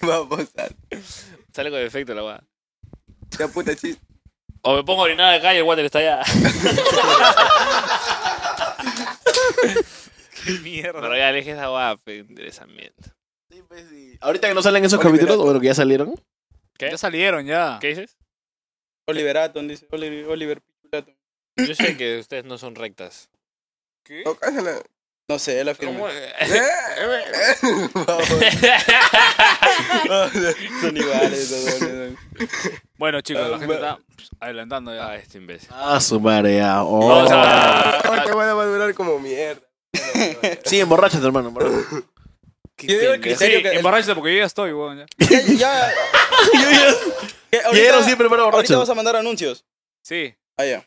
D: pongo así. Sale con defecto la weá.
E: La puta chiste.
D: O me pongo a orinar acá y el water está allá. Qué
B: mierda.
D: Pero ya le dije esa weá, pe, enderezamiento.
A: Ahorita que no salen esos capítulos, bueno, que ya salieron.
D: ¿Qué?
B: Ya salieron, ya.
D: ¿Qué dices?
C: Oliver Atom dice. Oliver, Oliver Pichulato.
D: Yo sé que ustedes no son rectas. ¿Qué?
E: No, cállala.
C: No sé, él afirma.
D: ¿Cómo?
C: Son iguales, los dobles,
B: Bueno, chicos,
D: Ah,
B: la gente está pues, adelantando ya. Ah, este imbécil.
A: Ah, su madre, ya. Oh.
E: Ahorita van a madurar como mierda.
A: Sí, emborrachate, hermano. emborráchate.
E: Yo digo el criterio que-
B: emborráchate porque yo ya estoy, weón. ya.
C: ¿Qué?
A: Quiero siempre para
C: ahorita
A: borracho.
C: vas a mandar anuncios.
B: Sí.
C: Ah, ya.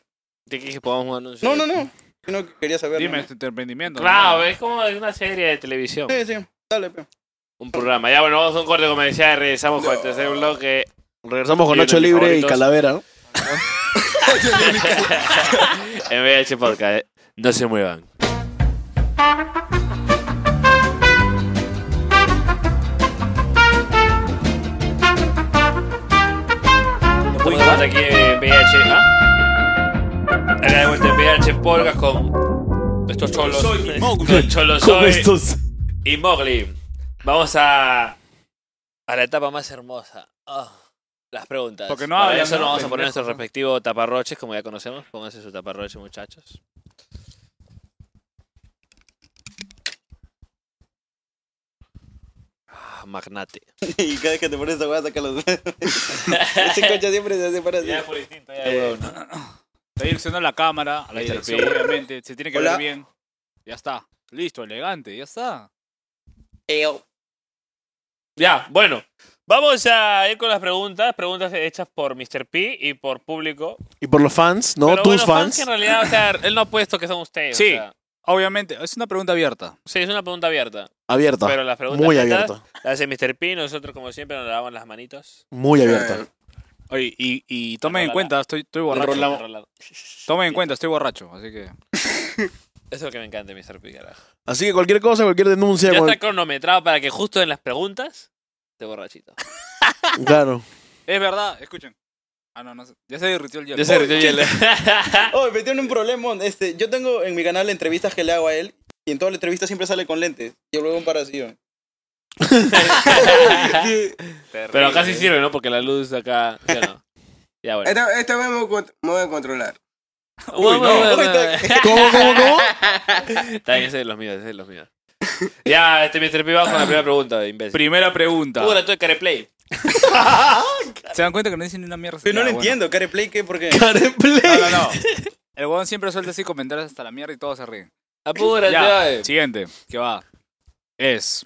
D: ¿Te quieres que pongamos un anuncio?
C: No, no, no. Yo no quería saber.
B: Dime,
C: ¿no?
B: este emprendimiento.
D: Claro, es como una serie de televisión.
C: Sí, sí. Dale, pe.
D: Un programa. Ya, bueno, vamos a un corte comercial y regresamos con el tercer bloque.
A: Regresamos con
D: Uno de
A: Ocho
D: mis
A: Libre y
D: favoritos.
A: Calavera. ¿no?
D: En VH Podcast. eh. No se muevan. Estamos de vuelta aquí en VH. ¿Ah? Acá de vuelta en VH Podcast con estos cholos. Con cholos
A: Con
D: soy
A: estos.
D: y Mowgli. Vamos a, a la etapa más hermosa. Ah, las preguntas.
B: Porque no
D: Para
B: hablan,
D: eso
B: ¿no?
D: nos vamos a
B: Pendejos,
D: poner nuestros
B: ¿no?
D: respectivos taparroches, como ya conocemos. Pónganse su taparroche, muchachos. Ah, Magnate.
C: Y cada vez que te pones esa weá, saca los. Ese coche siempre se hace para así.
D: Ya, por instinto, ya,
B: Eh,
D: weón.
B: Está direccionando la cámara, a la
D: Ahí está el
B: dirección,
D: pibe.
B: obviamente. Se tiene que
D: Hola.
B: ver bien. Ya está. Listo, elegante, ya está.
D: Ya, bueno. Vamos a ir con las preguntas. Preguntas hechas por Mr. P y por público.
A: Y por los fans, ¿no?
D: Pero
A: Tus
D: bueno,
A: fans.
D: que en realidad, o sea, él no ha puesto que son ustedes. o
B: Sí,
D: sea.
B: obviamente. Es una pregunta abierta.
D: sí, es una pregunta abierta.
A: Abierta.
D: Pero las preguntas
A: Muy
D: estas
A: abierta.
D: Las hace Mr. P, nosotros como siempre nos lavamos las manitos.
A: Muy
C: Eh.
A: abierta.
B: Oye, y, y tomen en cuenta, estoy, estoy
D: Enrolado.
B: borracho.
D: Enrolado.
B: Tomen en cuenta, estoy borracho, así que.
D: Eso es lo que me encanta, de Mr. P, carajo.
A: Así que cualquier cosa, cualquier denuncia.
D: Ya
A: cual-
D: está cronometrado para que justo en las preguntas te borrachito.
A: Claro.
B: Es verdad, escuchen. Ah, no, no sé. Ya se derritió el hielo.
D: Ya se derritió el hielo.
C: Oye, me tiene un problema. Este, yo tengo en mi canal entrevistas que le hago a él. Y en toda la entrevista siempre sale con lentes. Yo luego un parecido.
D: Pero casi sirve, ¿no? Porque la luz acá. Ya no. Ya bueno.
C: Este,
E: Esta, esta vez me voy a cont- me voy a controlar.
D: Uy, no, no, no, no.
E: ¿Cómo, cómo, cómo?
D: Está bien, ese es de los míos, ese es de los míos. Ya, este Mr. P bajo con la primera pregunta, imbécil.
B: Primera pregunta.
D: Pura, tú de Careplay.
B: ¿Se dan cuenta que no dicen ni una mierda?
C: Pero no
B: Ya,
C: lo
B: bueno.
C: entiendo, Careplay, ¿qué? ¿Por qué?
B: No, no, no. El huevón siempre suelta así comentarios hasta la mierda y todos se ríen.
D: Apúrate, ay.
B: Siguiente, que va. Es.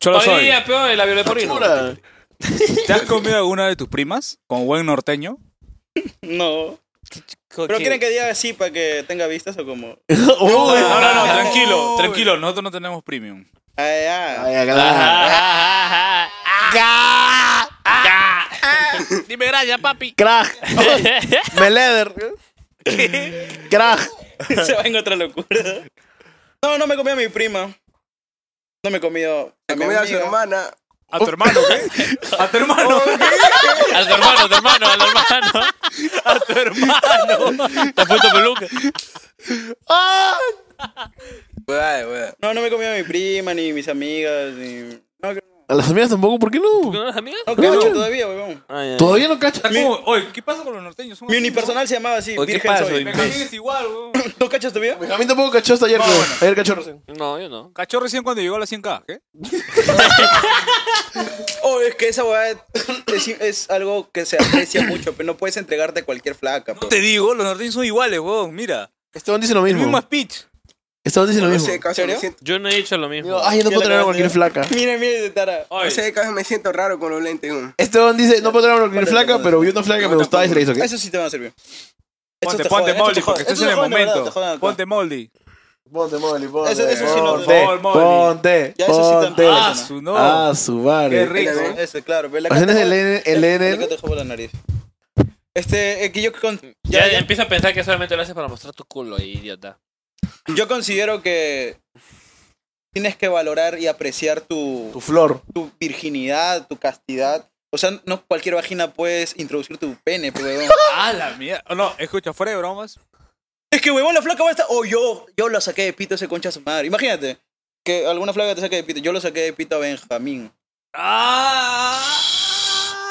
B: Cholo
D: Hoy
B: soy.
D: día, peor, el avión de porino.
B: ¿Te has comido alguna de tus primas? Con buen norteño.
C: No. ¿Pero quieren que diga así para que tenga vistas o como?
B: No, no, no, tranquilo, tranquilo, nosotros no tenemos premium.
C: Ay, ay.
D: Dime gracias, papi.
A: Crack. Meleder. Crack.
C: Se va en otra locura. No, no me comí a mi prima. No me he comido a mi
E: comida a su
C: amiga.
E: hermana.
B: ¿A tu hermano qué? ¿A tu hermano?
D: A tu hermano, a tu hermano, a tu hermano. A tu hermano. Te has puesto peluca.
C: No, no me he comido a mi prima, ni mis amigas, ni... No, que
A: A las amigas tampoco, ¿por qué no?
D: no, amigas?
C: No cacho todavía, weón.
A: Ah, Todavía no cacho.
B: ¿Cómo? Oye, ¿qué pasa con los norteños? Somos
C: Mi unipersonal se llamaba así,
A: Oye, ¿qué
C: Virgen
A: pasa,
C: Soy.
A: imbécil?
B: Es igual, weón.
C: ¿No cachas todavía?
A: A mí tampoco cachó hasta ayer. creo. Ayer cachó recién.
D: No, yo no.
B: Cachó recién cuando llegó a las 100k, ¿qué?
C: Oh, es que esa weá es, es algo que se aprecia mucho, pero no puedes entregarte a cualquier flaca. pues.
B: No te digo, los norteños son iguales, weón, mira.
A: Esteban dice lo mismo.
B: El mismo speech.
A: Estaban diciendo lo mismo.
D: Yo no he dicho lo mismo.
A: Ay, yo no puedo tener a cualquier flaca.
C: Mira, mira ese tara.
E: Ese caso me siento raro con los lentes. weón.
A: Esteban dice, no puedo tener a cualquier flaca, pero vi una flaca que me gustaba y se la hizo, ¿qué?
C: Eso sí te va a servir.
B: Ponte, ponte moldy, porque estás en el momento.
C: Ponte
B: Ponte moldy.
A: Ponte moldy, ponte.
C: Eso, eso sí no.
A: Ponte,
B: Mol, Molly.
A: ponte,
C: Ya, eso sí
A: ponte.
C: también.
A: Ah, su no. Ah, su vale.
C: Eso, eso, claro. pero la
A: Hacen
C: que
A: el
C: te-
A: N- el N-
C: La que te dejó por la nariz. Este, eh, que yo, con-
D: Ya, ya empieza a pensar que solamente lo haces para mostrar tu culo, ahí, idiota.
C: yo considero que tienes que valorar y apreciar tu,
A: Tu flor.
C: tu virginidad, tu castidad. O sea, no cualquier vagina puedes introducir tu pene, pues, huevón.
B: Ah, la mierda. Oh, No, escucha, fuera de bromas.
C: Es que, huevón, la flaca va a estar. Oh, yo, yo lo saqué de pito ese concha a su madre. Imagínate que alguna flaca te saque de pito. Yo lo saqué de pito a Benjamín.
D: Ah.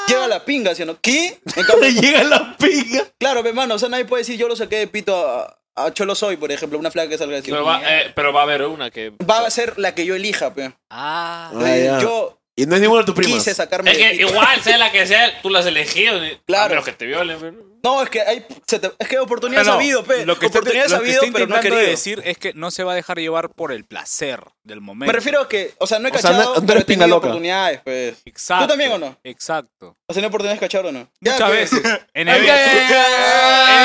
C: Llega la pinga, ¿sí o no? ¿Qué? En cambio-
A: Llega la pinga.
C: Claro, mi hermano, o sea, nadie puede decir yo lo saqué de pito a, a Cholo Soy, por ejemplo, una flaca que salga de
D: Pero va, eh, pero va a haber una que.
C: Va a ser la que yo elija, pe.
D: Ah.
C: Eh, yo
A: Y no es ninguno de tus primas.
C: quise sacarme
D: Es
C: de
D: que
C: pito.
D: igual, sea la que sea, tú las has elegido. Claro.
C: Claro.
D: A menos que te violen, pero.
C: No, es que hay, se te- es que oportunidades
B: No, no,
C: ha habido, pe.
B: Lo que está, lo que
C: oportunidades ha
B: está
C: habido, pero no ha
B: intentando
C: querido.
B: decir es que no se va a dejar llevar por el placer del momento.
C: Me refiero a que, o sea, no he
B: O sea,
C: cachado,
B: no- no eres
C: pero he
B: pinga
C: tenido
B: loca.
C: oportunidades, pues.
B: Exacto.
C: ¿Tú también o no?
B: Exacto.
C: ¿Has tenido oportunidades de cachar o no? Ya,
B: Muchas
C: pe.
B: veces. En
C: Ok.
B: el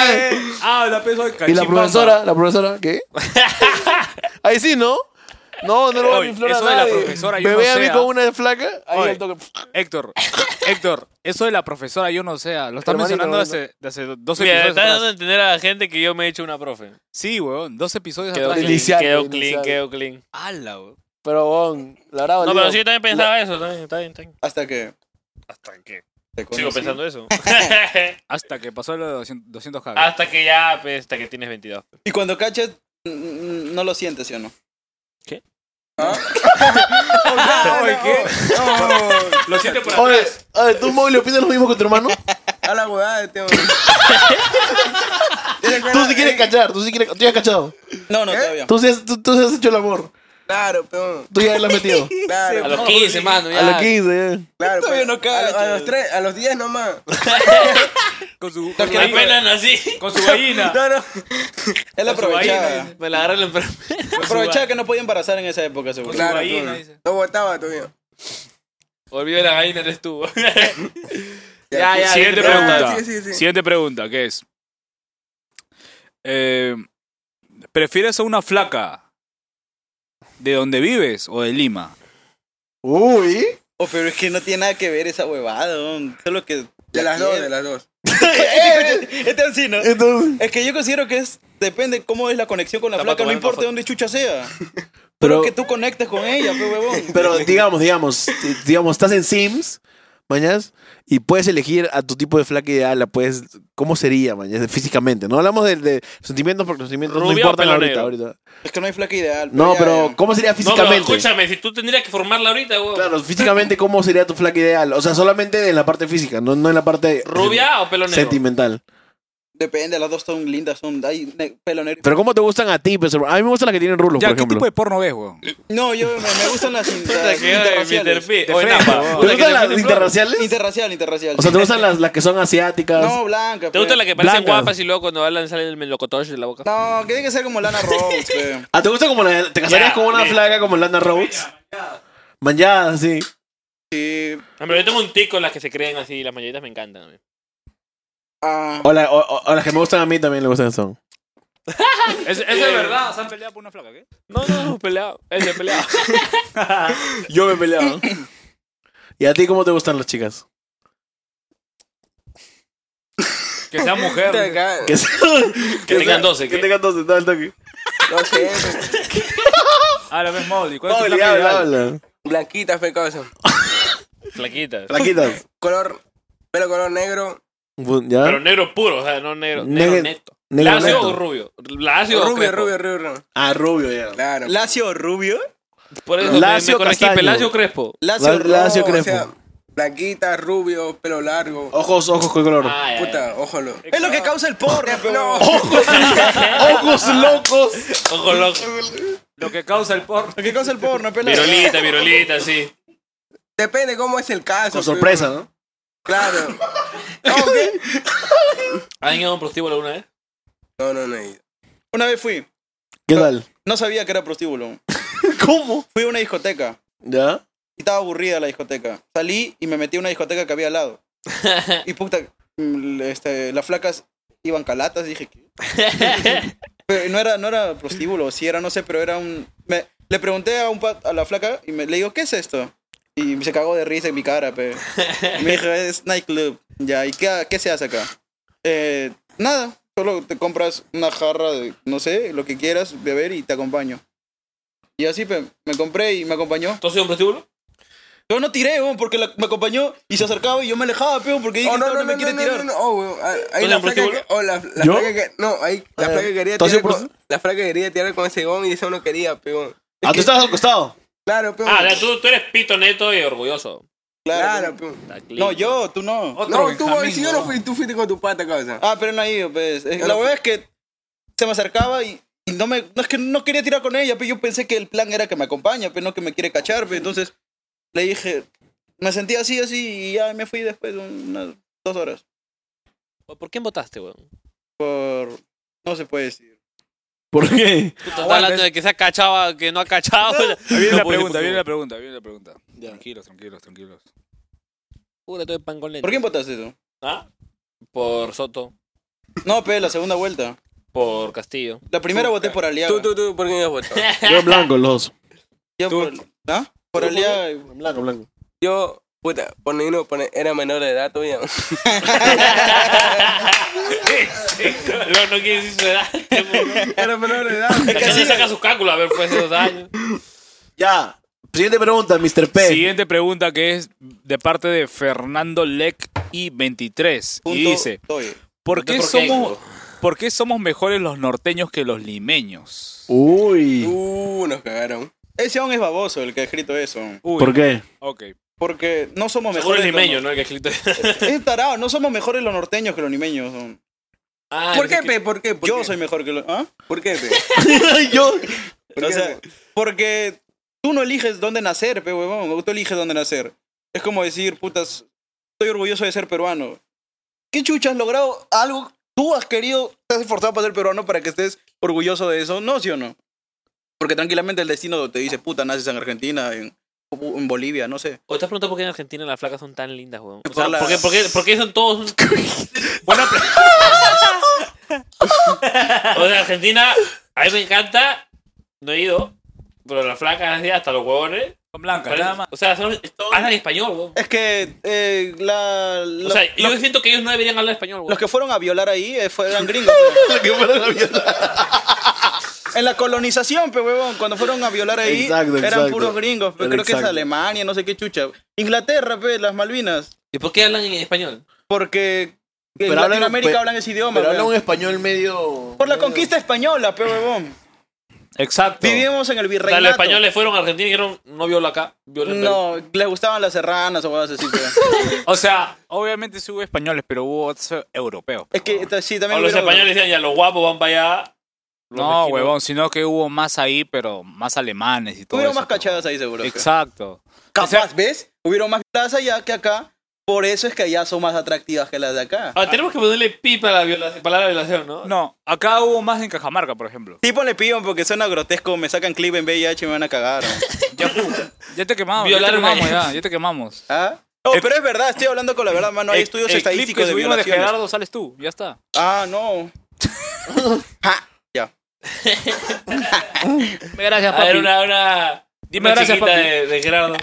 C: Eh.
B: Ah, la peso de
A: ¿Y la
B: cachimbamba.
A: profesora? ¿La profesora qué? Ahí sí, ¿no? No, no le voy a
B: Oye,
A: mi flor a
B: eso de la
A: nadie.
B: profesora yo
A: Me
B: no
A: ve a mí
B: sé,
A: con
B: ah.
A: una flaca, ahí
B: Oye,
A: al toque.
B: Héctor, Héctor, eso de la profesora yo no sé, ah, lo estás
A: Hermanito,
B: mencionando
A: hermanito.
B: hace, de hace dos
D: Mira,
B: episodios
D: estás dando a
B: atrás.
D: entender a la gente que yo me he hecho una profe.
B: Sí, weón, dos episodios
D: Quedó
B: atrás.
D: clean, quedó clean, quedó clean.
B: Ala, weón.
A: Pero, bon, la verdad,
D: No,
A: boludo.
D: pero sí, yo también pensaba eso. También, está bien, está bien.
C: Hasta que
D: Hasta que.
C: te
D: Sigo
C: conocí.
D: pensando eso.
B: Hasta que pasó lo de 200, 200k.
D: hasta que ya, pues, hasta que tienes 22.
C: Y cuando cachas, mm, mm, no lo sientes, ¿sí o no?
D: ¿Qué?
C: ¿Ah?
B: Oye, ¿qué? Lo siento por
A: Oye, oye, ¿tú, Mowgli, opinas lo mismo que tu hermano?
E: A la huevada de este hombre.
A: Tú sí quieres cachar, tú sí quieres... Tú ya has cachado.
C: No, no, todavía.
A: Tú sí has, tú, tú sí has hecho el amor.
E: ¿Eh? Claro, peón.
A: Tú ya lo has metido.
E: Claro.
D: A los 15, mano, ya.
A: A los 15, ya.
E: Claro,
C: Todavía
E: pues,
C: no cacho.
E: a, a los tres, a los diez nomás.
B: Con su,
C: No,
B: con
C: que
B: su,
C: no
B: gallina,
D: Apenas así.
B: con su gallina.
E: No, no.
C: Él
B: Con su
C: aprovechaba.
B: vaina.
D: Me la agarré la enfermedad.
C: Aprovechaba que no podía embarazar en esa época, seguro.
E: Claro,
B: gallina,
E: peón.
B: dice.
E: No votaba todavía.
D: Volvió la gallina, eres tú.
E: Ya, ya,
B: Siguiente
E: ya,
B: pregunta.
E: sí, sí, sí.
B: Siguiente pregunta, ¿qué es? Eh, ¿Prefieres a una flaca de donde vives o de Lima?
A: Uy.
C: Oh, pero es que no tiene nada que ver esa huevada, don. solo que...
E: De las dos,
C: quiere.
E: de las dos.
C: Este así, ¿no?
A: Entonces...
C: Es que yo considero que es... Depende cómo es la conexión con la
D: Tapa
C: flaca, no
D: tomando
C: importa
D: foto.
C: de dónde chucha sea. Pero
A: Pero,
C: que tú conectes con ella,
F: pues,
C: pe huevón.
A: pero digamos, digamos, digamos, estás en Sims, mañas, y puedes elegir a tu tipo de flaca ideal, la puedes... ¿Cómo sería, mañas? Físicamente. No hablamos de, de sentimientos porque los sentimientos no
D: Rubia o
A: importan
D: pelo
A: ahorita,
D: negro.
A: ahorita.
C: Es que no hay flaca ideal. pues,
A: No,
C: ya,
A: pero
C: ya.
A: ¿cómo sería
D: No, pero
A: físicamente?
D: escúchame, si tú tendrías que formarla ahorita, weón.
A: Claro, físicamente, ¿cómo sería tu flaca ideal? O sea, solamente en la parte física, no, no en la parte
D: ¿Rubia o pelo negro?
A: sentimental.
C: Depende, las dos son lindas, son. Hay ne- pelo negro.
A: Pero ¿cómo te gustan a ti? pues, A mí me gustan las que tienen rulos,
B: Ya,
A: por
B: ¿qué
A: ejemplo.
B: tipo de porno ves, weón?
C: No, yo me, me gustan las, in- las
B: que era de
C: interraciales.
B: Mr. P, o de Napa.
A: ¿Te gustan las interraciales?
C: Interracial, interracial.
A: O sea, ¿te gustan las, las que son asiáticas?
C: No, blanca. pues.
D: ¿Te gustan las que parecen
A: Blancas.
D: guapas y luego cuando hablan sale el melocotosh de la boca?
C: No, que tiene que ser como Lana Rhodes, pues. pe.
A: Ah, ¿te gusta como la, te casarías
D: Ya,
A: con una
D: me-
A: flaca como Lana Rhodes? Manchada, sí.
D: Hombre, yo tengo un tic con las que se creen así, las mayoritas me encantan. güey.
C: Ah.
A: O, la- o- o- o las que me gustan a mí también le gustan son.
B: Es, es de verdad, se han peleado por una flaca, ¿qué?
D: No, no, no, peleado. Él se peleado.
A: Yo me he peleado. ¿Y a ti cómo te gustan las chicas?
B: Que sea mujer.
A: Que,
D: Que tengan 12,
A: Que
D: ¿qué?
A: tengan 12, todo el toque.
E: No sé.
B: Ah, la ves Molly. ¿Cuál es tu
E: Molly,
B: flaca
E: habla,
B: ideal?
A: habla.
E: Blanquitas, fe causa.
D: Flaquitas.
A: Flaquitas.
E: Color, pelo color negro.
A: Bu- ¿Ya?
D: Pero negro puro, o sea, no negro. Negro,
A: Neg-
D: neto.
A: negro
D: ¿Lacio
A: neto.
D: o rubio? ¿Lacio o
E: rubio,
D: crespo?
E: rubio, rubio, rubio.
A: Ah, rubio ya.
E: Claro.
C: ¿Lacio o rubio?
D: Por eso
A: Lacio
D: me, me corregí,
A: castaño.
D: ¿Lacio o crespo?
A: La- lacio
E: no,
A: crespo. Oh.
E: O sea, blanquita, rubio, pelo largo.
A: Ojos, ojos con color.
D: Ay, ay,
E: Puta, ójalo.
C: Es lo que causa el porro, pe.
E: No,
A: ojos locos.
D: Ojo loco.
B: Lo que causa el porno.
C: ¿Qué causa el porno, pe?
D: Virolita, virolita, sí.
E: depende cómo es el caso.
A: Con sorpresa, ¿no?
E: Claro.
D: ¿Han ido a un prostíbulo alguna vez?
E: No, no, no. he ido.
C: Una vez fui.
A: ¿Qué tal?
C: No sabía que era prostíbulo.
A: ¿Cómo?
C: Fui a una discoteca.
A: ¿Ya?
C: Y estaba aburrida la discoteca. Salí y me metí a una discoteca que había al lado. Y puta, mm, este, las flacas iban calatas. Dije, ¿qué? Pero no era, no era prostíbulo, sí era, no sé, pero era un... me- le pregunté a, un pa- a la flaca y me, le digo, ¿qué es esto? Y se cagó de risa en mi cara, pe. Y Me dijo, es nightclub. Ya, ¿y qué, qué se hace acá? Eh, nada, solo te compras una jarra de, no sé, lo que quieras beber y te acompaño. Y así, pe, me compré y me acompañó.
D: ¿Tú has ido a un prostíbulo?
C: Yo no tiré, weón, porque la- me acompañó y se acercaba y yo me alejaba, peón, porque dije,
E: Oh, no,
C: "Este
E: no,
C: hombre
E: no,
C: me quiere
E: no,
C: tirar.
E: no, no, oh, weón, ah, ahí
D: ¿Tú
E: la
D: eres
E: flaca que,
D: prostíbulo?
E: oh, la, la
A: ¿Yo?
E: flaca que, no, ahí la
A: Ah,
E: flaca
A: ya.
E: que quería
A: ¿Tú has
E: tirar
A: sido
E: con, la flaca que quería tirar con ese gón y eso no quería, peón.
A: Ah, tú estabas al costado.
E: Claro, peón.
D: Ah, ya, tú, tú eres pito neto y orgulloso.
E: Claro, peón.
D: Está clean.
C: No, yo, tú no.
E: No, tú, si yo no fui, tú fuiste con tu pata, causa.
C: Ah, pero no ha ido, pues. Es- La
E: no.
C: verdad es que se me acercaba y, y no me. No es que no quería tirar con ella, pero yo pensé que el plan era que me acompaña, pero no que me quiere cachar, pues. Entonces le dije. Me sentí así, así, y ya me fui después de unas dos horas.
D: ¿Por quién votaste, weón?
C: Por. No se puede decir.
A: ¿Por qué?
D: Tú estás hablando de que se ha cachado, que no ha cachado.
B: Ah, Ahí viene la
D: No puedo decir
B: pregunta,
D: por
B: viene la
D: favor.
B: pregunta, viene la pregunta. Tranquilos, tranquilos, tranquilos.
D: Pura, todo el pan con leche.
C: ¿Por quién votaste tú?
D: ¿Ah? Por Soto,
C: No, pues, la segunda vuelta.
D: por Castillo.
C: La primera voté por Aliaga.
E: Tú, tú, tú, ¿por qué no has votado?
A: Yo en blanco, los dos.
C: Yo
E: tú.
C: por. ¿Ah? Por Aliaga. y-
A: Blanco, blanco.
E: Yo, puta, por ninguno, por- era menor de edad todavía.
D: Luego no quiere decir su edad. weón.
E: Era menor de edad.
D: La gente saca sus cálculos a ver, fue hace dos años.
A: Ya. Siguiente pregunta, Mr.
E: Eh.
A: P.
B: Siguiente pregunta que es de parte de Fernando Lec y 23. Y
C: punto
B: dice,
C: doy.
B: ¿por qué
D: ¿Por qué?
B: somos... ¿Por qué somos mejores los norteños que los limeños?
A: Uy.
E: Uh, nos cagaron.
C: Ese aún es baboso el que ha escrito eso.
B: Uy,
A: ¿Por qué?
B: Ok.
C: Porque no somos
D: Seguro
C: mejores.
D: el limeño,
C: los-
D: ¿no? El que ha escrito.
C: Es tarado, no somos mejores los norteños que los limeños. son.
D: Ah,
E: ¿Por
D: el
E: qué,
D: que-
E: pe? ¿Por qué? ¿Por
C: Yo
E: qué?
C: soy mejor que los. ¿Ah?
E: ¿Por qué, pe?
A: Yo.
E: ¿Por
C: O
E: qué,
C: sea,
E: pe?
C: porque tú no eliges dónde nacer, pe huevón. Tú eliges dónde nacer. Es como decir, putas, estoy orgulloso de ser peruano. ¿Qué chucha has logrado algo? ¿Tú has querido, te has esforzado para ser peruano para que estés orgulloso de eso? ¿No, sí o no? Porque tranquilamente el destino te dice, puta, naces en Argentina, en, en Bolivia, no sé.
D: ¿O te has preguntado por qué en Argentina las flacas son tan lindas, weón? O
C: Por
D: sea,
C: la-
D: ¿por, qué, por, qué, ¿Por qué son todos un... Buena pre- O sea, Argentina, a mí me encanta, no he ido, pero las flacas así, hasta los huevones.
B: Con blanca,
D: parecen-
B: nada más.
D: O sea, son, hablan español, weón.
C: Es que eh, la,
D: O
C: la-
D: sea,
C: los,
D: yo siento que ellos no deberían hablar español, weón.
C: los que fueron a violar ahí eh, fueron gringos. pe. En la colonización, pe huevón, cuando fueron a violar ahí,
A: Exacto,
C: eran
A: exacto.
C: puros gringos. pe,
A: Era
C: creo que
A: exacto.
C: es Alemania, no sé qué chucha. Inglaterra, pe, las Malvinas.
D: ¿Y por qué hablan en español?
C: Porque en
A: Pero hablan-
C: Latinoamérica
A: pe-
C: hablan ese idioma.
A: Pero
C: pe.
A: habla un español medio.
C: Por la conquista española, pe huevón.
B: Exacto.
A: Vivimos en el
D: O sea,
A: virreinato.
D: los españoles fueron a Argentina y dijeron, no viola acá, viola en Perú".
A: No, les gustaban las serranas o cosas así. pero-
B: O sea, obviamente sí hubo españoles, pero hubo otros europeos.
A: Es que entonces, sí, también.
D: O los
A: hubieron-
D: españoles decían, ya los guapos van para allá. Ah, los
B: No,
D: mezquinos-
B: huevón, sino que hubo más ahí, pero más alemanes y todo
A: Hubieron
B: eso.
A: más cachadas ahí, seguro.
B: Exacto.
A: Capaz, ¿ves? Hubieron más cachadas allá que acá. Por eso es que allá son más atractivas que las de acá.
D: Ah, tenemos que ponerle pipa a la viola- palabra violación, ¿no?
B: No, acá hubo más en Cajamarca, por ejemplo.
A: Sí, ponle pibón porque suena grotesco. Me sacan clip en VIH y me van a cagar.
B: Ya te quemamos,
A: Violaron
B: ya te quemamos,
A: a-
B: ya, ya te quemamos.
A: ¿Ah? No, pero es verdad, estoy hablando con la verdad, mano. Hay
B: El-
A: estudios
B: el clip
A: estadísticos
B: que
A: de
B: subimos de
A: violaciones.
B: Gerardo sales tú, ya está.
A: Ah, no. Ja, ya.
B: Gracias,
D: A ver,
B: papi.
D: una, una.
B: Dime
D: una
B: gracias,
D: chiquita
B: papi.
D: De, de Gerardo.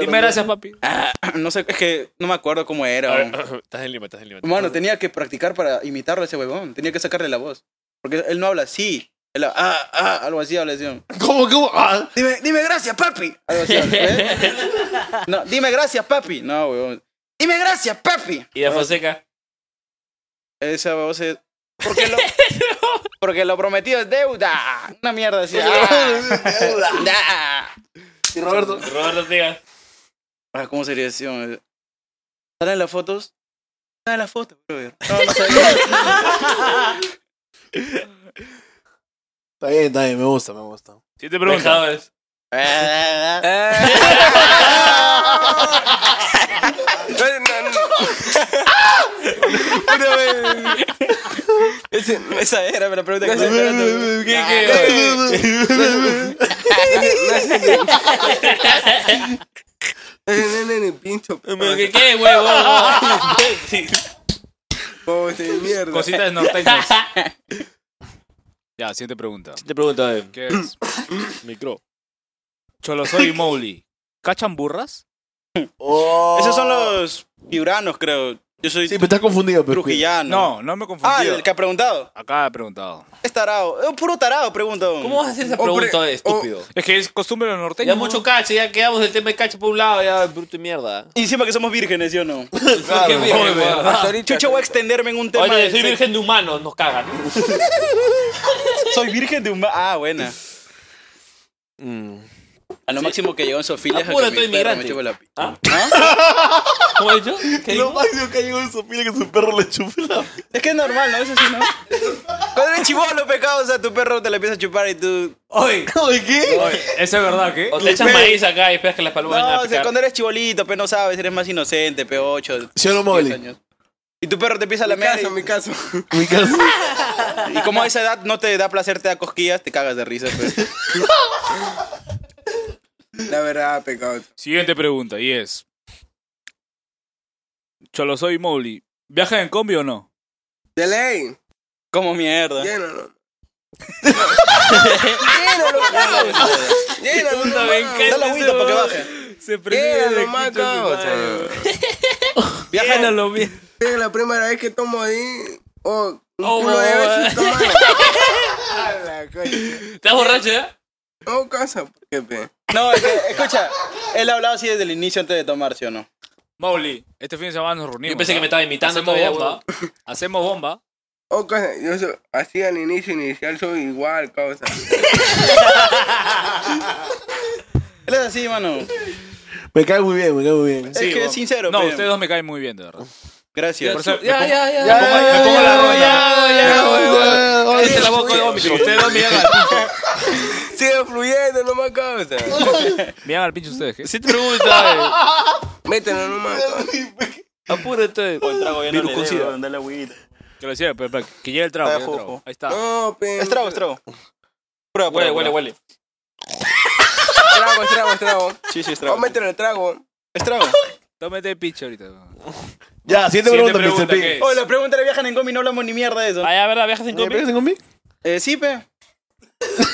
B: Dime gracias, papi.
A: Ah, no sé, es que no me acuerdo cómo
D: A
A: era.
D: ver,
A: man.
D: estás en Lima, estás en Lima.
A: Mano, tenía que practicar para imitarlo a ese huevón. Tenía que sacarle la voz. Porque él no habla así. Él habla, ah, ah, algo así habla así.
O: ¿Cómo, cómo? Ah.
A: Dime, dime gracias, papi. Algo así habla, ¿eh? No, dime gracias, papi. No, huevón. Dime gracias, papi.
D: Y de Fonseca.
A: Esa voz es... Porque lo, porque lo prometido es deuda. Una mierda así. Ah, deuda.
D: Y Roberto. Roberto Ortega.
A: Ah, ¿Cómo sería eso? ¿Salen las fotos? Salen las fotos, brother.
O: Está bien, está bien, me gusta, me gusta.
D: Siete
O: preguntas.
D: preguntas.
A: Eh. Ese- Esa era la pregunta que
P: No sé,
A: estaba esperando.
D: Ah,
C: Pincho.
D: ¿Qué, qué, huevo?
C: este, mierda.
B: Cositas norteñas. Ya, siguiente pregunta.
D: Te pregunto, eh.
B: ¿Qué es?
D: Micro.
B: Cholo soy Mowgli. ¿Cachan burras?
A: Esos son los piuranos, creo. Yo soy
O: Sí, pero estás confundido, pero.
A: trujillano.
B: No, no me confundí.
A: Ah, el que ha preguntado.
B: Acá he preguntado.
A: Es tarado. Es un puro tarado, pregunto.
D: ¿Cómo vas a hacer esa pregunta, estúpido?
B: Es que es costumbre de los norteños.
D: ya mucho cache, ya quedamos del tema de cache por un lado, ya bruto y mierda.
A: Y encima que somos vírgenes, ¿sí o no?
D: Qué virgen, huevón.
A: Chucho, voy a extenderme en un tema.
D: Oye,
A: del
D: soy
A: sexo.
D: virgen de humanos, nos cagan.
A: Soy virgen de un... ma- Ah, buena. A lo máximo que llegó en Sofía es a
D: Mm. Apúrate,
A: que mi perro me
D: inmigrante.
A: chupa la pi-
D: ¿Cómo he dicho? ¿Qué
O: Lo
D: dijo?
O: máximo que llegó en Sofía es que su perro le chupó la.
A: Es que es normal, ¿no? Eso sí, ¿no? Cuando eres chivolo, pecados, o sea, tu perro te la empieza a chupar y tú...
D: Oye,
O: ¿De qué?
B: Eso es verdad, ¿qué?
D: o te echas maíz acá y esperas que las palomas
A: No,
D: vengan a
A: o sea,
D: picar.
A: cuando eres chibolito, pero no sabes, eres más inocente, pe 8.
O: ¿Sí o no, Mowgli?
A: Y tu perro te empieza a lamer.
C: caso, mi caso.
O: Mi caso.
A: Y como a esa edad no te da placer, te da cosquillas, te cagas de risa. pe.
C: La verdad, pecado.
B: Siguiente pregunta, y es. Cholo soy Mowgli. ¿Viaja en combi o no?
C: De ley.
A: Como mierda.
C: Llénalo.
D: Llénalo,
C: Llénalo.
D: Puta, me
C: nomás.
D: encanta
A: Dale agüita
D: ese
A: para que
D: huevón.
A: baje.
B: Se
C: Llénalo, más, cabrón.
A: Viaja en-
D: Llénalo, mierda.
C: Es la primera vez que tomo ahí. Oh, un
D: Oh,
C: culo de
D: mamá.
C: veces tomado. A la coña.
D: ¿Estás borracho ya?
C: No, casa, ¿por qué, pe?
A: No, es que, escucha, él ha hablado así desde el inicio antes de tomar, ¿sí o no?
B: Mowgli, este fin de semana nos reunimos.
D: Yo pensé
B: ¿ah?
D: que me estaba imitando
B: Hacemos
D: todavía,
B: bomba. Hacemos bomba.
C: Oh, cosa, yo soy- así al inicio inicial soy igual, causa.
A: Él es así, mano.
O: Me cae muy bien, me cae muy bien.
A: es que
B: bomba.
A: es sincero,
B: No,
A: pe.
B: ustedes dos me caen muy bien, de verdad.
A: Gracias.
B: Por eso me
D: Ya,
B: pongo-
D: ya, ya.
B: me pongo- me pongo la ropa.
D: Cállate la boca de vómito.
B: Ustedes dos me llegan al pincho.
C: Sigue fluyendo nomás, causa.
B: Me llegan al pincho ustedes. ¿qué?
D: Si te preguntas,
C: Mételo nomás, causa.
D: apúrate.
A: Viruconcida.
B: Que lo decía, pero, pero, que llegue el trago. que llegue el trago. Ahí está.
C: No, pe.
A: Es trago, es trago. Prueba,
D: Huele,
A: prueba, prueba.
D: huele, huele.
C: Trago, es trago, es trago.
A: Sí, sí, es
C: Vamos
A: trago.
C: a meterle el trago.
A: Es trago.
B: Tómate el pincho ahorita.
O: Ya, siguiente, pregunta,
B: Siguiente pregunta,
O: Mr.
B: ¿qué
O: Pig.
B: es?
A: Oye, la pregunta era viajan en combi, no hablamos ni mierda de eso.
D: Allá, Ah, ¿verdad? ¿Viajas en
O: ¿Me
D: combi?
O: pegas en combi?
A: Eh, sí, pe.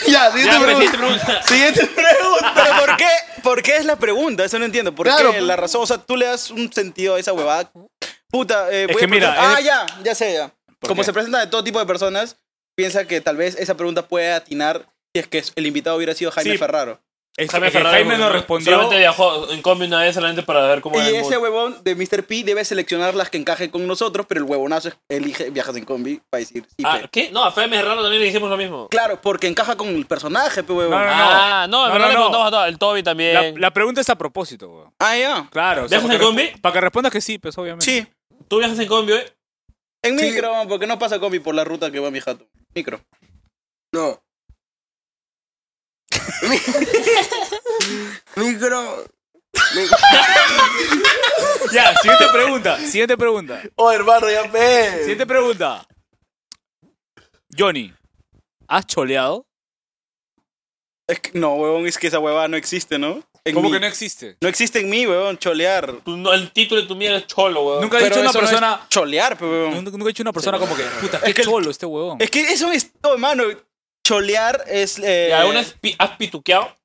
O: Ya,
D: Ya,
O: siguiente
D: pero sí
O: pregunta.
D: te preguntas.
O: Siguiente pregunta.
A: Pero ¿por qué? ¿Por qué es la pregunta? Eso no entiendo. ¿Por
O: Claro,
A: qué
O: pues.
A: la razón? O sea, tú le das un sentido a esa huevada. Puta, eh,
B: Es
A: voy
B: que
A: a preguntar-
B: mira,
A: Ah,
B: es-
A: ya, ya sé, ya.
B: ¿Por
A: Como
B: qué?
A: se presenta de todo tipo de personas, piensa que tal vez esa pregunta puede atinar si es que el invitado hubiera sido Jaime
B: Sí.
A: Ferraro.
B: Es que Jaime nos respondió.
D: Solamente viajó en combi una vez solamente para ver cómo era
A: Y
D: el
A: ese
D: mundo.
A: huevón de Mr. P debe seleccionar las que encajen con nosotros, pero el huevonazo es- elige viajas en combi para decir sí,
D: Ah,
A: pe.
D: ¿Qué? No, a Femme Herrano también le dijimos lo mismo.
A: Claro, porque encaja con el personaje, pe huevón.
D: No, no, no. Ah, no, en verdad le preguntamos
B: el Toby también. La, la pregunta es a propósito, weón.
A: Ah, ya.
B: Claro.
D: ¿Viajas en combi?
B: Para que respondas que sí, pues obviamente.
A: Sí.
D: ¿Tú viajas en combi, eh?
A: En micro, porque no pasa combi por la ruta que va mi jato. Micro.
C: No. Micro.
B: Ya, siguiente pregunta. Siguiente pregunta.
Q: Oh, hermano, ya ve.
B: Siguiente pregunta. Johnny, ¿has choleado?
A: Es que, no, huevón, es que esa huevada no existe, ¿no? En
B: ¿Cómo
A: mí.
B: que no existe?
A: No existe en mí, huevón, cholear.
D: el título de tu mierda es cholo, huevón.
B: Nunca he dicho una persona.
D: Ah.
A: cholear, pe, huevón.
B: Nunca nunca he dicho una persona como que. Puta, qué
A: Es que el-
B: cholo este huevón.
A: Es que eso es todo, hermano. Cholear es. Eh,
D: ¿Y alguna vez pi- has pituqueado?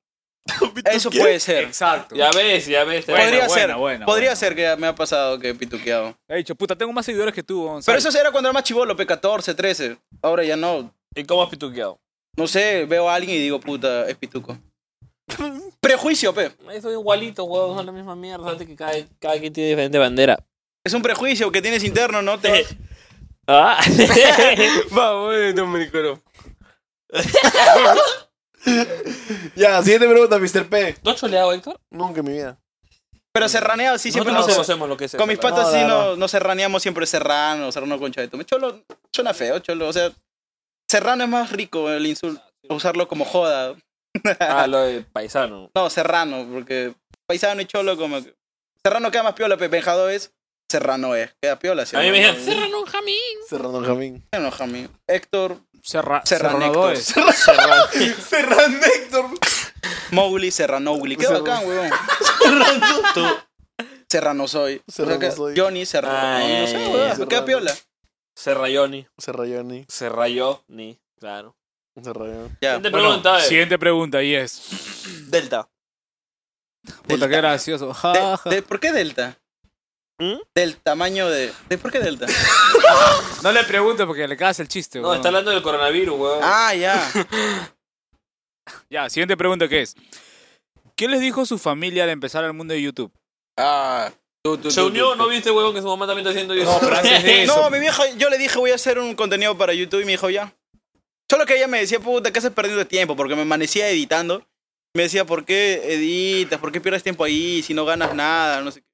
A: Eso puede ser.
B: Exacto.
D: Ya ves, ya ves.
A: podría ser, podría
B: buena.
A: ser que me ha pasado que he pituqueado.
B: He dicho, puta, tengo más seguidores que tú, weón.
A: Pero eso era cuando era más chivolo, P14, 13. Ahora ya no.
D: ¿Y cómo has pituqueado?
A: No sé, veo a alguien y digo, puta, es pituco. Prejuicio, pe.
D: Eso es igualito, huevón. Son la misma mierda. Fíjate que cada, cada quien tiene diferente bandera.
A: Es un prejuicio que tienes interno, ¿no? Te
D: Eh,
A: vas-
D: Ah.
C: Vamos, eh, Dominico. no.
Q: Ya, siguiente pregunta, Mr. P.
D: ¿Tú has choleado, Héctor?
Q: Nunca en mi vida.
A: Pero serraneado sí siempre
D: Nosotros no
A: nos-
D: conocemos lo que es
A: Con
D: eso,
A: mis
D: la
A: patas
D: verdad.
A: sí
D: No, no,
A: no, no serraneamos siempre serrano, serrano concha de tu. Cholo, suena feo, cholo. O sea, serrano es más rico el insulto. Usarlo como joda.
D: Ah, lo de paisano.
A: No, serrano, porque paisano y cholo como... que- Serrano queda más piola, pe. Benjado es serrano es. Queda piola. ¿sí?
D: A mí me dijeron,
Q: "Serrano
D: Jamín.
Q: Serrano Jamín.
A: Serrano Jamín. Héctor.
B: Serra
A: Serrano Héctor.
Q: Serrano Serrano Héctor.
A: Mowgli, Serranougli. Qué
Q: Serrano.
A: bacán, huevón.
Q: Serrano.
A: Tú. Serrano soy.
Q: Serrano
A: O sea que
Q: soy.
A: Johnny Serrano.
D: Ay,
A: no sé,
D: ay,
A: huevón,
D: ay.
A: Queda piola.
D: Serrayoni.
Q: Serrayoni.
D: Serrayoni, claro.
Q: Serrayoni.
A: Ya.
D: Siguiente
B: Bueno,
D: pregunta, eh.
B: siguiente pregunta y es.
A: Delta.
B: Puta, qué gracioso. Ja,
A: De-
B: ja.
A: de- ¿Por qué Delta? Del tamaño de... de- ¿Por qué Delta?
B: No le preguntes porque le cagas el chiste,
D: No,
B: weón.
D: está hablando del coronavirus, weón.
A: Ah, ya.
B: Ya, siguiente pregunta que es. ¿Qué les dijo su familia al empezar el mundo de YouTube?
C: Ah,
D: Se unió, ¿no viste, huevón, que su mamá también está haciendo eso?
B: No, pero antes de eso.
A: No, mi vieja, yo le dije voy a hacer un contenido para YouTube y me dijo ya. Solo que ella me decía, puta, ¿qué haces perdiendo el tiempo? Porque me amanecía editando. Me decía, ¿por qué editas? ¿Por qué pierdes tiempo ahí si no ganas nada? No sé qué.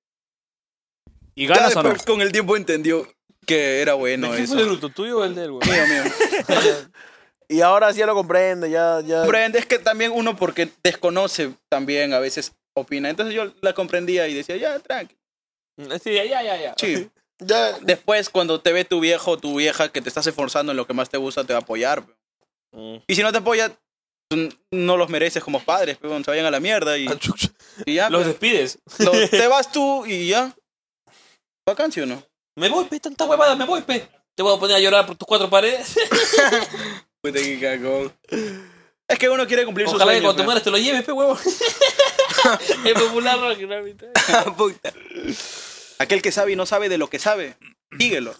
B: ¿Y
A: Ya
B: ganas o no?
A: después, Con el tiempo entendió que era bueno
D: ¿Qué
A: eso.
D: fue el luto tuyo o el de él, weón?
A: Mío, mío.
Q: Y ahora sí ya lo comprende, ya, ya.
A: Comprende, es que también uno porque desconoce también a veces opina. Entonces yo la comprendía y decía, ya, tranqui.
D: Sí, ya, ya, ya, ya.
A: Sí.
Q: Ya.
A: Después cuando te ve tu viejo o tu vieja que te estás esforzando en lo que más te gusta, te va a apoyar. pe.
B: Mm.
A: Y si no te apoya, tú no los mereces como padres, pe, bueno, se vayan a la mierda
B: Ah,
A: y, y ya.
D: Los
A: pe.
D: despides.
A: Lo- te vas tú y ya. ¿Bacán, sí o no?
D: Me voy, pe, tanta huevada, me voy, pe. Te voy a poner a llorar por tus cuatro paredes.
A: Puta, qué cagón. Es que uno quiere cumplir
D: Ojalá que
A: sus sueños.
D: cuando te mueras te lo lleves, pe, huevón. es popular rock, ¿no?
A: pe. Puta. Aquel que sabe y no sabe de lo que sabe, síguelo.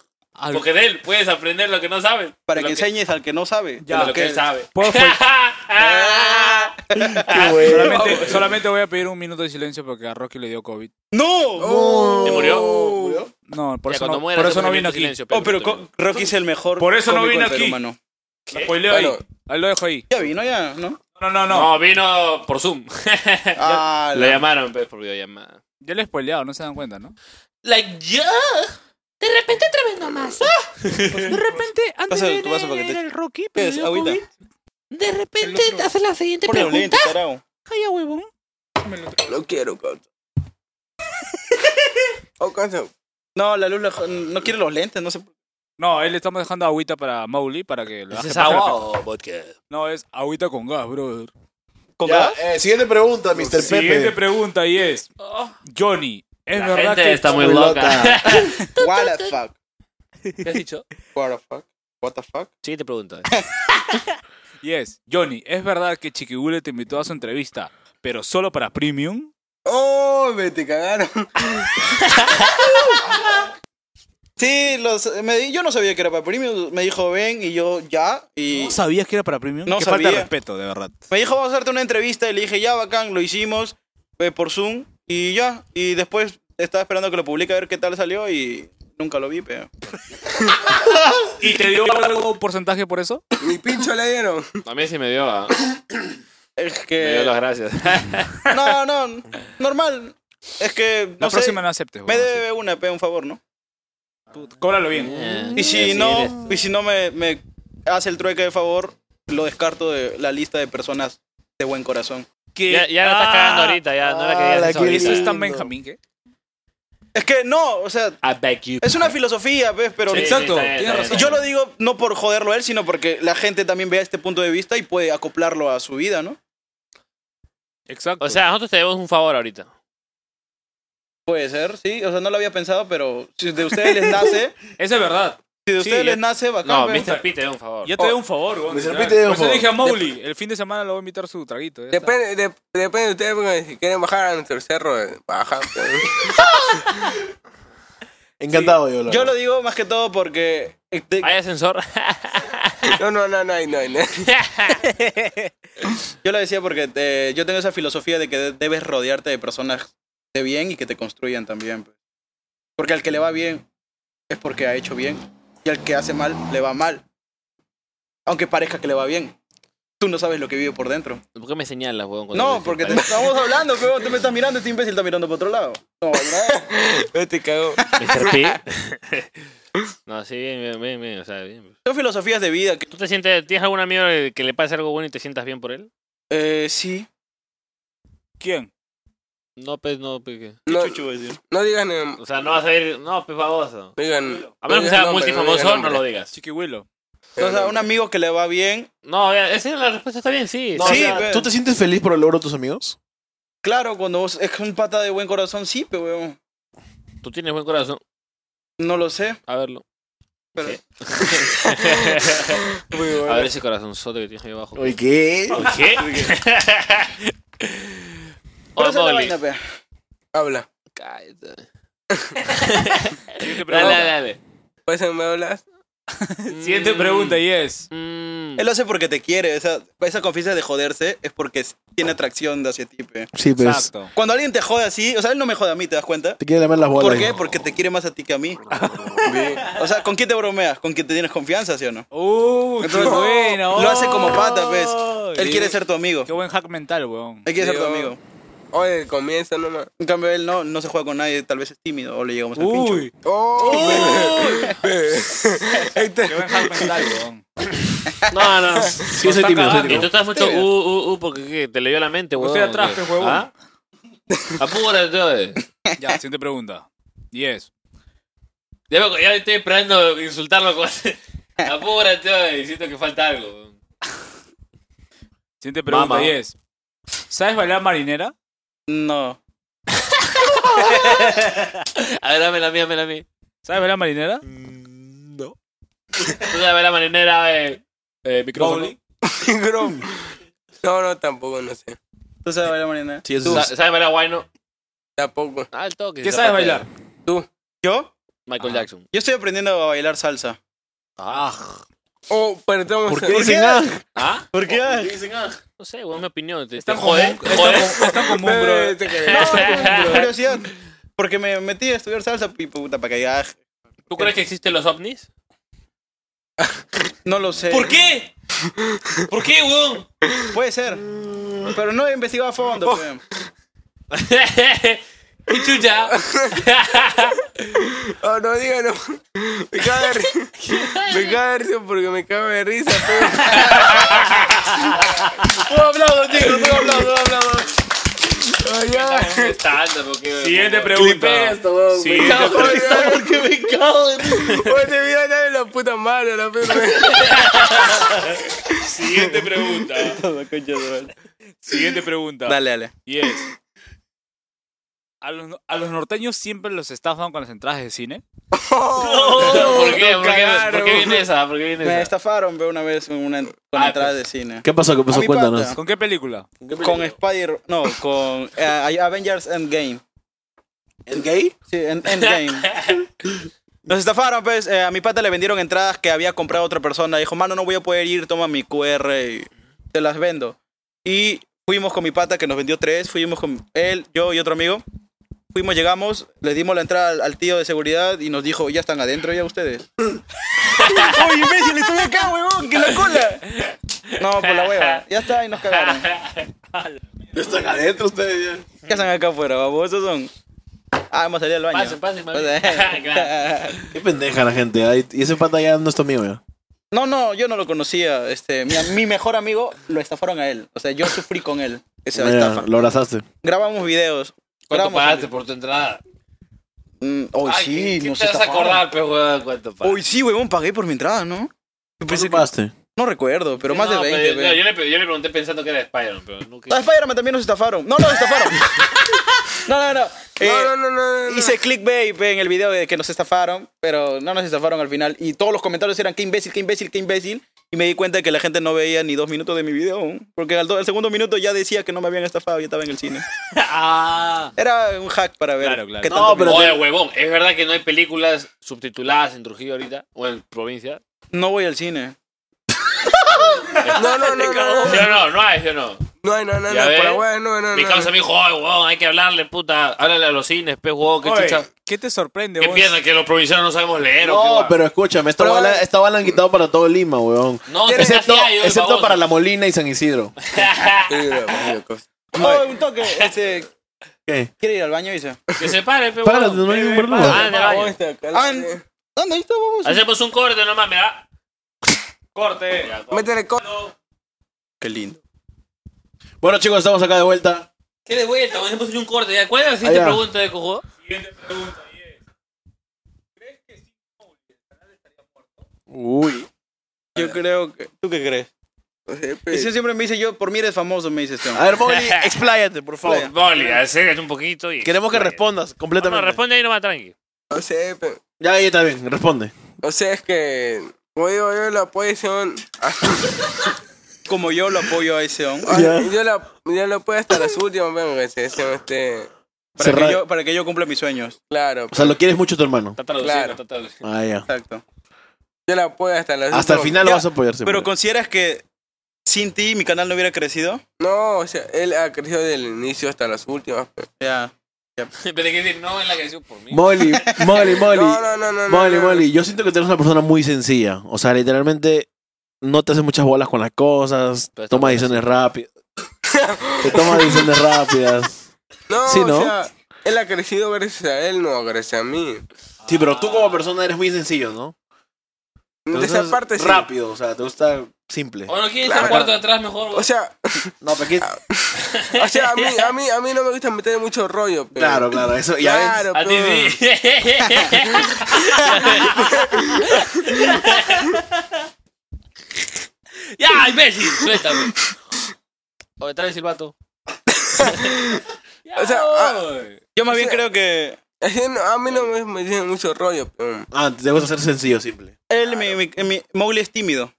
D: Porque de él puedes aprender lo que no sabes.
A: Para
D: Lo
A: que enseñes al que no sabe. de
D: Ya, lo que él sabe.
B: ¿Puedo spoil- solamente,
D: Vamos.
B: solamente voy a pedir un minuto de silencio porque a Rocky le dio COVID.
A: ¡No!
B: Oh.
D: ¿Te murió?
B: No, por
D: Ya,
B: eso
D: cuando
B: no,
D: mueras,
B: por eso
D: hacemos
B: no vino
D: un minuto de
B: aquí.
D: silencio, pe,
A: Oh, pero
D: minuto de
A: co- Rocky es el mejor.
B: Por eso no
A: cómico
B: vino
A: del
B: aquí.
A: ser humano.
B: La spoileo ahí.
C: Bueno.
B: Ahí lo dejo ahí.
A: Ya vino ya, ¿no?
B: No, no, no.
D: No, vino por Zoom.
A: Ah,
D: Lo llamaron, pues, por videollamada.
B: Yo le he spoileado, no se dan cuenta, ¿no?
D: Like, ya. De repente tremendo más.
B: De repente, antes
A: Pásale de tu vaso ir- para que ir te-
B: el Rocky,
A: ¿Qué es? ¿Agüita?
D: De repente haces la siguiente
A: Ponle los lentes, tarao.
B: Calla, huevón.
C: Lo quiero, Causa. Oh, Causa.
A: No, la luz la- no quiere los lentes, no sé. por-
B: No, ahí le estamos dejando agüita para Mowgli para que le baje
D: ¿Es
B: el
D: agua
B: perfil.
D: o vodka?
B: No, es agüita con gas, brother.
A: ¿Con
Q: Ya,
A: gas?
Q: eh, siguiente pregunta, Mr.
B: Siguiente
Q: Pepe.
B: pregunta y es: Johnny, ¿es
D: La
B: verdad
D: gente
B: que
D: está muy loca.
A: What the fuck?
D: ¿Qué has dicho?
A: What the fuck? What the fuck?
D: Siguiente pregunta.
B: Yes, Johnny, ¿es verdad que Chiquibule te invitó a su entrevista, pero solo para premium?
C: Oh, me te cagaron.
A: Sí, los, me di- yo no sabía que era para premium. Me dijo, ven, y yo, ya. Y
G: ¿Sabías que era para premium?
A: No
G: Qué
A: sabía.
G: falta de respeto, de verdad.
A: me dijo, vamos a hacerte una entrevista. Y le dije, ya, bacán, lo hicimos eh, por Zoom. Y ya. Y después estaba esperando que lo publique a ver qué tal salió y nunca lo vi, pero.
B: ¿Y te dio algún porcentaje por eso?
C: Ni pincho le dieron.
D: A mí sí me dio. ah.
A: Es
D: Me dio
A: que.
D: las gracias.
A: No, no, normal. Es que.
B: La
A: no sé,
B: próxima no aceptes,
A: Me
B: weón.
A: debe una, pe, un favor, ¿no?
B: Cóbralo bien.
A: Y si no, y si no me, me hace el trueque de favor, lo descarto de la lista de personas de buen corazón.
D: Ya, ya la estás cagando ahorita, ya no la
A: Ah,
D: querías eso ahorita.
B: ah, Eso es tan Benjamín que.
A: Es que no, o sea, es una filosofía, ¿ves? Pero
D: Sí, sí, Exacto, está bien, tienes está bien, razón.
A: Yo lo digo no por joderlo a él, sino porque la gente también vea este punto de vista y puede acoplarlo a su vida, ¿no?
D: Exacto. O sea, nosotros te debemos un favor ahorita.
A: Puede ser, sí. O sea, no lo había pensado, pero si de ustedes les nace,
B: Eso es verdad.
A: si de
B: Sí,
A: ustedes
B: yo-
A: les nace, bacán.
D: No,
A: pe.
D: Mr. P te debe un favor.
B: Yo te doy un favor, weón.
A: Mr.
B: Ya.
A: P Oh, te debe un
B: Por eso
A: favor.
B: dije a Mowgli, el fin de semana lo voy a invitar su traguito. ya está.
C: Depende, de- depende de ustedes, porque si quieren bajar a nuestro cerro, eh, bajan. pues.
G: Encantado yo.
A: Yo lo digo más que todo porque. eh,
D: ¿Hay ascensor?
C: No, no, no, no, hay, no, hay, no. hay.
A: Yo lo decía porque eh, yo tengo esa filosofía de que de- debes rodearte de personas de bien y que te construyan también. pues. Porque al que le va bien es porque ha hecho bien. Y al que hace mal, le va mal. Aunque parezca que le va bien. Tú no sabes lo que vive por dentro.
D: ¿Por qué me señalas, weón? cuando
A: No,
D: dices
A: porque te
D: país?
A: estamos hablando, pero tú me estás mirando, este imbécil está mirando por otro lado. No, ¿verdad?
C: te cago.
D: Mr. P. no, sí, bien, bien, bien, bien, o sea, bien.
A: Son filosofías de vida. Que...
D: ¿Tú te sientes, tienes algún amigo que que le pase algo bueno y te sientas bien por él?
A: Eh, sí.
B: ¿Quién?
D: No, pues, no, pues, ¿qué?
C: No,
A: Chuchu, voy a decir.
C: no digan. eh,
D: O sea, no vas a ir, no, pues, baboso.
C: No digan.
D: A menos que
C: no digan
D: sea
C: nombre,
D: multifamoso,
C: digan
D: no
C: nombre.
D: lo digas.
B: Chiquihuilo.
A: O sea, un amigo que le va bien.
D: No, ya, esa es la respuesta está bien, sí.
A: No,
D: sí,
A: o sea,
D: pero-
A: tú-
G: ¿Tú te sientes feliz por el logro de tus amigos?
A: Claro, cuando vos es un pata de buen corazón, sí, pero weón,
D: tú tienes buen corazón.
A: no lo sé.
D: A verlo.
A: Pero...
D: A ver ese corazonzote que tienes ahí abajo.
G: Oye, ¿qué?
D: Oye, ¿Qué?
A: Pero esa
D: Oye,
A: es la
D: Molly.
A: vaina, pe.
C: Habla.
D: Cállate.
B: Siguiente
D: Dale,
B: pregunta.
D: dale, dale.
C: Pues me hablas.
B: Siguiente pregunta y es.
D: Mm.
A: Él lo hace porque te quiere. Esa, esa confianza de joderse es porque tiene atracción de hacia ti. pe.
G: Sí, pero es-
B: Exacto.
A: Cuando alguien te jode así, o sea, él no me jode a mí, ¿te das cuenta?
G: te quiere lamer las bolas.
A: ¿Por qué? Porque te quiere más a ti que a mí. O sea, ¿con quién te bromeas? ¿Con quién te tienes confianza, sí o no?
B: Uh, qué
A: Entonces,
B: bueno. Oh,
A: Lo hace como pata, ¿ves? Él
B: Sí.
A: quiere ser tu amigo.
B: Qué buen hack mental, weón.
A: Él quiere ser tu
C: Digo-
A: amigo.
C: Oye, comienza nomás.
A: En cambio, él no, no se juega con nadie, tal vez es tímido o le llegamos al pincho.
B: Uy,
C: Oh,
D: Oh.
B: qué buen hack mental, weón.
D: No, no.
G: Sí, soy tímido, soy
D: Y
G: tímido.
D: tú estás mucho uh, uh, uh, porque ¿qué? te leyó la mente, huevón.
B: Usted atrás, pues, huevón.
D: ¿Ah? Apúrate, oye.
B: Ya, siguiente pregunta. Y es.
D: Ya, me- ya estoy esperando insultarlo con... Apúrate, oye. Siento que falta algo. huevón.
B: Siguiente pregunta
D: Mamá.
B: y es. ¿Sabes bailar marinera?
A: No.
D: A ver, dame la mía, dame la mía.
B: ¿Sabes bailar marinera?
D: No. Tú sabes la marinera, eh. eh micrófono.
B: Bowling.
C: Grom. No, no, tampoco, no sé.
A: ¿Tú sabes bailar, Marina?
G: Sí, eso
D: Sa-
G: es-
D: ¿Sabes bailar guayno?
C: Tampoco.
D: Ah, el toque.
B: ¿Qué
D: zapate.
B: sabes bailar? Ah.
A: ¿Yo?
D: Michael Jackson.
A: Yo estoy aprendiendo a bailar salsa.
D: Ah.
C: Oh, pero estamos.
G: ¿Por qué dicen ah?
D: ¿Ah?
A: ¿Por qué?
D: No sé, huevón, mi opinión. Te,
B: Está
D: te
B: común,
D: jode.
B: está
D: jode.
B: común, está común,
A: Eh,
B: bro.
A: Curiosidad. Porque me metí a estudiar salsa y puta, para que "Ah, ya-
D: ¿Tú crees que existen los ovnis?
A: No lo sé.
D: ¿Por qué? ¿Por qué, huevón?
A: Puede ser. Pero no he investigado a fondo. pues. pe.
D: ¡Qué chucha!
C: Oh, no, díganlo. Me cago de risa. Me cago de risa porque me cago de risa. pero-
A: Un aplauso, chicos. Un aplauso, un aplauso.
C: Ay, ya.
D: Está alto, porque.
B: Siguiente pregunta. Siguiente pregunta.
C: Oye, te voy a dar la puta madre, la perra.
B: Siguiente pregunta. Siguiente pregunta.
A: Dale, dale.
B: Y es. ¿A los, a los norteños siempre los estafan con las entradas de cine?
D: ¿Por qué?
C: No
D: ¿Por qué?
C: cagaron.
D: ¿Por qué viene esa? ¿Por qué viene
A: Me
D: esa?
A: estafaron pe, una vez en una en- con
D: Ah,
A: entrada de cine.
G: ¿Qué pasó? ¿Qué
A: A
G: pasó?
A: mi
G: Cuéntanos.
A: pata.
B: ¿Con qué película?
A: Con Spider. No, con eh, Avengers Endgame.
G: ¿El gay?
A: Sí, en- Endgame. Nos estafaron, pues. eh, a mi pata le vendieron entradas que había comprado otra persona. Dijo, mano, no voy a poder ir, toma mi QR y te las vendo. Y fuimos con mi pata que nos vendió tres. Fuimos con él, yo y otro amigo. Fuimos, llegamos, le dimos la entrada al, al tío de seguridad y nos dijo, ya están adentro ya ustedes. ¡Oye, imbécil, estoy acá, huevón! ¡Que la cola! No, por la hueva. Ya está, y nos cagaron. Ya están adentro ustedes ya. están acá afuera, vamos, esos son. Ah, hemos salido al baño.
D: Pasen, pasen, mami.
A: Pues, eh,
D: eh.
A: Claro.
H: Qué pendeja la gente. ay, Y ese pata ya no es tu amigo, ya.
A: No, no, yo no lo conocía. Este, mi, mi mejor amigo lo estafaron a él. O sea, yo sufrí con él. Esa
H: Mira,
A: estafa.
H: Lo abrazaste.
A: Grabamos videos.
D: ¿Cuánto
A: grabamos
D: pagaste por tu entrada?
A: Mm, hoy
D: Ay,
A: sí,
D: ¿qué
A: nos
D: te vas a
A: estafaron.
D: acordar, pe, huevón, cuánto pagaste?
A: Hoy sí, huevón, pagué por mi entrada, ¿no? Yo pensé que- No recuerdo, pero más de
D: No,
A: 20.
D: pero yo,
A: pe.
D: no, yo le, pre- yo le pregunté pensando que era de Spider-Man, pero nunca.
A: A Ah, Spider-Man también nos estafaron. No, nos estafaron. no, no, no. no, no, no, Hice clickbait pe, en el video de que nos estafaron, pero no nos estafaron al final. Y todos los comentarios eran qué imbécil, qué imbécil, qué imbécil. Y me di cuenta de que la gente no veía ni dos minutos de mi video. aún, Porque al, do- al segundo minuto ya decía que no me habían estafado, ya estaba en el cine. Era un hack para ver. Claro, claro.
D: No, Ah, pero Oye, huevón, ¿es verdad que no hay películas subtituladas en Trujillo ahorita? ¿O en provincia?
A: No voy al cine.
D: no, no, no, no. ¿Sí o no? No hay, ¿sí o no?
C: No, no, no, no,
D: ¿Ya
C: por la
D: ves?
C: hueva, no, no,
D: Mi
C: no.
D: causa me dijo, ay, huevón, hay que hablarle, puta. Háblale a los cines, pe, huevón, qué
B: Oye,
D: chucha.
B: ¿Qué te sorprende,
D: ¿Qué
B: vos?
D: piensan? ¿Que los provincianos no sabemos leer o qué,
H: No,
D: huevón?
H: pero escúchame, esta
D: Pero-
H: bala, esta bala han quitado para todo Lima, weón.
D: No, se
H: excepto
D: hacía yo, el
H: excepto
D: baboso.
H: para La Molina y San Isidro.
A: Oh, un toque. Este,
H: ¿Qué?
A: ¿Quiere ir al baño, dice?
D: Que se pare, pe,
H: Párate,
D: huevón.
H: no hay ningún
D: Pe,
H: problema.
D: Ah, en el baño.
A: Ah, ¿en- ¿Dónde está, vamos?
D: Hacemos un corte nomás, me da. Corte.
C: Métele co...
H: Qué lindo. Bueno, chicos, estamos acá de vuelta.
D: ¿Qué de vuelta? Vamos a hacer un corte. ¿ya? ¿Cuál es la
H: Ah,
D: siguiente
H: ya.
D: pregunta de cojo? Siguiente pregunta.
H: Uy.
A: Yo creo que. ¿Tú qué crees? Y si siempre me dice, yo por mí eres famoso, me dices.
H: A ver, Mowgli, este expláyate, por favor.
D: Boli, acércate un poquito y.
H: Queremos que respondas
D: No,
H: completamente.
D: responde ahí nomás, tranqui.
C: No sé, pe-
H: Ya, ahí está bien, responde.
C: o sea, es que... Como digo, yo la apoyo a ese hombre.
A: Como yo lo apoyo a ese hombre.
C: Yo la, yo la apoyo hasta las últimas, venga, que se- ese hombre esté...
A: Para
H: Cerrado.
A: que, yo, para que yo cumpla mis sueños.
C: Claro,
H: O sea, lo quieres mucho a tu hermano.
A: claro.
H: Ah, ya.
A: Exacto.
C: Yo la apoyo hasta las
H: Hasta el
C: últimas-
H: final lo
C: Ya,
H: vas a apoyar siempre.
A: Pero ¿consideras que sin ti mi canal no hubiera crecido?
C: No, o sea, él ha crecido desde el inicio hasta las últimas. pues. pe.
A: Ya.
D: Pero hay que decir, no en la canción por mí.
H: Molly, Molly, Molly.
C: No, no, no, no, no,
H: Molly,
C: no.
H: Molly. Yo siento que tú eres una persona muy sencilla. O sea, literalmente no te haces muchas bolas con las cosas.
D: Pero está
H: Toma
D: buena
H: decisiones rápidas. te toma decisiones rápidas.
C: No,
H: Sí, ¿no?
C: o sea, él ha crecido gracias a él, no gracias a mí.
H: Sí, pero tú como persona eres muy sencillo, ¿no?
C: De
H: Entonces,
C: esa parte sí.
H: Rápido, o sea, te gusta simple.
D: O no quieres
C: Claro.
D: el cuarto de atrás mejor.
C: O sea,
H: No, pero aquí...
A: Ah,
C: o sea, a mí, a mí, a mí no me gusta meter mucho rollo, pero...
H: Claro, claro, eso ya ves.
C: Claro,
D: A ti
C: pe.
D: sí.
C: pues.
D: ya, imbécil, suéltame. O detrás del silbato.
C: O sea, a-
A: Yo más bien
C: sea-
A: creo que
C: así no- a mí no me me tiene mucho rollo, pero...
H: Ah, te gusta ser sencillo, simple.
A: él, mi, mi- mi- Mowgli es tímido.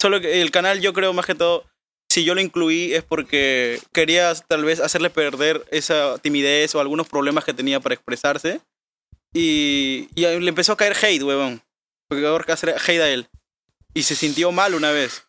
A: Solo que el canal yo creo más que todo, si yo lo incluí es porque quería tal vez hacerle perder esa timidez o algunos problemas que tenía para expresarse. Y, y ahí le empezó a caer hate, huevón. Porque ahora que hacer hate a él. Y se sintió mal una vez.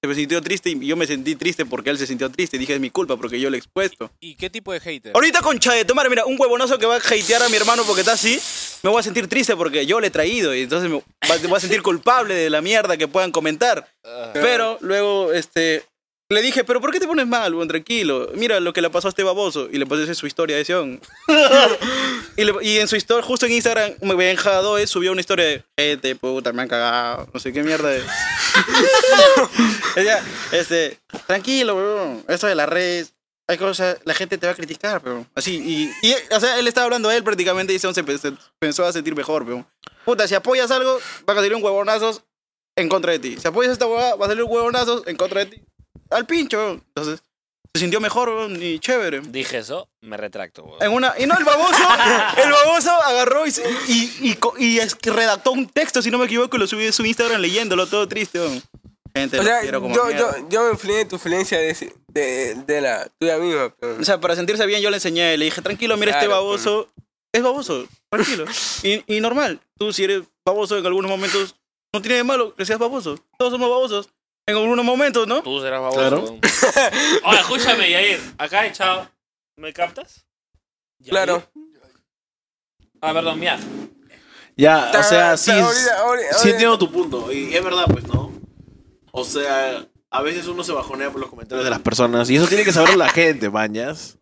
A: Se sintió triste y yo me sentí triste porque él se sintió triste. Y dije, es mi culpa porque yo le he expuesto.
B: ¿Y qué tipo de hater?
A: Ahorita concha de tomar, mira, un huevonazo que va a hatear a mi hermano porque está así, me voy a sentir triste porque yo le he traído y entonces me va- me voy a sentir culpable de la mierda que puedan comentar. Pero luego, este, le dije, pero ¿por qué te pones mal, buen tranquilo? Mira lo que le pasó a este baboso y le pasé su historia de Sion. y, le- y en su historia, justo en Instagram, me Benja Doe subió una historia de, gente, puta, me han cagado, no sé qué mierda es. Ella, este, tranquilo, weón, esto de la red, hay cosas, la gente te va a criticar, pero así, y, y, o sea, él estaba hablando a él prácticamente y Sion se, pe- se pensó a sentir mejor, pero puta, si apoyas algo, va a salir un huevonazos en contra de ti, si apoyas esta huevada, va a salir un huevonazos en contra de ti, al pincho, weón. entonces, se sintió mejor, weón, y chévere.
D: Dije eso, me retracto, huevón.
A: En una, y no, el baboso, el baboso agarró y, se- y, y co- y es- redactó un texto, si no me equivoco, y lo subió a su Instagram leyéndolo, todo triste. weón. Gente,
C: O sea,
A: lo quiero como
C: yo,
A: mierda.
C: yo, yo me influí de tu influencia de, ese- de, de la tuya misma, pero...
A: O sea, para sentirse bien yo le enseñé, le dije, tranquilo, mira
C: Claro,
A: este baboso. es baboso, tranquilo. Y, y normal, tú si eres baboso en algunos momentos, no tiene de malo que seas baboso. Todos somos babosos en algunos momentos, ¿no?
D: Tú serás baboso. Ahora, escúchame, Yair. Acá he echado. ¿Me captas?
C: Claro.
D: Ah, perdón, mira.
H: Ya,
D: Ta-
H: o sea,
D: ta-
H: sí,
D: ahorita- ahorita-
H: sí entiendo tu punto. Y es verdad, pues, ¿no? O sea, a veces uno se bajonea por los comentarios de las personas. Y eso tiene que saberlo la gente, mañas.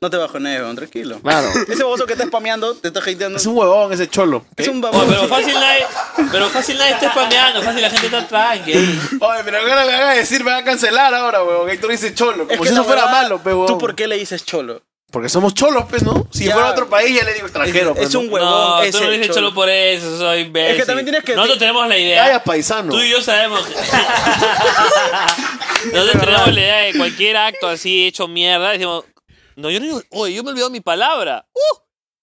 A: No te bajonees, weón, tranquilo.
H: Claro.
A: Ese baboso que está spameando, te está hateando.
H: Es un huevón ese cholo.
A: Es un
D: No,
A: baboso.
D: pero fácil nadie, pero fácil nadie está spameando, fácil la gente está tranqui.
H: Oye, pero ahora me van a decir, me van a cancelar ahora, huevón. Ahí tú le dices cholo. Como
A: que
H: si
A: la
H: eso fuera
A: verdad,
H: malo, pe, huevón.
A: ¿Tú por qué le dices cholo?
H: Porque somos cholos, pues, ¿no? Si
A: Ya.
H: fuera otro país, ya le digo extranjero.
A: Es- es
H: pe, ¿no?
A: un
D: No,
A: huevón,
D: tú no
A: ese
D: dices
A: cholo.
D: cholo por eso, soy imbécil.
A: Es que también tienes que-
D: Nosotros tenemos la idea.
H: Calla, paisano.
D: Tú y yo sabemos. que- Nosotros tenemos la idea de cualquier acto así hecho mierda. Decimos, no, yo no digo, oye, yo me he olvidado mi palabra. ¡Uh!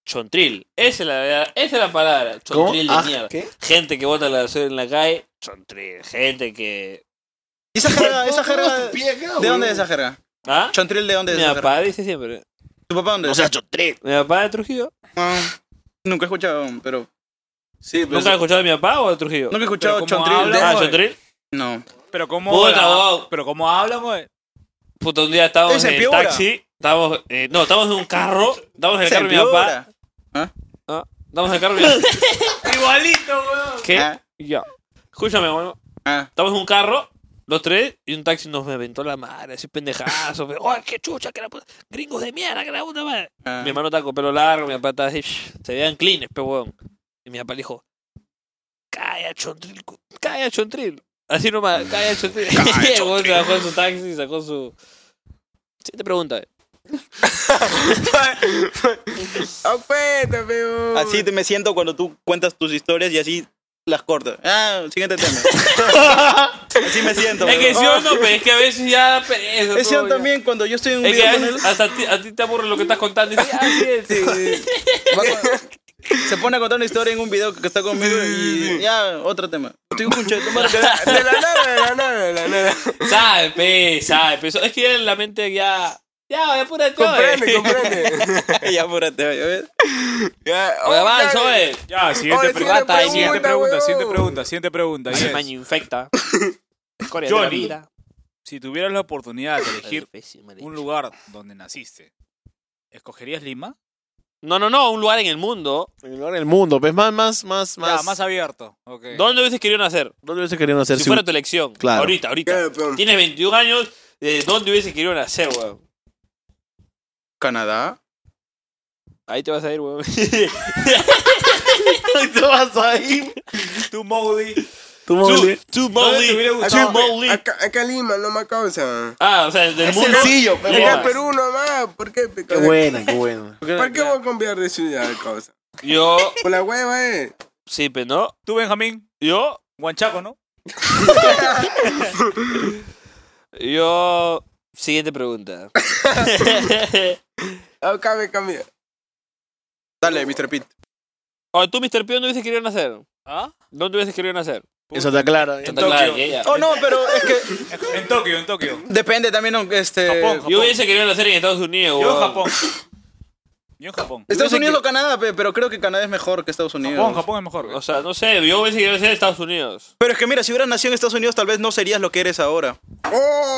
D: Chontril. Esa es la, verdad, esa es la palabra.
H: ¿Cómo?
D: Chontril de
H: Ah,
D: mierda.
H: ¿qué?
D: Gente que bota la basura en la calle, chontril. Gente que.
A: Esa jerga, esa jerga. ¿De dónde es esa
D: gente?
A: jerga?
D: ¿Ah?
A: Chontril, ¿de dónde es
D: Mi
A: esa jerga?
D: papá dice siempre.
A: ¿Tu papá dónde
D: No
A: es?
D: seas
H: chontril.
D: Mi papá de Trujillo.
A: Nunca he escuchado, pero.
H: Sí,
D: ¿Nunca has escuchado a mi papá o de Trujillo?
A: Nunca he escuchado
D: ¿Pero cómo
A: Chontril.
D: habla?
A: de-
D: Ah, Chontril.
A: No.
B: Pero cómo
D: Puta,
B: habla,
D: wow.
B: pero cómo habla, pues.
D: Puta, un día estábamos
B: Ese
D: en el
B: empeora.
D: taxi. Estábamos, eh, no, estábamos en un carro. Estábamos en el
A: Ese
D: carro de mi
A: empeora.
D: papá. ¿Ah? Estamos en el carro de mi papá. Igualito, weón. ¿Qué?
A: Ah.
D: Ya. Escúchame, weón.
H: ah,
D: Estamos en un carro, los tres, y un taxi nos reventó la madre, así pendejazo. pe- ¡Ay, qué chucha! Que la puta... Gringos de mierda, que la puta madre.
A: Ah.
D: Mi hermano está con pelo largo, mi papá está así. shh, Se veían clean, pe weón. Y mi papá le dijo: Calla, chontril, cu- calla, chontril. Así nomás, calla, chontril.
B: Calla,
D: El weón se bajó en su taxi y sacó su. Siguiente pregunta.
A: Así te me siento cuando tú cuentas tus historias y así las cortas. Ah, siguiente tema. así me siento.
D: Es que
A: weón.
D: sí o no, pe, es que a veces ya. pereza,
A: Es cierto
D: todo, ya.
A: también cuando yo estoy en un
D: Es que
A: video
D: a
A: con
D: veces hasta a ti, a ti te aburre lo que estás contando. Y dices, ah, sí, es".
A: él, se pone a contar una historia en un video que está conmigo y ya, otro tema. Estoy un concha de tu madre que-
C: De la nada, de la nada, de la nada.
D: Sabe, pe, sabe, pe. Eso- Es que ya en la mente ya. Ya, ya pura
A: eh.
D: eh.
C: Comprende, comprende.
A: ya apúrate, oye, ¿ves?
C: Ya, oh,
D: avanza,
C: oye.
B: Ya, siguiente, pregunta,
C: Oye, siguiente
B: siguiente
C: pregunta,
B: pregunta,
C: weón.
B: siguiente pregunta, siguiente pregunta.
D: Se
B: yes.
D: maña infecta. Corea de la
B: Johnny,
D: vida.
B: si tuvieras la oportunidad de elegir un lugar donde naciste, ¿escogerías Lima?
D: No, no, no, un lugar en el mundo.
H: En el mundo, pues, más, más, más,
B: Ya,
H: más.
B: Más, abierto. ok.
D: ¿Dónde hubieses querido nacer?
H: ¿Dónde hubieses querido nacer?
D: Si
H: Si-
D: fuera tu elección.
H: Claro.
D: Ahorita, ahorita. Tienes 21 años. ¿De dónde hubieses querido nacer, weón?
A: Canadá.
D: Ahí te vas a ir, weón.
H: te vas a ir.
B: Tu Mowgli.
H: Tu
D: Mowgli. Tu
C: ¿Dónde te hubiera
D: Tu
C: gustado? Acá, acá en Lima, no me causa.
D: Ah, o sea, del
C: Es
D: mundo.
C: sencillo,
D: pero-
C: Acá en Perú nomás. ¿Por qué?
H: Qué buena, qué buena.
C: ¿Por qué voy a cambiar de ciudad, causa?
D: Yo.
C: Por la hueva, eh.
D: Sí, pero no.
B: ¿Tú, Benjamín?
D: Yo.
B: Huanchaco, ¿no?
D: Yo. Siguiente pregunta.
C: Ah, Cambia, cambia.
A: Dale, Mr. Pete.
D: Oh, ¿Tú, Mr. Pío, dónde hubieses querido nacer?
B: ¿Ah?
D: ¿Dónde hubieses querido nacer?
H: Eso está claro. ¿eh?
D: Santa Clara, ya, ya.
A: Oh, no, pero es que
B: En Tokio, en Tokio.
A: depende también, ¿no? este...
D: Yo hubiese querido nacer en Estados Unidos.
B: Yo en
D: weón.
B: Japón. Yo en Japón.
A: Estados Unidos o Canadá, pe, pero creo que Canadá es mejor que Estados Unidos.
B: Japón, Japón es mejor.
D: O sea, no sé, yo hubiese querido nacer en Estados Unidos.
A: Pero es que mira, si hubieras nacido en Estados Unidos, tal vez no serías lo que eres ahora.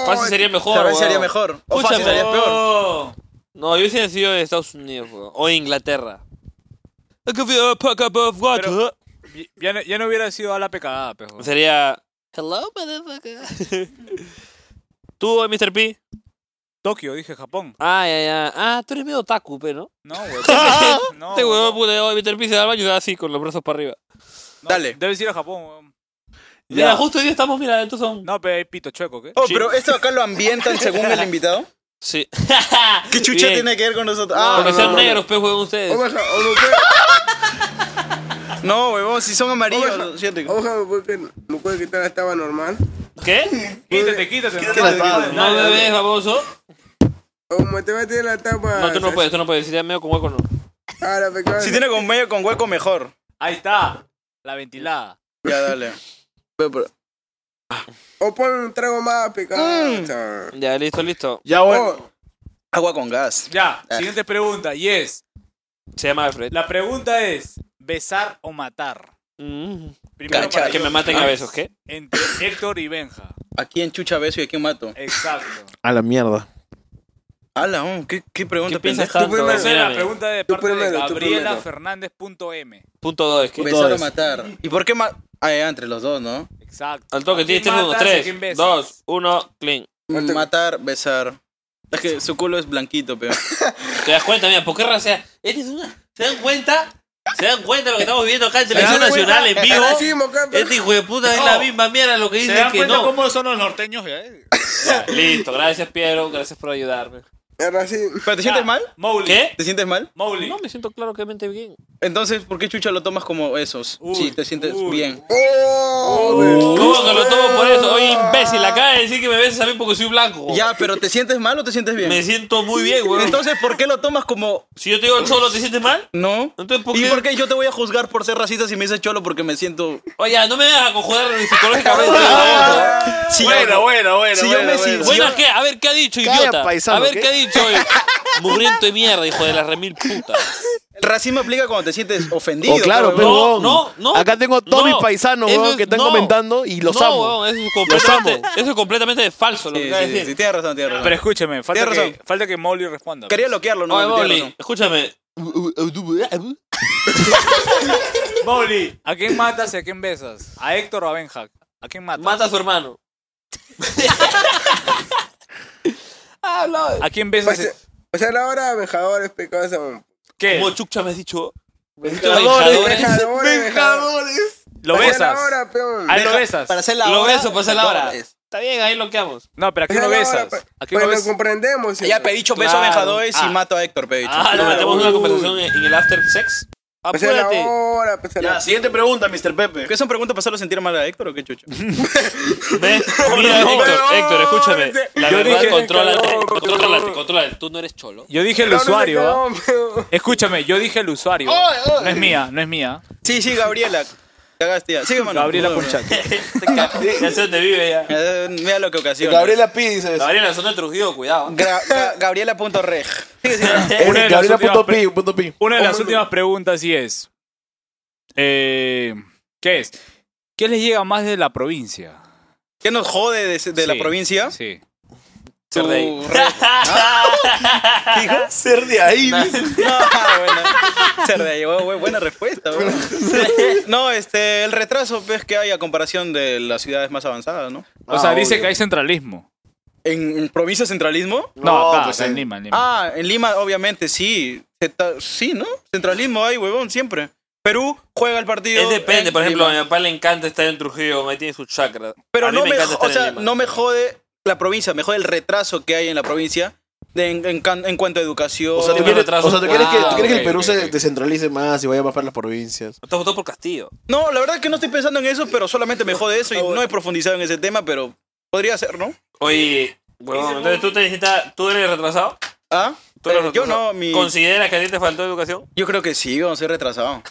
D: Fácil sería mejor.
A: Tal vez
D: weón.
A: sería mejor. O fácil
D: Escúchame.
A: sería peor.
D: No, yo hubiese nacido en Estados Unidos, weón. O en Inglaterra. I could be a pack up of water.
B: Ya, no- ya no hubiera sido a la pecada, pejo.
D: Sería. Hello, motherfucker. ¿Tú, Mr. P?
B: Tokio, dije Japón.
D: Ah, ya, ya. Ah, tú eres medio otaku, pero.
B: No, weón.
D: no, este
B: weón.
D: huevón puta, yo, Mr. P se da al baño y da así con los brazos para arriba.
A: Dale.
B: Debes ir a Japón, weón.
D: Ya, justo hoy día estamos, mira, estos son.
B: No, pero hay pito chueco, ¿qué?
A: Oh, pero esto acá lo ambientan según el invitado.
D: Sí.
A: ¿Qué chucha
D: Bien.
A: tiene que ver con nosotros?
D: Ah,
A: Ah,
D: Porque sean negros, pues, huevón, ustedes.
A: no, huevón, si son amarillos. lo siento.
C: Ojalá, porque no puede quitar la estaba normal.
D: ¿Qué?
B: Quítate, quítate.
C: Quítate la tapa.
D: No me ves, baboso.
A: Oh,
C: Como te va a tirar la tapa.
D: No, tú no puedes, tú no puedes. Si te medio con hueco, no.
C: Ahora, pecado.
A: Si tiene con medio con hueco, mejor.
B: Ahí está. La ventilada.
A: Ya, dale.
C: O pon un trago más, pecado.
D: Ya, listo, listo.
C: Oh.
H: Ya, bueno.
A: Oh, Agua con gas.
B: Ya, siguiente pregunta. Yes.
D: Se llama Alfred.
B: La pregunta es, ¿besar o matar? Primero
D: Cacha,
B: para Ah,
D: que me
B: Dios.
D: maten a besos, ¿qué?
B: Entre Héctor y Benja.
A: ¿A quién chucha beso y a quién mato?
B: Exacto.
D: Ah,
G: A la mierda.
A: Ala, oh, ¿qué, qué pregunta
D: ¿Qué piensas
A: pendeja?
D: tanto? Tú primero.
B: Esa era la
D: Mírame.
B: pregunta de
A: Tú
B: parte de
A: primero, tú
B: Gabriela
A: primero.
B: Fernández.m.
D: Punto 2, ¿qué?
A: Besar o matar. ¿Y por qué matar? Ah, ya, entre los dos, ¿no?
B: Exacto.
D: Al toque, tienes 3 segundos. 3, 2, 1, clean.
A: Matar, besar. Es que su culo es blanquito, pero.
D: ¿Te das cuenta, mira? ¿Por qué raza? Eres una. ¿Se dan cuenta? ¿Se dan cuenta de lo que estamos viviendo acá en
A: ¿Se
D: Televisión
A: dan cuenta?
D: Nacional en vivo?
A: Racismo, campeón.
D: Este hijo de puta es
B: No.
D: la misma mierda lo que
B: ¿Se
D: dice
B: dan
D: que
B: cuenta
D: no.
B: cómo son los norteños? ya, eh?
D: Ya, Listo, gracias Piero, gracias por ayudarme.
A: ¿Pero te
D: Ah.
A: sientes mal?
B: Mowgli.
D: ¿Qué?
A: ¿Te sientes mal?
B: Mowgli.
D: No, me siento claro que mente bien.
A: Entonces, ¿por qué chucha lo tomas como esos? si te sientes bien. Oh,
D: ¿Cómo que lo tomo por eso? Oye, imbécil, acaba de decir que me besas a mí porque soy blanco.
A: Ya, pero ¿te sientes mal o te sientes bien?
D: Me siento muy bien, güey.
A: Entonces, ¿por qué lo tomas como.?
D: Si yo te digo cholo, ¿te sientes mal?
A: No.
D: Entonces, ¿por
A: ¿Y
D: qué?
A: por qué yo te voy a juzgar por ser racista si me dices cholo porque me siento.
D: Oye, no me vas a conjugar psicológicamente. ¿no?
A: Si yo-
D: Bueno,
B: bueno, bueno.
A: Si yo
D: bueno,
A: me- si-
D: bueno.
A: si
D: Bueno,
A: yo-
D: ¿qué? A ver, ¿qué ha dicho,
A: Calla,
D: idiota?
A: paisano,
D: a ver,
A: ¿qué?
D: ¿qué, ha dicho hoy? Mugriento de mierda, hijo de la remil puta.
A: El racismo aplica cuando te sientes ofendido.
G: Oh, claro,
A: pero,
G: pero,
A: huevón.
G: huevón. Acá tengo a todos
D: no.
G: mis paisanos,
D: Eso
G: huevón,
D: es-
G: que están
D: no.
G: comentando y los
D: no,
G: amo.
D: huevón, eso es
G: Los amo.
D: completamente, eso es completamente falso lo que acaba de
A: Sí, sí,
D: decir.
A: sí, tienes razón, tienes razón.
B: Pero escúcheme, falta
A: Tienes
B: que,
A: razón.
B: falta que Mowgli responda.
A: Quería bloquearlo, ¿no?
D: Oye,
A: Tienes
D: Boli,
A: razón.
D: escúchame.
B: Mowgli, ¿a quién matas y a quién besas? ¿A Héctor o a Benja? ¿A quién matas?
D: Mata a su hermano.
B: ¿A quién besas?
C: Pues, O sea, la hora, vejadores, pecosa.
B: ¿Qué?
D: Como chucha me has dicho.
C: Vejadores. Vejadores.
B: Lo
C: Pasa Pues, la
B: besas.
C: hora, peón.
B: Ahí lo besas.
C: Para hacer la
D: Lo
C: hora,
D: beso, para hacer la hora.
C: vejadores.
D: Está bien, ahí bloqueamos.
B: No, pero ¿a quién lo
C: Para hacer Pues, la
B: besas?
C: hora, pa-
B: ¿A quién lo
C: para
B: besas?
C: lo comprendemos.
A: Ya, pedicho, beso a
D: Claro.
A: Benjadores y
D: Ah.
A: mato a Héctor, pedicho.
D: Ah, nos metemos en una conversación en en el after sex.
C: Pues a la
D: Apúrate.
C: hora, pues a la
A: Ya,
C: hora.
A: siguiente pregunta, Mr. Pepe. ¿Qué son preguntas para hacerlo sentir mal a Héctor o qué chucho?
D: Ve, Mira,
A: No,
D: Héctor,
A: no,
D: Héctor, escúchame. La
B: Yo
D: verdad,
B: dije-
D: contrólate, contrólate, contrólate. Tú no eres cholo.
B: Yo dije el usuario. ¿ah? Escúchame, yo dije el usuario. No es mía, no es mía.
A: Sí, sí, Gabriela. Cagaste ya. Sigue, mano.
B: Gabriela
A: Joder,
B: Concha.
D: Ya sé dónde vive ya.
A: Eh, Mira lo que ocasiona.
R: Gabriela P. dice eso.
D: Gabriela, son de Trujillo, cuidado.
A: Gra- Ga- Gabriela.reg.
B: Una de las
G: Eh, Gabriela
B: últimas
G: punto
B: pre-
G: pi, punto pi.
B: Una de las
G: Hombre,
B: últimas preguntas y es. eh, ¿Qué es? ¿Qué les llega más de la provincia?
A: ¿Qué nos jode de, de la
B: Sí,
A: provincia?
B: Sí.
A: Tu
D: Ser de ahí.
A: re- ¿Ah? ¿Qué dijo?
R: Ser de ahí.
A: Ah, bueno. Ser de ahí, bu- bu- buena respuesta. bueno. No, este, el retraso pues, que hay a comparación de las ciudades más avanzadas, ¿no?
B: O sea, dice que hay centralismo.
A: ¿En, en provincia centralismo?
B: No, acá,
R: pues,
B: acá en
R: eh.
B: Lima, en Lima.
A: Ah, en Lima, obviamente, sí. Zeta- Sí, ¿no? Centralismo hay, huevón, siempre. Perú juega el partido.
D: Es depende,
A: en
D: por ejemplo, a mi
A: Lima.
D: papá le encanta estar en Trujillo, me tiene su chakra. a
A: Pero
D: mí
A: no
D: me
A: me,
D: encanta
A: o
D: estar
A: sea,
D: en Lima.
A: no me jode la provincia, me jode el retraso que hay en la provincia de- en, en can- en cuanto a educación.
G: O sea, ¿tú
D: Tiene
G: quieres,
D: retraso.
G: o sea, ¿tú quieres que, tú
D: Ah,
G: quieres que
D: ok,
G: el Perú
D: ok,
G: se descentralice más y vaya más para las provincias?
D: Estás votado por Castillo.
A: No, la verdad es que no estoy pensando en eso, pero solamente me jode
G: Ah,
A: eso y no he profundizado en ese tema, pero podría ser, ¿no?
D: Oye, huevón, entonces tú te necesitas, tú eres retrasado.
A: ¿Ah?
D: ¿Tú eres
A: Eh, yo
D: retrasado?
A: no, mi...
D: ¿Consideras que a ti te faltó educación?
A: Yo creo que sí, vamos a ser retrasados.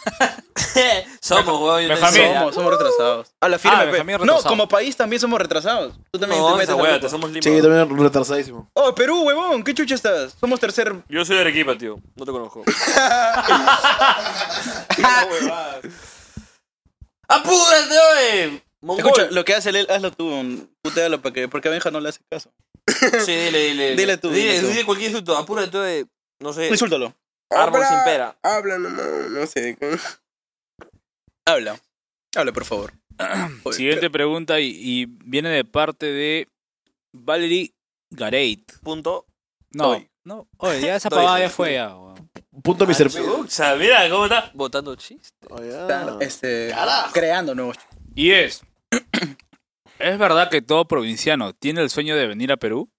D: Somos, huevón. yo te-
B: Benjamín. Mira.
A: Somos, somos retrasados. A la firme,
B: Ah,
A: pe.
B: Benjamín
A: No,
B: retrasado.
A: como país también somos retrasados. Tú también te
D: No,
A: metes
D: esa
A: en la
D: hueá,
A: culpa.
D: te somos Lima.
G: Sí, yo también retrasadísimo.
A: Oh, Perú, huevón, ¿qué chucha estás? Somos tercer...
D: Yo soy de Arequipa, tío. No te conozco. ¡Apúrate, oye!
A: Escucha,
D: Mongol.
A: lo que hace él, hazlo tú, un- putealo, porque, porque a Benja no le hace caso.
D: Sí, dile, dile.
A: Dile tú,
D: Dile,
A: dile tú.
D: dile cualquier insulto. Apúrate, oye. No sé.
A: Insúltalo.
D: Árbol sin pera.
C: Habla nomás, no sé.
A: Habla. Habla, por favor.
B: Siguiente pregunta y, y viene de parte de Valerie Garate.
D: Punto.
B: No,
A: Doy.
B: no, oye, ya esa
D: Doy.
B: pavada ya fue ya. weón.
G: Punto Mr. P.
D: O sea, mira cómo está. Botando chistes.
G: Oh, ya.
C: Ah.
A: Este, creando nuevos.
B: Y es, ¿es verdad que todo provinciano tiene el sueño de venir a Perú?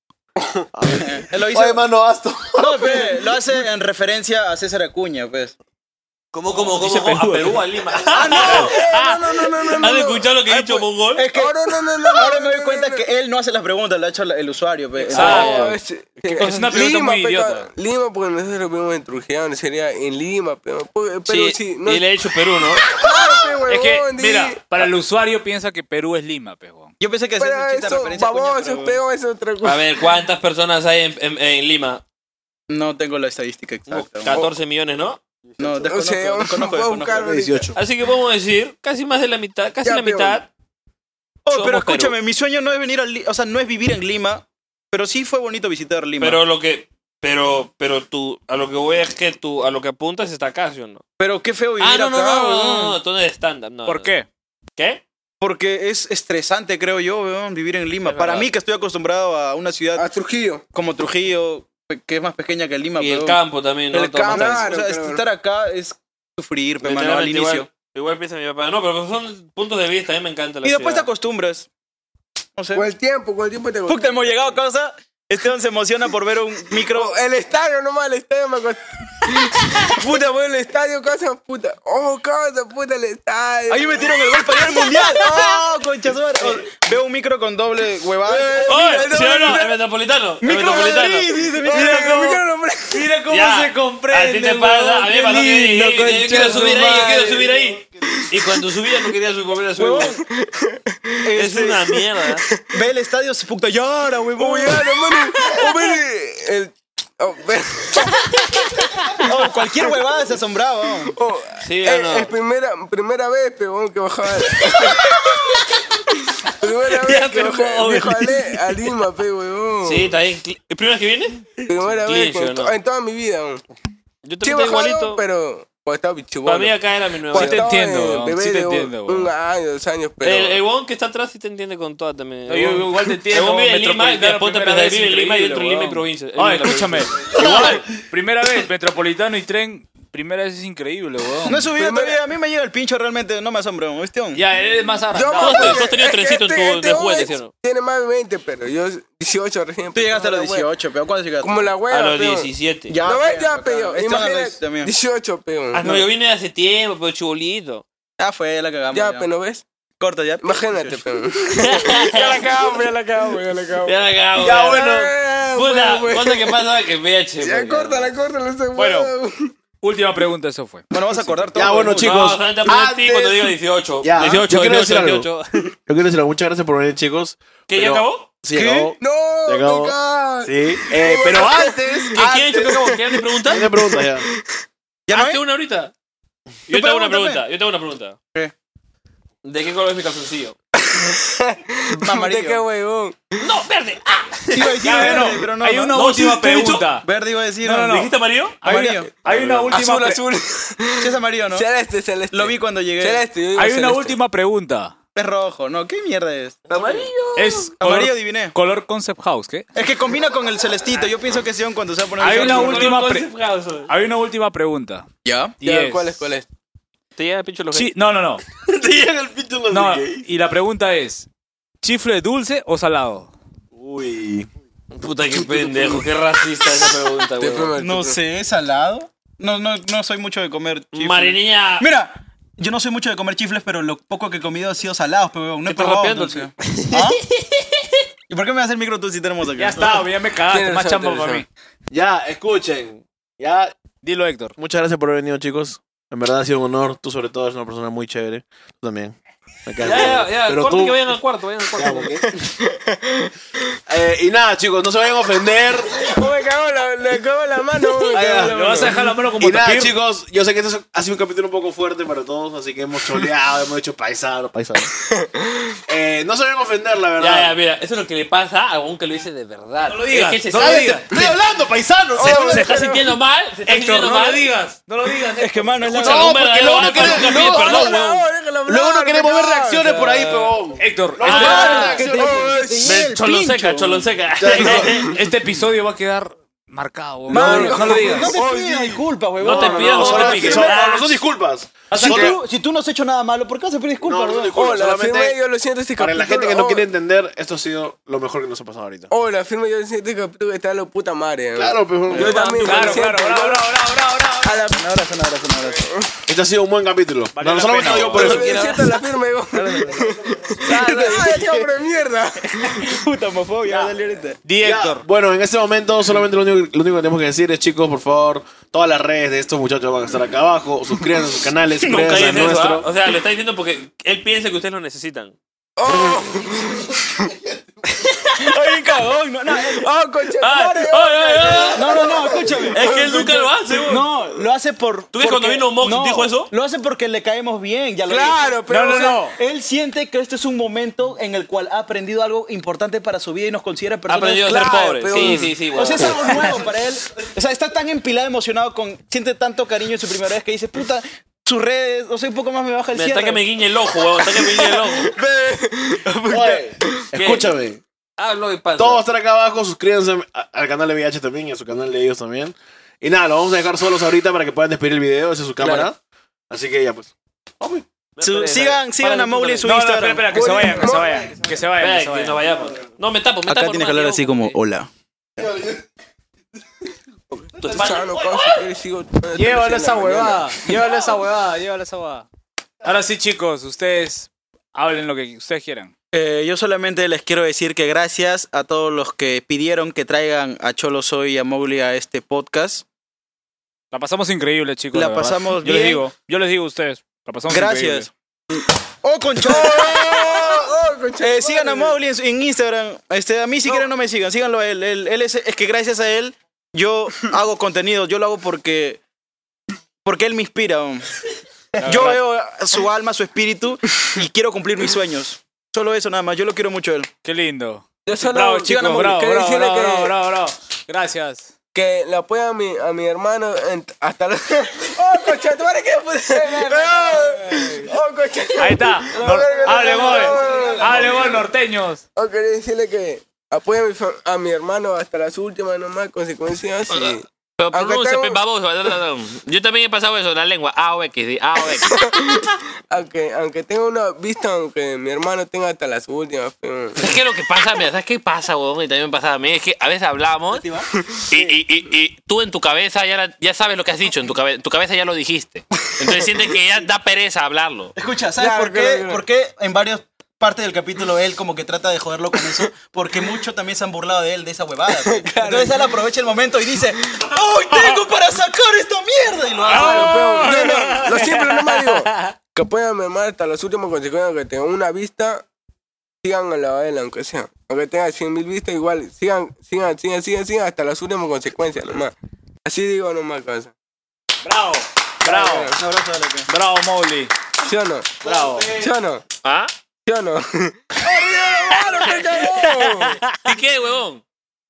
A: Él Eh, lo hizo.
G: Oye, mano, basta.
A: No, pe, lo hace en referencia a César Acuña, pues.
D: ¿Cómo, cómo, cómo? cómo? A Perú, a Lima. pues,
A: ¡Ah, no!
C: No, no, no, no, no, no.
D: ¿Has escuchado lo que he dicho, mongol?
A: Es que
C: Ahora no, no, no,
A: ahora
C: no,
A: me doy
C: no,
A: cuenta
C: no,
A: que él no hace las preguntas, lo ha hecho la- el usuario, pe. Eh,
D: Exacto.
C: no. Es
B: Es una pregunta
C: Lima,
B: muy
C: pe,
B: idiota.
C: Lima, porque nosotros lo vimos en Trujillano, sería en Lima, pero, pero
D: Sí,
C: sí, no
D: y le he dicho Perú, ¿no?
C: Claro, pe,
B: Es que,
C: huevón, di-
B: mira, para el usuario piensa que Perú es Lima, pejón.
A: Yo pensé que hacía
C: Pero
A: un chiste a
C: eso,
A: referencia a Acuña,
C: babosos,
A: pero-
C: peón, es otra cosa.
D: A ver, ¿cuántas personas hay en, en- en Lima?
A: No tengo la estadística exacta.
D: 14 millones, ¿no?
A: No, desconozco, desconozco, desconozco.
D: Así que podemos decir, casi más de la mitad, casi la mitad.
A: Oh,
D: somos
A: pero escúchame, mi sueño no es venir al, Li- o sea, no es vivir en Lima, pero sí fue bonito visitar Lima.
D: Pero lo que. Pero, pero tú, a lo que voy es que tú, a lo que apuntas está acá, ¿sí o no?
A: Pero qué feo vivir
D: Ah, no, no,
A: acá,
D: no, no,
A: weón.
D: no, no, tú no eres stand-up, no.
A: ¿Por
D: no.
A: qué?
D: ¿Qué?
A: Porque es estresante, creo yo, weón, vivir en Lima. Para
D: verdad.
A: mí que estoy acostumbrado a una ciudad
C: Ah.
A: Trujillo, como Trujillo, pe- que es más pequeña que Lima,
D: Y el
A: weón.
D: campo también, ¿no?
A: Ah, El
D: Todo
A: campo,
D: más-
A: o sea,
D: claro.
A: estar acá es sufrir, pe, mano, al
D: Literalmente,
A: inicio.
D: Igual, igual piensa mi papá. No, pero pues son puntos de vista, a mí me encanta la
A: Y después te
D: ciudad.
A: acostumbras. No sé.
C: Con el tiempo, con el tiempo te
A: Puta, hemos llegado a casa. Esteban se emociona por ver un micro.
C: El estadio nomás, el estadio me acostó. Puta, voy al estadio, casa, puta. Oh, casa, puta, el estadio.
A: Ahí metieron el gol para ir al mundial. ¡Oh, concha suerte! Oh, Veo un micro con doble huevada.
D: ¡Oye! ¿Sí o no? eh, El metropolitano. El
A: Micro
D: metropolitano.
A: Madrid, dice, mira
D: Mira
A: cómo-
D: cómo-
A: mira cómo
D: Ya,
A: se comprende,
D: A ti te
A: weón,
D: pasa, a mí
A: qué
D: me pasó que
A: lindo,
D: dije, yo quiero
A: concha
D: subir
A: su
D: ahí, yo quiero
A: madre.
D: subir ahí. Y cuando subía no quería subir, volver a subir. Es
A: Este-
D: una mierda.
A: Ve el estadio, se puta llora, huevón.
C: hermano. Oh, ve el... Oh, ve-
A: Oh, cualquier huevada se asombraba.
C: Oh,
D: Sí,
C: eh,
D: o no.
C: Es primera, primera vez, pebón, que bajaba. primera vez
D: Ya,
C: que
D: pero
C: bajaba,
D: pobre.
C: viajaba Ale- a Lima, pe, huevón.
D: Sí, está bien. cli- ¿El primero que viene?
C: Primera vez
D: Clinch,
C: con
D: ¿o no?
C: to- en toda mi vida, weón.
D: Yo
C: Sí, he
D: también
C: bajado,
D: igualito.
C: pero cuando estaba bichubón.
D: Para mí acá era mi nueva
C: Cuando
D: vida. Sí te
C: estaba,
D: entiendo,
C: eh,
D: weón,
C: bebé
D: sí te
C: de un-
D: entiendo,
C: Un año, dos años, pero...
D: El, el huevón que está atrás sí te entiende con toda también.
C: No, yo
D: El huevón-
C: igual te entiendo,
D: El huevón vive en Lima y
B: metropolitano,
D: después
B: primera
D: vive
B: vez,
D: en Lima y dentro de
B: increíble,
D: Lima y
B: weón.
D: provincia. Él
B: Oye,
D: vive en la
B: escúchame.
D: provincia.
B: pues. Igual, primera vez, metropolitano y tren, primera vez es increíble, weón.
A: No he subido todavía, a mí me llega el pincho realmente, no me asombra, ¿viste?
B: Ya, eres más
C: Yo me
B: agrandado.
C: acuerdo
B: Tú has tenido
C: que
B: trencito en tu-
C: este
B: de juguete,
C: hombre
B: ¿sí o no?
C: Tiene más de 20, pero yo 18 recién.
A: Tú llegaste a los 18, pero ¿cuándo llegaste?
C: Ah, Como la hueva,
D: A los
C: peón.
D: 17.
C: Ya, no,
A: pe,
C: ya,
A: acá. Esteban
C: peo.
A: a
C: Imagina,
A: los 17 también.
C: 18, peo.
D: Ah, no, yo vine hace tiempo, pero chubolito.
A: Ya fue, la cagamos.
C: Ya, pe, ¿no ves?
A: Corta ya.
C: Imagínate, peo. ya la cagamos, ya la cagamos, ya la cagamos.
D: Ya la cagamos,
C: Ya,
D: ya.
C: bueno.
D: Puta,
C: bueno,
D: cosa que pasa que me eche. pues,
C: Ya,
D: porque-
C: córtala, córtala, este ese
B: Bueno.
C: huevo.
B: Última pregunta, eso fue.
A: Bueno, vas a acordar todo. Ah.
H: Ya, bueno,
D: No,
H: chicos.
D: solamente apunta a ti
H: antes-
D: cuando digo 18.
H: Ya,
D: 18,
H: yo quiero
D: 18,
H: decir algo.
D: 18.
H: Yo quiero decir algo. Muchas gracias por venir, chicos.
D: ¿Qué, ya
H: Pero-
D: acabó?
H: Sí, acabó.
C: No,
H: Ya acabó.
C: venga.
H: Sí. Eh, pero antes.
D: ¿Qué quieres que acabó? ¿Quieres mi pregunta?
H: Tiene preguntas ya.
D: Hazte una ahorita. Yo te hago
A: pregúntame.
D: una pregunta. Yo te hago una pregunta. ¿De qué color es mi calzoncillo?
C: ¿De qué huevón?
D: ¡No, verde! ¡Ah!
A: Iba a decir
D: Ya,
A: verde,
D: bueno.
A: pero no.
B: Hay una
D: No,
B: última
D: sí, te he dicho-
B: pregunta.
A: Verde iba a decir.
B: No, no, no.
D: ¿Dijiste amarillo?
A: Hay una-
B: Amarillo. Hay una última
A: Azul,
B: pre-
A: azul. Sí, es amarillo, ¿no?
C: Celeste, celeste.
A: Lo vi cuando llegué.
C: Celeste, yo digo
B: Hay una
C: celeste.
B: última pregunta.
A: Es rojo, ¿no? ¿Qué mierda es?
C: Amarillo.
B: Es
A: Amarillo,
B: color-
A: adiviné.
B: Color Concept House, ¿qué?
A: Es que combina con el celestito. Yo pienso que Sion cuando se va a poner.
B: Hay
A: el
B: una
A: azul.
B: última pre- Hay una última pregunta.
A: ¿Ya?
B: Y es-
C: ¿Cuál es, cuál es?
D: Te llega el pincho los
B: Sí, no, no, no.
D: Te llega el pincho los
B: No, y la pregunta es, ¿chifle dulce o salado?
H: Uy.
D: Puta, qué pendejo. Qué racista esa pregunta, güey.
A: No sé, salado. No, no, no soy mucho de comer chifles.
D: Marinilla.
A: Mira, yo no soy mucho de comer chifles, pero lo poco que he comido ha sido salados, pero no he
D: estás
A: probado
D: rapeando,
A: dulce. ¿Ah? ¿Y por qué me vas a hacer micro tú si tenemos acá?
B: Ya está, ya me cagaste,
H: Tienes
B: más
H: razón,
B: chamba
H: tienes
B: para mí.
H: Ya, escuchen. Ya.
B: Dilo, Héctor.
H: Muchas gracias por haber venido, chicos. En verdad ha sido un honor. Tú, sobre todo, eres una persona muy chévere. Tú también. Me
D: Ya,
H: caes muy
D: ya,
H: bien.
D: ya.
H: Pero
D: corte
H: tú-
D: que vayan al cuarto, vayan al cuarto.
H: Eh, y nada, chicos, no se vayan a ofender.
C: Me cago en la, le cago en la mano. me
H: Ahí
C: cago
H: va.
C: en la mano.
H: Y nada, chicos, yo sé que este ha sido un capítulo un poco fuerte para todos, así que hemos choleado, hemos hecho paisano, paisano. Eh, no se vayan a ofender, la verdad.
D: Ya, ya, mira, eso es lo que le pasa a un que lo dice de verdad. No
H: lo digas,
D: Es que se
H: no lo
D: está-
H: digas. Estoy hablando, paisano.
D: Se,
H: Oh,
D: se está
H: pero-
D: sintiendo mal. Se está
H: Héctor,
D: sintiendo
H: no lo
D: mal.
H: digas,
D: No lo digas. Es que,
A: mano,
D: es
H: la- No, porque luego no queremos- luego-
D: perdón,
H: luego-
D: weón.
H: Luego no queremos ver reacciones por ahí, pero.
B: Héctor,
H: Eh, No,
B: este-
H: ah, que te-
B: Ven,
H: que te llegue el
B: Cholonseca,
H: pincho.
B: Cholonseca.
H: Ya, no.
B: Este episodio va a quedar marcado. weón.
H: Mano,
B: No, no lo digas.
A: No te pidas disculpas, huevón.
B: No te pidas, no
H: solo
B: te
H: afirma-
B: piques.
H: no, no son disculpas.
A: Si
H: Solo-
A: tú, si tú no has hecho nada malo, ¿por qué vas a pedir disculpas,
H: No, no son
A: huevón?
H: disculpas.
C: Hola,
H: solamente
C: afirmé, yo lo siento, este
H: Para la
C: capítulo,
H: gente que no
C: oh.
H: quiere entender, esto ha sido lo mejor que nos ha pasado ahorita.
C: Hola, firme yo en este capítulo que está lo puta madre. ¿no?
H: Claro, pues, bueno.
C: Yo también.
H: Claro,
C: lo siento.
H: claro, bravo,
C: A la
A: Un abrazo, un abrazo, un abrazo.
H: Este ha sido un buen capítulo. no,
A: la pena,
H: solamente lo digo por
C: Yo
H: eso.
C: lo siento, a la firme, yo. Ay, tío, pero mierda.
A: Puta homofobia, dale ahorita.
H: Ya, Bueno, en este momento solamente lo único, lo único que tenemos que decir es, chicos, por favor, todas las redes de estos muchachos van a estar acá abajo. Suscríbanse a sus canales,
D: Nunca
H: suscríbanse a
D: dices eso,
H: nuestro.
D: ¿ah? O sea, lo está diciendo porque él piensa que ustedes lo necesitan.
A: Oye, cagón, no, no.
S: Ah,
C: Oh,
S: concha madre,
H: oh,
S: ah,
A: No, no, no, escúchame.
D: Es que él nunca lo hace, güey.
A: No, lo hace por.
D: ¿Tú ves cuando
A: porque-
D: vino Mox y dijo eso?
A: Lo hace porque le caemos bien, ya lo
D: Claro,
A: dije.
D: pero,
A: No, no,
D: o sea,
A: no. Él siente que este es un momento en el cual ha aprendido algo importante para su vida y nos considera personas.
D: aprendido a ser
A: Claro,
D: pobre.
A: pero-
D: Sí, sí, sí,
A: O sea, es
D: huevón.
A: algo nuevo para él. O sea, está tan empilado, emocionado, con siente tanto cariño en su primera vez que dice, puta, sus redes, o sea, un poco más me baja el
D: Me
A: cierre.
D: está que me guiñe el ojo, huevón. Está que me guiñe el ojo.
G: Oye, escúchame.
D: Hablo de panza.
G: Todos están acá abajo, suscríbanse a- al canal de VH también y a su canal de ellos también. Y nada, lo vamos a dejar solos ahorita para que puedan despedir el video, esa es su cámara. Así que ya pues.
A: Su- sigan sigan a Mowgli en su
B: No, no,
A: Instagram.
B: espera, espera, que se vayan, que se vayan. Que se vayan, que se
D: Espera, que
B: vayan.
D: nos vayamos. No, me tapo, me
A: Acá
D: tapo.
A: tiene que hablar así como, hola.
B: Llévalo esa huevada. Llévalo
A: esa
B: huevada, llévalo esa huevada. Ahora sí, chicos, ustedes hablen lo que ustedes quieran.
A: Eh, yo solamente les quiero decir que gracias a todos los que pidieron que traigan a Cholo Soy y a Mowgli a este podcast.
B: La pasamos increíble, chicos.
A: La
B: verdad.
A: pasamos
B: Yo les
A: bien.
B: digo, yo les digo a ustedes. La pasamos
A: Gracias. ¡Oh, con Cholo! Eh, sigan a Mowgli en, en Instagram. Este, a mí si quieren no me sigan, síganlo a él. Él, él es, es que gracias a él yo hago contenido. Yo lo hago porque, porque él me inspira. hombre. Yo veo su alma, su espíritu y quiero cumplir mis sueños. Solo eso nada más. Yo lo quiero mucho a él.
B: Qué lindo.
C: Yo solo
B: Bravo,
C: sigan
B: chicos,
C: a Mowgli.
B: bravo,
C: Quiero
B: bravo,
C: decirle
B: bravo,
C: que-
B: bravo, bravo. Gracias.
C: Que le apoya a mi, a mi hermano en- hasta la... ¡Oh, concha, tu madre, que ¡Oh, concha!
B: Ahí está.
C: No,
B: Nor-
C: verga, no,
B: hable
C: no,
B: gol.
C: no, no, no.
B: Hable gol, norteños.
C: Oh, quería decirle que apoya a mi, fa- a mi hermano hasta las últimas nomás consecuencias y...
D: Pero
C: Aunque
D: pronuncia,
C: tengo-
D: pe, baboso. Ah, ah, ah. Yo también he pasado eso, la lengua. A o X, sí, A o X.
C: aunque, aunque tenga una vista, aunque mi hermano tenga hasta las últimas. pero-
D: Es que lo que pasa, mira, ¿sabes qué pasa, huevón? Y también me pasa a mí, es que a veces hablamos y, y- y- y tú en tu cabeza ya, la- ya sabes lo que has dicho, en tu, cabe- en tu cabeza ya lo dijiste. Entonces sientes que ya da pereza hablarlo.
A: Escucha, ¿sabes
D: Claro,
A: por, qué?
D: claro, claro.
A: por qué en varias partes del capítulo él como que trata de joderlo con eso? Porque mucho también se han burlado de él, de esa huevada. pe. Entonces él aprovecha el momento y dice, ¡Hoy tengo para sacar esta mierda! Y lo hace.
C: Claro, pero- no, no, lo simple nomás digo. Que puedan mi hermano hasta las últimas consecuencias, aunque tengan una vista, sigan a la de él, aunque sea. Aunque tenga 100 mil vistas, igual, sigan, sigan, sigan, sigan, sigan hasta las últimas consecuencias nomás. Así digo nomás, cosa.
B: Bravo, bravo.
C: Un abrazo
B: Bravo, Mowgli.
C: ¿Sí o no?
B: Bravo.
C: ¿Sí o no?
D: ¿Ah?
C: ¿Sí o no?
D: ¿Y qué, huevón?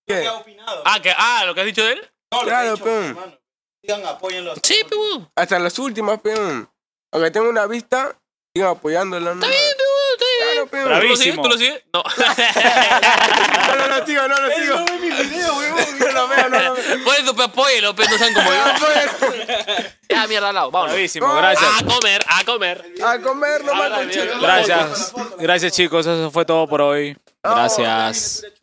C: ¿Qué?
D: Ah, que, ah, lo que has dicho de él.
C: Claro, peón.
A: Digan, apóyenlo.
D: Sí, peón.
C: Hasta las últimas, peón. Aunque tenga una vista, sigan apoyándolo. Está bien, peón, está
D: ¿Tú
C: bien.
D: lo sigues? ¿Tú lo sigues? No. no,
C: no, no, sigo, no lo sigo.
D: No
C: mi video, huevón. No lo veo, no lo veo.
D: Por eso, pues apóyelo, pues no sean como yo. Ya, mierda, al lado. Vamos.
B: Bravísimo, gracias.
D: A comer, a comer.
C: A comer,
D: no
B: Gracias. Gracias, chicos. Eso fue todo por hoy. Gracias.